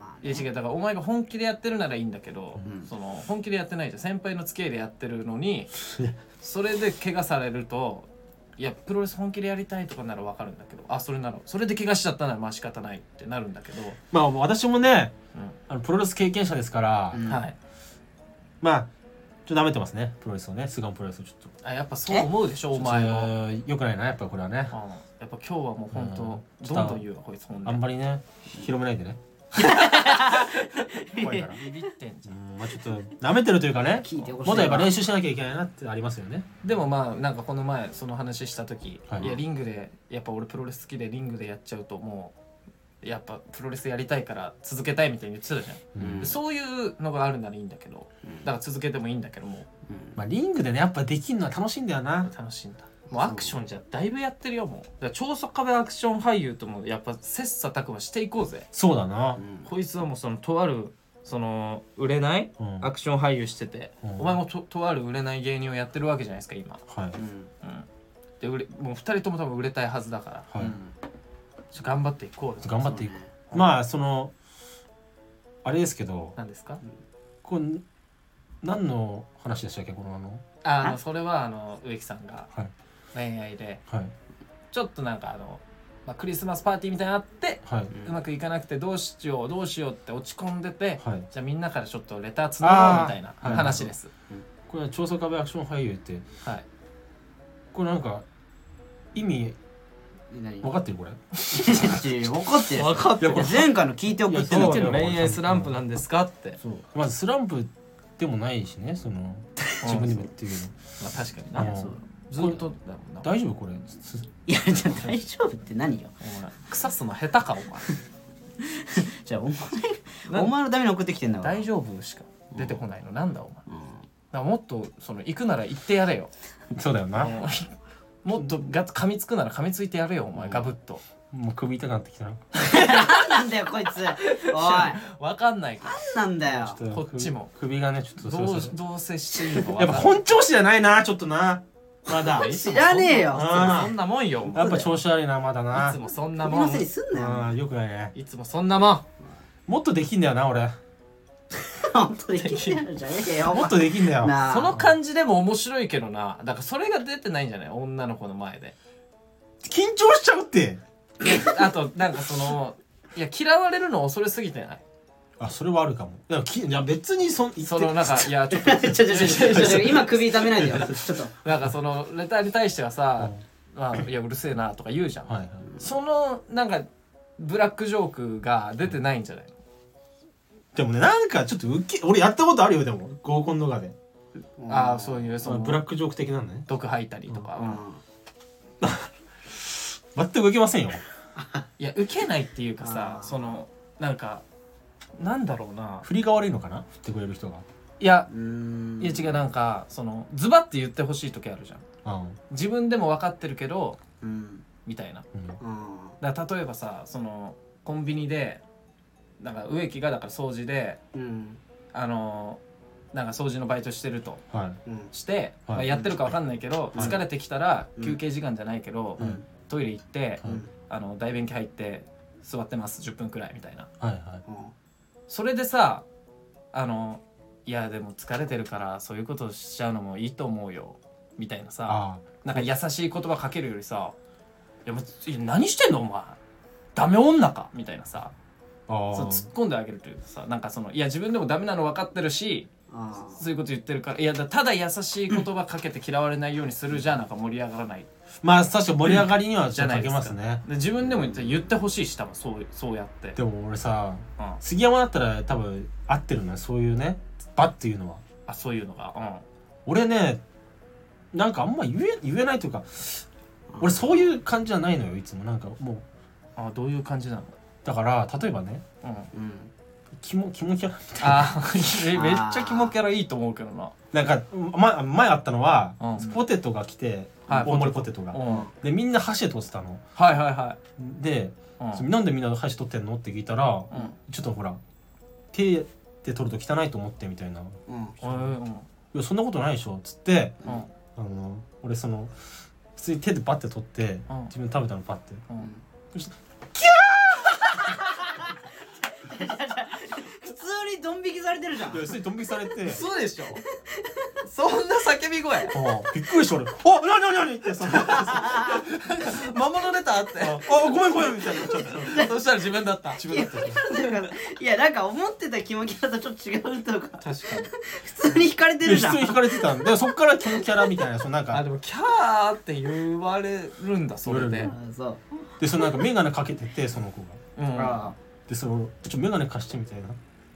A: あ
B: いや違
A: ね
B: うだからお前が本気でやってるならいいんだけど、
A: うん
B: その本気でやってないじゃん先輩の付き合いでやってるのにそれで怪我されるといやプロレス本気でやりたいとかならわかるんだけどあそれならそれで怪我しちゃったならまあ仕方ないってなるんだけど、
C: まあ私もね
B: う
C: あのプロレス経験者ですから、
A: うん
B: ん、はい
C: まあちょっと舐めてますねプロレスをね菅野プロレスをちょっと
B: あやっぱそう思うでしょお前は、うん、やっ
C: はよくないなやっぱこれはね
B: ぱ今日はもう本当、
C: うん
B: どんどん言うわこいつ本
C: あん
B: 音
C: まりね広めないでね怖いから
B: ビビってんじゃん
C: うんまあちょっと舐めてるというかね
A: 聞いてほしい
C: もっとやっぱ練習しなきゃいけないなってありますよね
B: でもまあなんかこの前その話した時、
C: はい
B: い、やリングでやっぱ俺プロレス好きでリングでやっちゃうともうやっぱプロレスやりたいから続けたいみたいに言ってたじゃん、
A: うん
B: そういうのがあるならいいんだけど
A: うん
B: だから続けてもいいんだけども
A: うん
C: まあリングでねやっぱできるのは楽しいんだよな
B: う楽しいんだもうアクションじゃだいぶやってるよもうだから超速壁アクション俳優ともやっぱ切磋琢磨していこうぜ
C: そうだな
A: うん
B: こいつはもうそのとあるその売れない
C: うん
B: アクション俳優してて、
C: うん
B: お前もととある売れない芸人をやってるわけじゃないですか今
C: はい
A: うん
B: うんで売れもう2人とも多分売れたいはずだから
C: はい、
A: うん
B: ちょ頑張っていこうよ
C: 頑張っていく
A: そうね
C: まあそのあれですけど
B: 何ですか
C: これ何の話でしたっけこのあの
B: ああのそれはあの植木さんが
C: はい
B: 恋愛で
C: はい
B: ちょっとなんかあの、まあ、クリスマスパーティーみたいなのあって
C: はいう
B: うまくいかなくてどうしようどうしようって落ち込んでて
C: はい
B: じゃあみんなからちょっとレターつなごうみたいな
C: あー
B: 話です
C: これは調査壁アクション俳優って
B: はい
C: これなんか意味
A: ん何
C: 分かってるこれ
A: いや分かってる
B: 分かってる
A: いや前回の聞いて送って
C: い
A: る
C: や
B: ど
C: そうう
B: よ
C: よ
B: 恋愛スランプなんですかって
C: そうまずスランプでもないしね その自分でも言ってるけ
B: まあ確かに
C: どあ
B: な
C: の
B: ずっとだもんな
C: 大丈夫これす
A: いやじゃあ大丈夫って何よ
B: お前腐すの下手か
A: じゃあお
B: お
A: 前
B: 前
A: お前のために送ってきてんだから
B: 大丈夫しか出てこないのなんだお前だか
A: うん
B: らもっとその行くなら行ってやれよ
C: そうだよな
B: もうもっとガッと噛みつくなら噛みついてやれよお前ガブッと
C: もう首痛くなってきたな
A: 何なんだよこいつおい何
B: わかんないから
A: なんだよ
C: ちょと
B: こっちも
C: 首首がねちょっとそ
B: ど
C: ろそうろ
B: どう接していいのかわか
C: や
B: ん
C: っ
B: な
C: ぱ
B: い
C: 本調子じゃないなちょっとなまだ や
A: 知らねえよ
B: そんなもんよお前
C: っぱ調子悪いなまだ
B: い
C: な
B: つもそんな
A: 首
B: も
A: の
B: ん
A: せいにすんなよ
C: うんよくないね
B: いつもそんなもん
C: もっとできんだよな俺
A: 本当に聞いてるじゃねえよお前
C: もっとできんだよ
A: なあ
B: その感じでも面白いけどなだからそれが出てないんじゃない女の子の前で
C: 緊張しちゃうって
B: あとなんかそのいや嫌われるの恐れすぎてない
C: あそれはあるかもいやきいや別にそん言って
B: そのなんかいやちょっと
A: ちょちょちょちょちょちょ今首痛めないでよちょっと
B: なんかそのレターに対してはさ「
C: うん
B: まあ、いやうるせえな」とか言うじゃん、
C: はいはい
B: そのなんかブラックジョークが出てないんじゃない
C: でもねなんかちょっとウケ俺やったことあるよでも合コンとかで
B: ああそういうその
C: ブラックジョーク的なのね
B: 毒吐いたりとか、
A: うん
C: 全くウケませんよ
B: いや受けないっていうかさ
A: あー
B: そのなんかなんだろうな
C: 振りが悪いのかな振ってくれる人が
B: いや
A: うーん
B: いや違うなんかそのズバッて言ってほしい時あるじゃん
C: うん
B: 自分でも分かってるけど
A: うん
B: みたいな
C: うん
A: うん
B: だから例えばさそのコンビニでなんか植木がだから掃除で
A: うん
B: あのなんか掃除のバイトしてると
C: はい
A: うん
B: して、
C: はい
B: まあ、やってるかわかんないけど、
A: うん
B: 疲れてきたら
A: うん
B: 休憩時間じゃないけど、
A: うん
B: トイレ行って、
C: うん
B: あの大便器入って座ってます10分くらいみたいな
C: はいはい
B: それでさあのいやでも疲れてるからそういうことしちゃうのもいいと思うよみたいなさ
C: あ
B: なんか優しい言葉かけるよりさ「いやもういや何してんのお前ダメ女か」みたいなさ
C: ああ
B: そう突っ込んであげるというかさなんかそのいや自分でもダメなの分かってるし
A: あー
B: そういうこと言ってるからいやだただ優しい言葉かけて嫌われないようにするじゃなんか盛り上がらない
C: まあ確かに盛り上がりにはじゃかけますね
B: で自分でも言って言ってほしいし多分そうそうやって、
C: でも俺さ
B: うん、
C: 杉山だったら多分合ってるなそういうねバッていうのは
B: あそういうのが
C: 俺ねなんかあんま言え言えないというか俺そういう感じじゃないのよいつもなんかもう
B: うんあどういう感じなの
C: だから例えばね
B: うん
A: うん
C: キモキモキャラみたいな
B: あえめっちゃキモキャラいいと思うけどな
C: なんか、ま、前あったのは、
B: うん
C: ポテトが来て
B: はい
C: 大盛りポテト
B: う
C: が
B: んはい
C: でみんな箸で取ってたの
B: はいは
C: で、
B: い、うん
C: なんでみんな箸取ってんのって聞いたら、
B: うん
C: ちょっとほら手で取ると汚いと思ってみたいな「
A: うん
B: うんうん
C: いやそんなことないでしょ」っつって
B: うん
C: あの俺その普通に手でバッて取って、
B: うん
C: 自分で食べたのパッて
B: うん
A: 普通にドン引きされてるじゃん
C: いや普通にドン引きされて
D: 嘘でしょそんな叫び声
C: ああびっくりした俺「あなになになに?」って そのあ
D: 魔物出たっ
C: あ
D: て
C: ごめんごめん」みたいなちょっと
D: そしたら自分だった
C: 自分だった
A: いやなんか思ってたキモキャラとちょっと違うとか
D: 確かに
A: 普通に惹かれて
C: で
A: る
C: 普
A: じゃん
C: 通に引かれてたんでそっからキャラみたいなそのなん
D: あ
C: か
D: でもキャーって言われるんだそれ
C: 言
D: で
C: わ
A: うんそう
C: でそのなんか眼鏡かけててその子が
B: うん
A: あ
C: でその「ちょ眼鏡貸して」みたいな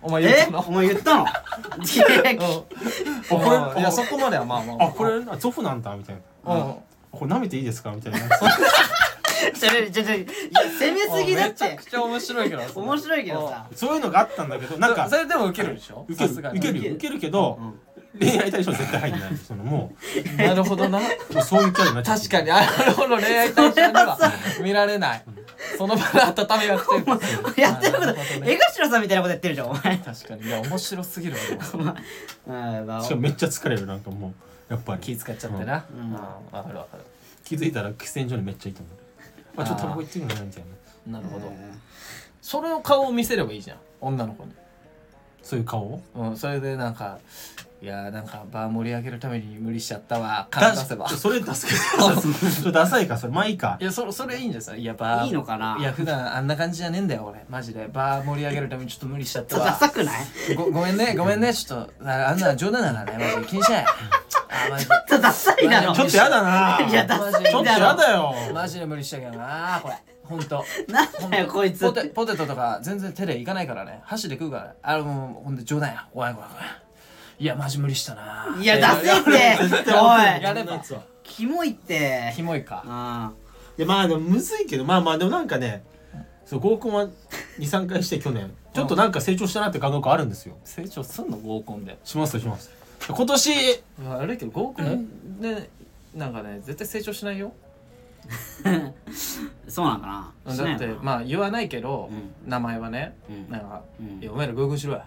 D: お前
A: ー
D: 言っ
A: え
D: たの
A: お前言ったのいや
D: うん
C: あこれ
D: まあいやそこまではまあまあ
C: 「
D: ま
C: あこれあゾフなんだ」みたいな
D: うん
C: 「これ舐めていいですか?」みたいな
A: ちょちょちょいや攻めすぎだっ
D: めちゃ
A: て
D: くちゃ面白いけどそれ
A: 面白いけどさ
C: そういうのがあったんだけどなんか
B: それでもウケるでしょ
C: 受け
B: さすが
C: る
B: に
C: 受けるよ受けるけど
A: うん
C: 恋愛対象絶対入んないそのも
D: なるほどな
C: うもうそういうキャラになっちゃう
D: 確かにあなるほど恋愛対象には見られないその場で温めがくてる
A: やってること
D: なるほどね
A: 江頭さんみたいなことやってるじゃんお前
B: 確かにいや面白すぎるわでも
A: うんまあ
C: しかもめっちゃ疲れるなんかもうやっぱり
B: 気使っちゃってな
A: う
B: うんんわかるわかる
C: 気づいたら喫煙所にめっちゃいたもんあちょっとタバコ行ってくるなみたいな
B: なるほど
A: うん
B: それを顔を見せればいいじゃん女の子に
C: そういう顔
B: うんそれでなんかいやーなんか場盛り上げるために無理しちゃったわ
C: だ
B: 感出せば
C: それ出すけ どそれダサいかそれまあいいか
B: いやそそれいいんですよいやバー
A: いいのかない
B: や普段あんな感じじゃねえんだよ俺マジでバー盛り上げるためにちょっと無理しちゃっ
A: ち
B: た
A: ょっ とダ
B: わ
A: サくない
B: ごごめんねごめんねちょっとああんな冗談だからねマジで気にしないあマジで
A: ちょっとダサいだろ
C: ちょっとやだない
A: やダサいだろ
C: ちょっとやだよ
B: マジで無理したけどなこれほんと
A: なんだよこいつ
B: ポテポテトとか全然手でいかないからね箸で食うからねあれもうほんで冗談やおいごめんごめんいやマジ無理したないい
A: やダセえってお
B: や
A: い
B: れば
A: キモいって
B: キモいか
A: あ
C: いやまあでもむずいけどまあまあでもなんかねそう合コンは23回して去年ちょっとなんか成長したなって感覚あるんですよ
B: 成長すんの合コンで
C: しますよします今年
B: 悪いけど合コンでなんかね絶対成長しないよ
A: ーそうなんかなしな
B: だ
A: い
B: って
A: のかな
B: まあ言わないけど、
A: う
B: 名前はね、
A: うん
B: なんか、
A: うん
B: いやお前ら合コンしろ や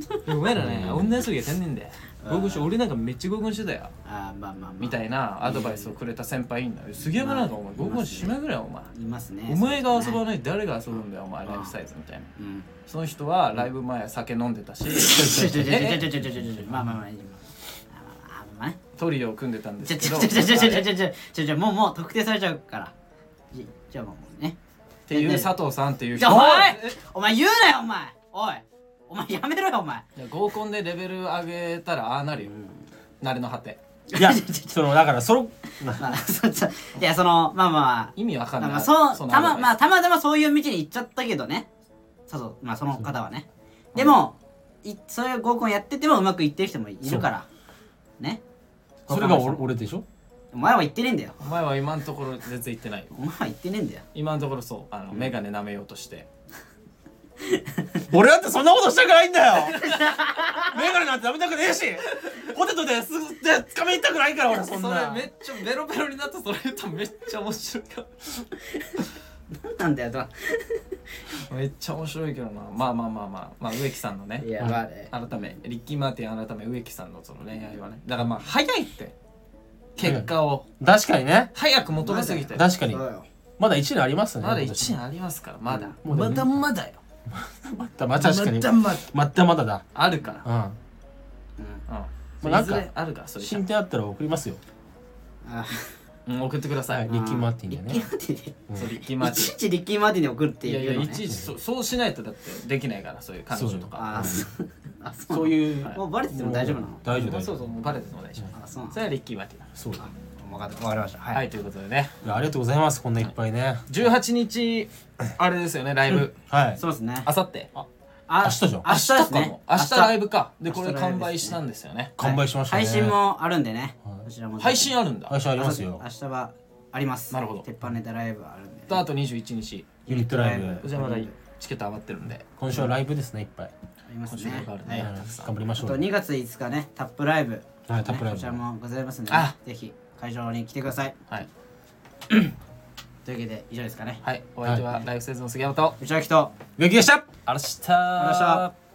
B: いやお前らね女遊びやってんねんで合コンしろ俺なんかめっちゃ合コンしてたよ
A: あーまあまあまあ
B: みたいなアドバイスをくれた先輩いいんだよ杉山なんかお前合コンしまぐらいお前
A: いますね
B: お前が遊ば
A: い
B: ないで誰が遊ぶんだよお前ライフサイズみたいな
A: うん
B: その人はライブ前酒飲んでたし
A: ちょちょちょちょ
B: え
A: ち
B: え
A: ょちょちょちょちょちょまあまあまあいいよあーまあまあね
B: トリオを組んでたんで
A: ち
B: す
A: ょ
B: け
A: ち
B: ど
A: ょちょちょちょちょちょちょちょちょちょもうもう特定されちゃうからじじゃあもうね
B: っていう佐藤さんっていう
A: じゃ
B: 人
A: あお
B: はい
A: 前お前言うなよお前おいお前やめろよお前
B: や合コンでレベル上げたらああなるよなれの果て
C: いやそのだからそのな
A: まあそそいやそのまあまあまあ
B: 意味わかんない
A: まあそう
B: の
A: た
B: アド
A: ま
B: バイス
A: まあたまたまそういう道に行っちゃったけどねそうそうまあその方はねでも、いそういう合コンやっててもうまくいってる人もいるからね
C: それが俺俺でしょ
A: お前は言ってねえんだよ
B: お前は今のところ全然言ってないよ
A: お前は言ってねえんだよ
B: 今のところそうあの、メガネ舐めようとして
C: 俺だってそんなことしたくないんだよ メガネなんて食べたくねえしポテトですでつかみに行ったくないから俺そんな
D: っちゃベロベロになったそれ言ったらめっちゃ面白いか
A: なんだよと
B: めっちゃ面白いけどなまあまあまあまあ、まあ、植木さんのね
A: いやまあね
B: 改めリッキー・マーティン改め植木さんのその恋愛はねだからまあ早いって結果を
C: 確かにね
B: 早く求めすぎて
C: 確かに
A: そうよ
C: まだ1年ありますね
B: まだ1年ありますからまだ
C: うん
B: ま
C: まだ
B: だまだよ
C: まだまだ確かに
B: まだまだ
C: まだまだだ
B: あるから
C: うんま
A: うん
B: うん
C: あ
B: いずれあるからそれじゃ
C: 進展あったら送りますよ
A: あ
B: うん送ってくださ
C: はい
B: い
C: リッキー・マーティン
A: リ
C: で
A: ッキー・
C: ね
A: マーティン
B: そうリッキー・マ
A: ね
B: ー
A: い
B: テ
A: ち
B: ィ
A: いちリッキー・マーティンに送るって
B: ンいや
A: い
B: いや
A: うのね
B: いちいちそうそうしないとだってできないからそういう彼女とか
A: あーそうあそう
C: そう
A: う
C: いう
A: もうバレてても大丈夫なの
C: 大丈夫大丈
B: そう
C: 夫
B: そうもうバレても大丈夫
A: あそうな
B: それはリッキー・マーティンだ
C: そうだ
A: のわかったわかりました
B: は
A: はいい
B: ということでね
C: いやありがとうございますこんないっぱいね
B: 18日あれですよねライブ
C: はい
A: そうですね
B: あさって
A: あ
C: 明日じゃ
A: 明
C: ん
A: 日です
B: か
A: ね
B: も明日ライ
A: ブ
B: ブかでこれ
A: 明日ライブですね
B: 完売したんですよね
C: 完売しましたね
A: 配信もあるんでね
C: はい
A: こちらも
B: 配信
A: あ
B: あるんだ
C: 配信ありますよ
A: 明日はあります
B: なるほど
A: 鉄板ネタライブあるんで
B: とあと21日
C: ユニットライブ
B: こちらまだチケット余ってるんで
C: 今週はライブですねいっぱい
A: あります
B: 今週
A: ね
B: のがある
A: はい
B: ね
A: あ
B: たくさん
C: 頑張りましょ
A: と
C: う
A: 2月5日ねタップライブ
C: はいタップラ
A: ね
C: イ
A: こ
C: ブ
A: ちらもございますんで
B: あ
A: ぜひ会場に来てください
B: はい
A: というわけで以上ですかね
B: はいお相手はライフセーズの杉山と
A: 内脇と
C: 植木でした
B: あらした
A: あらした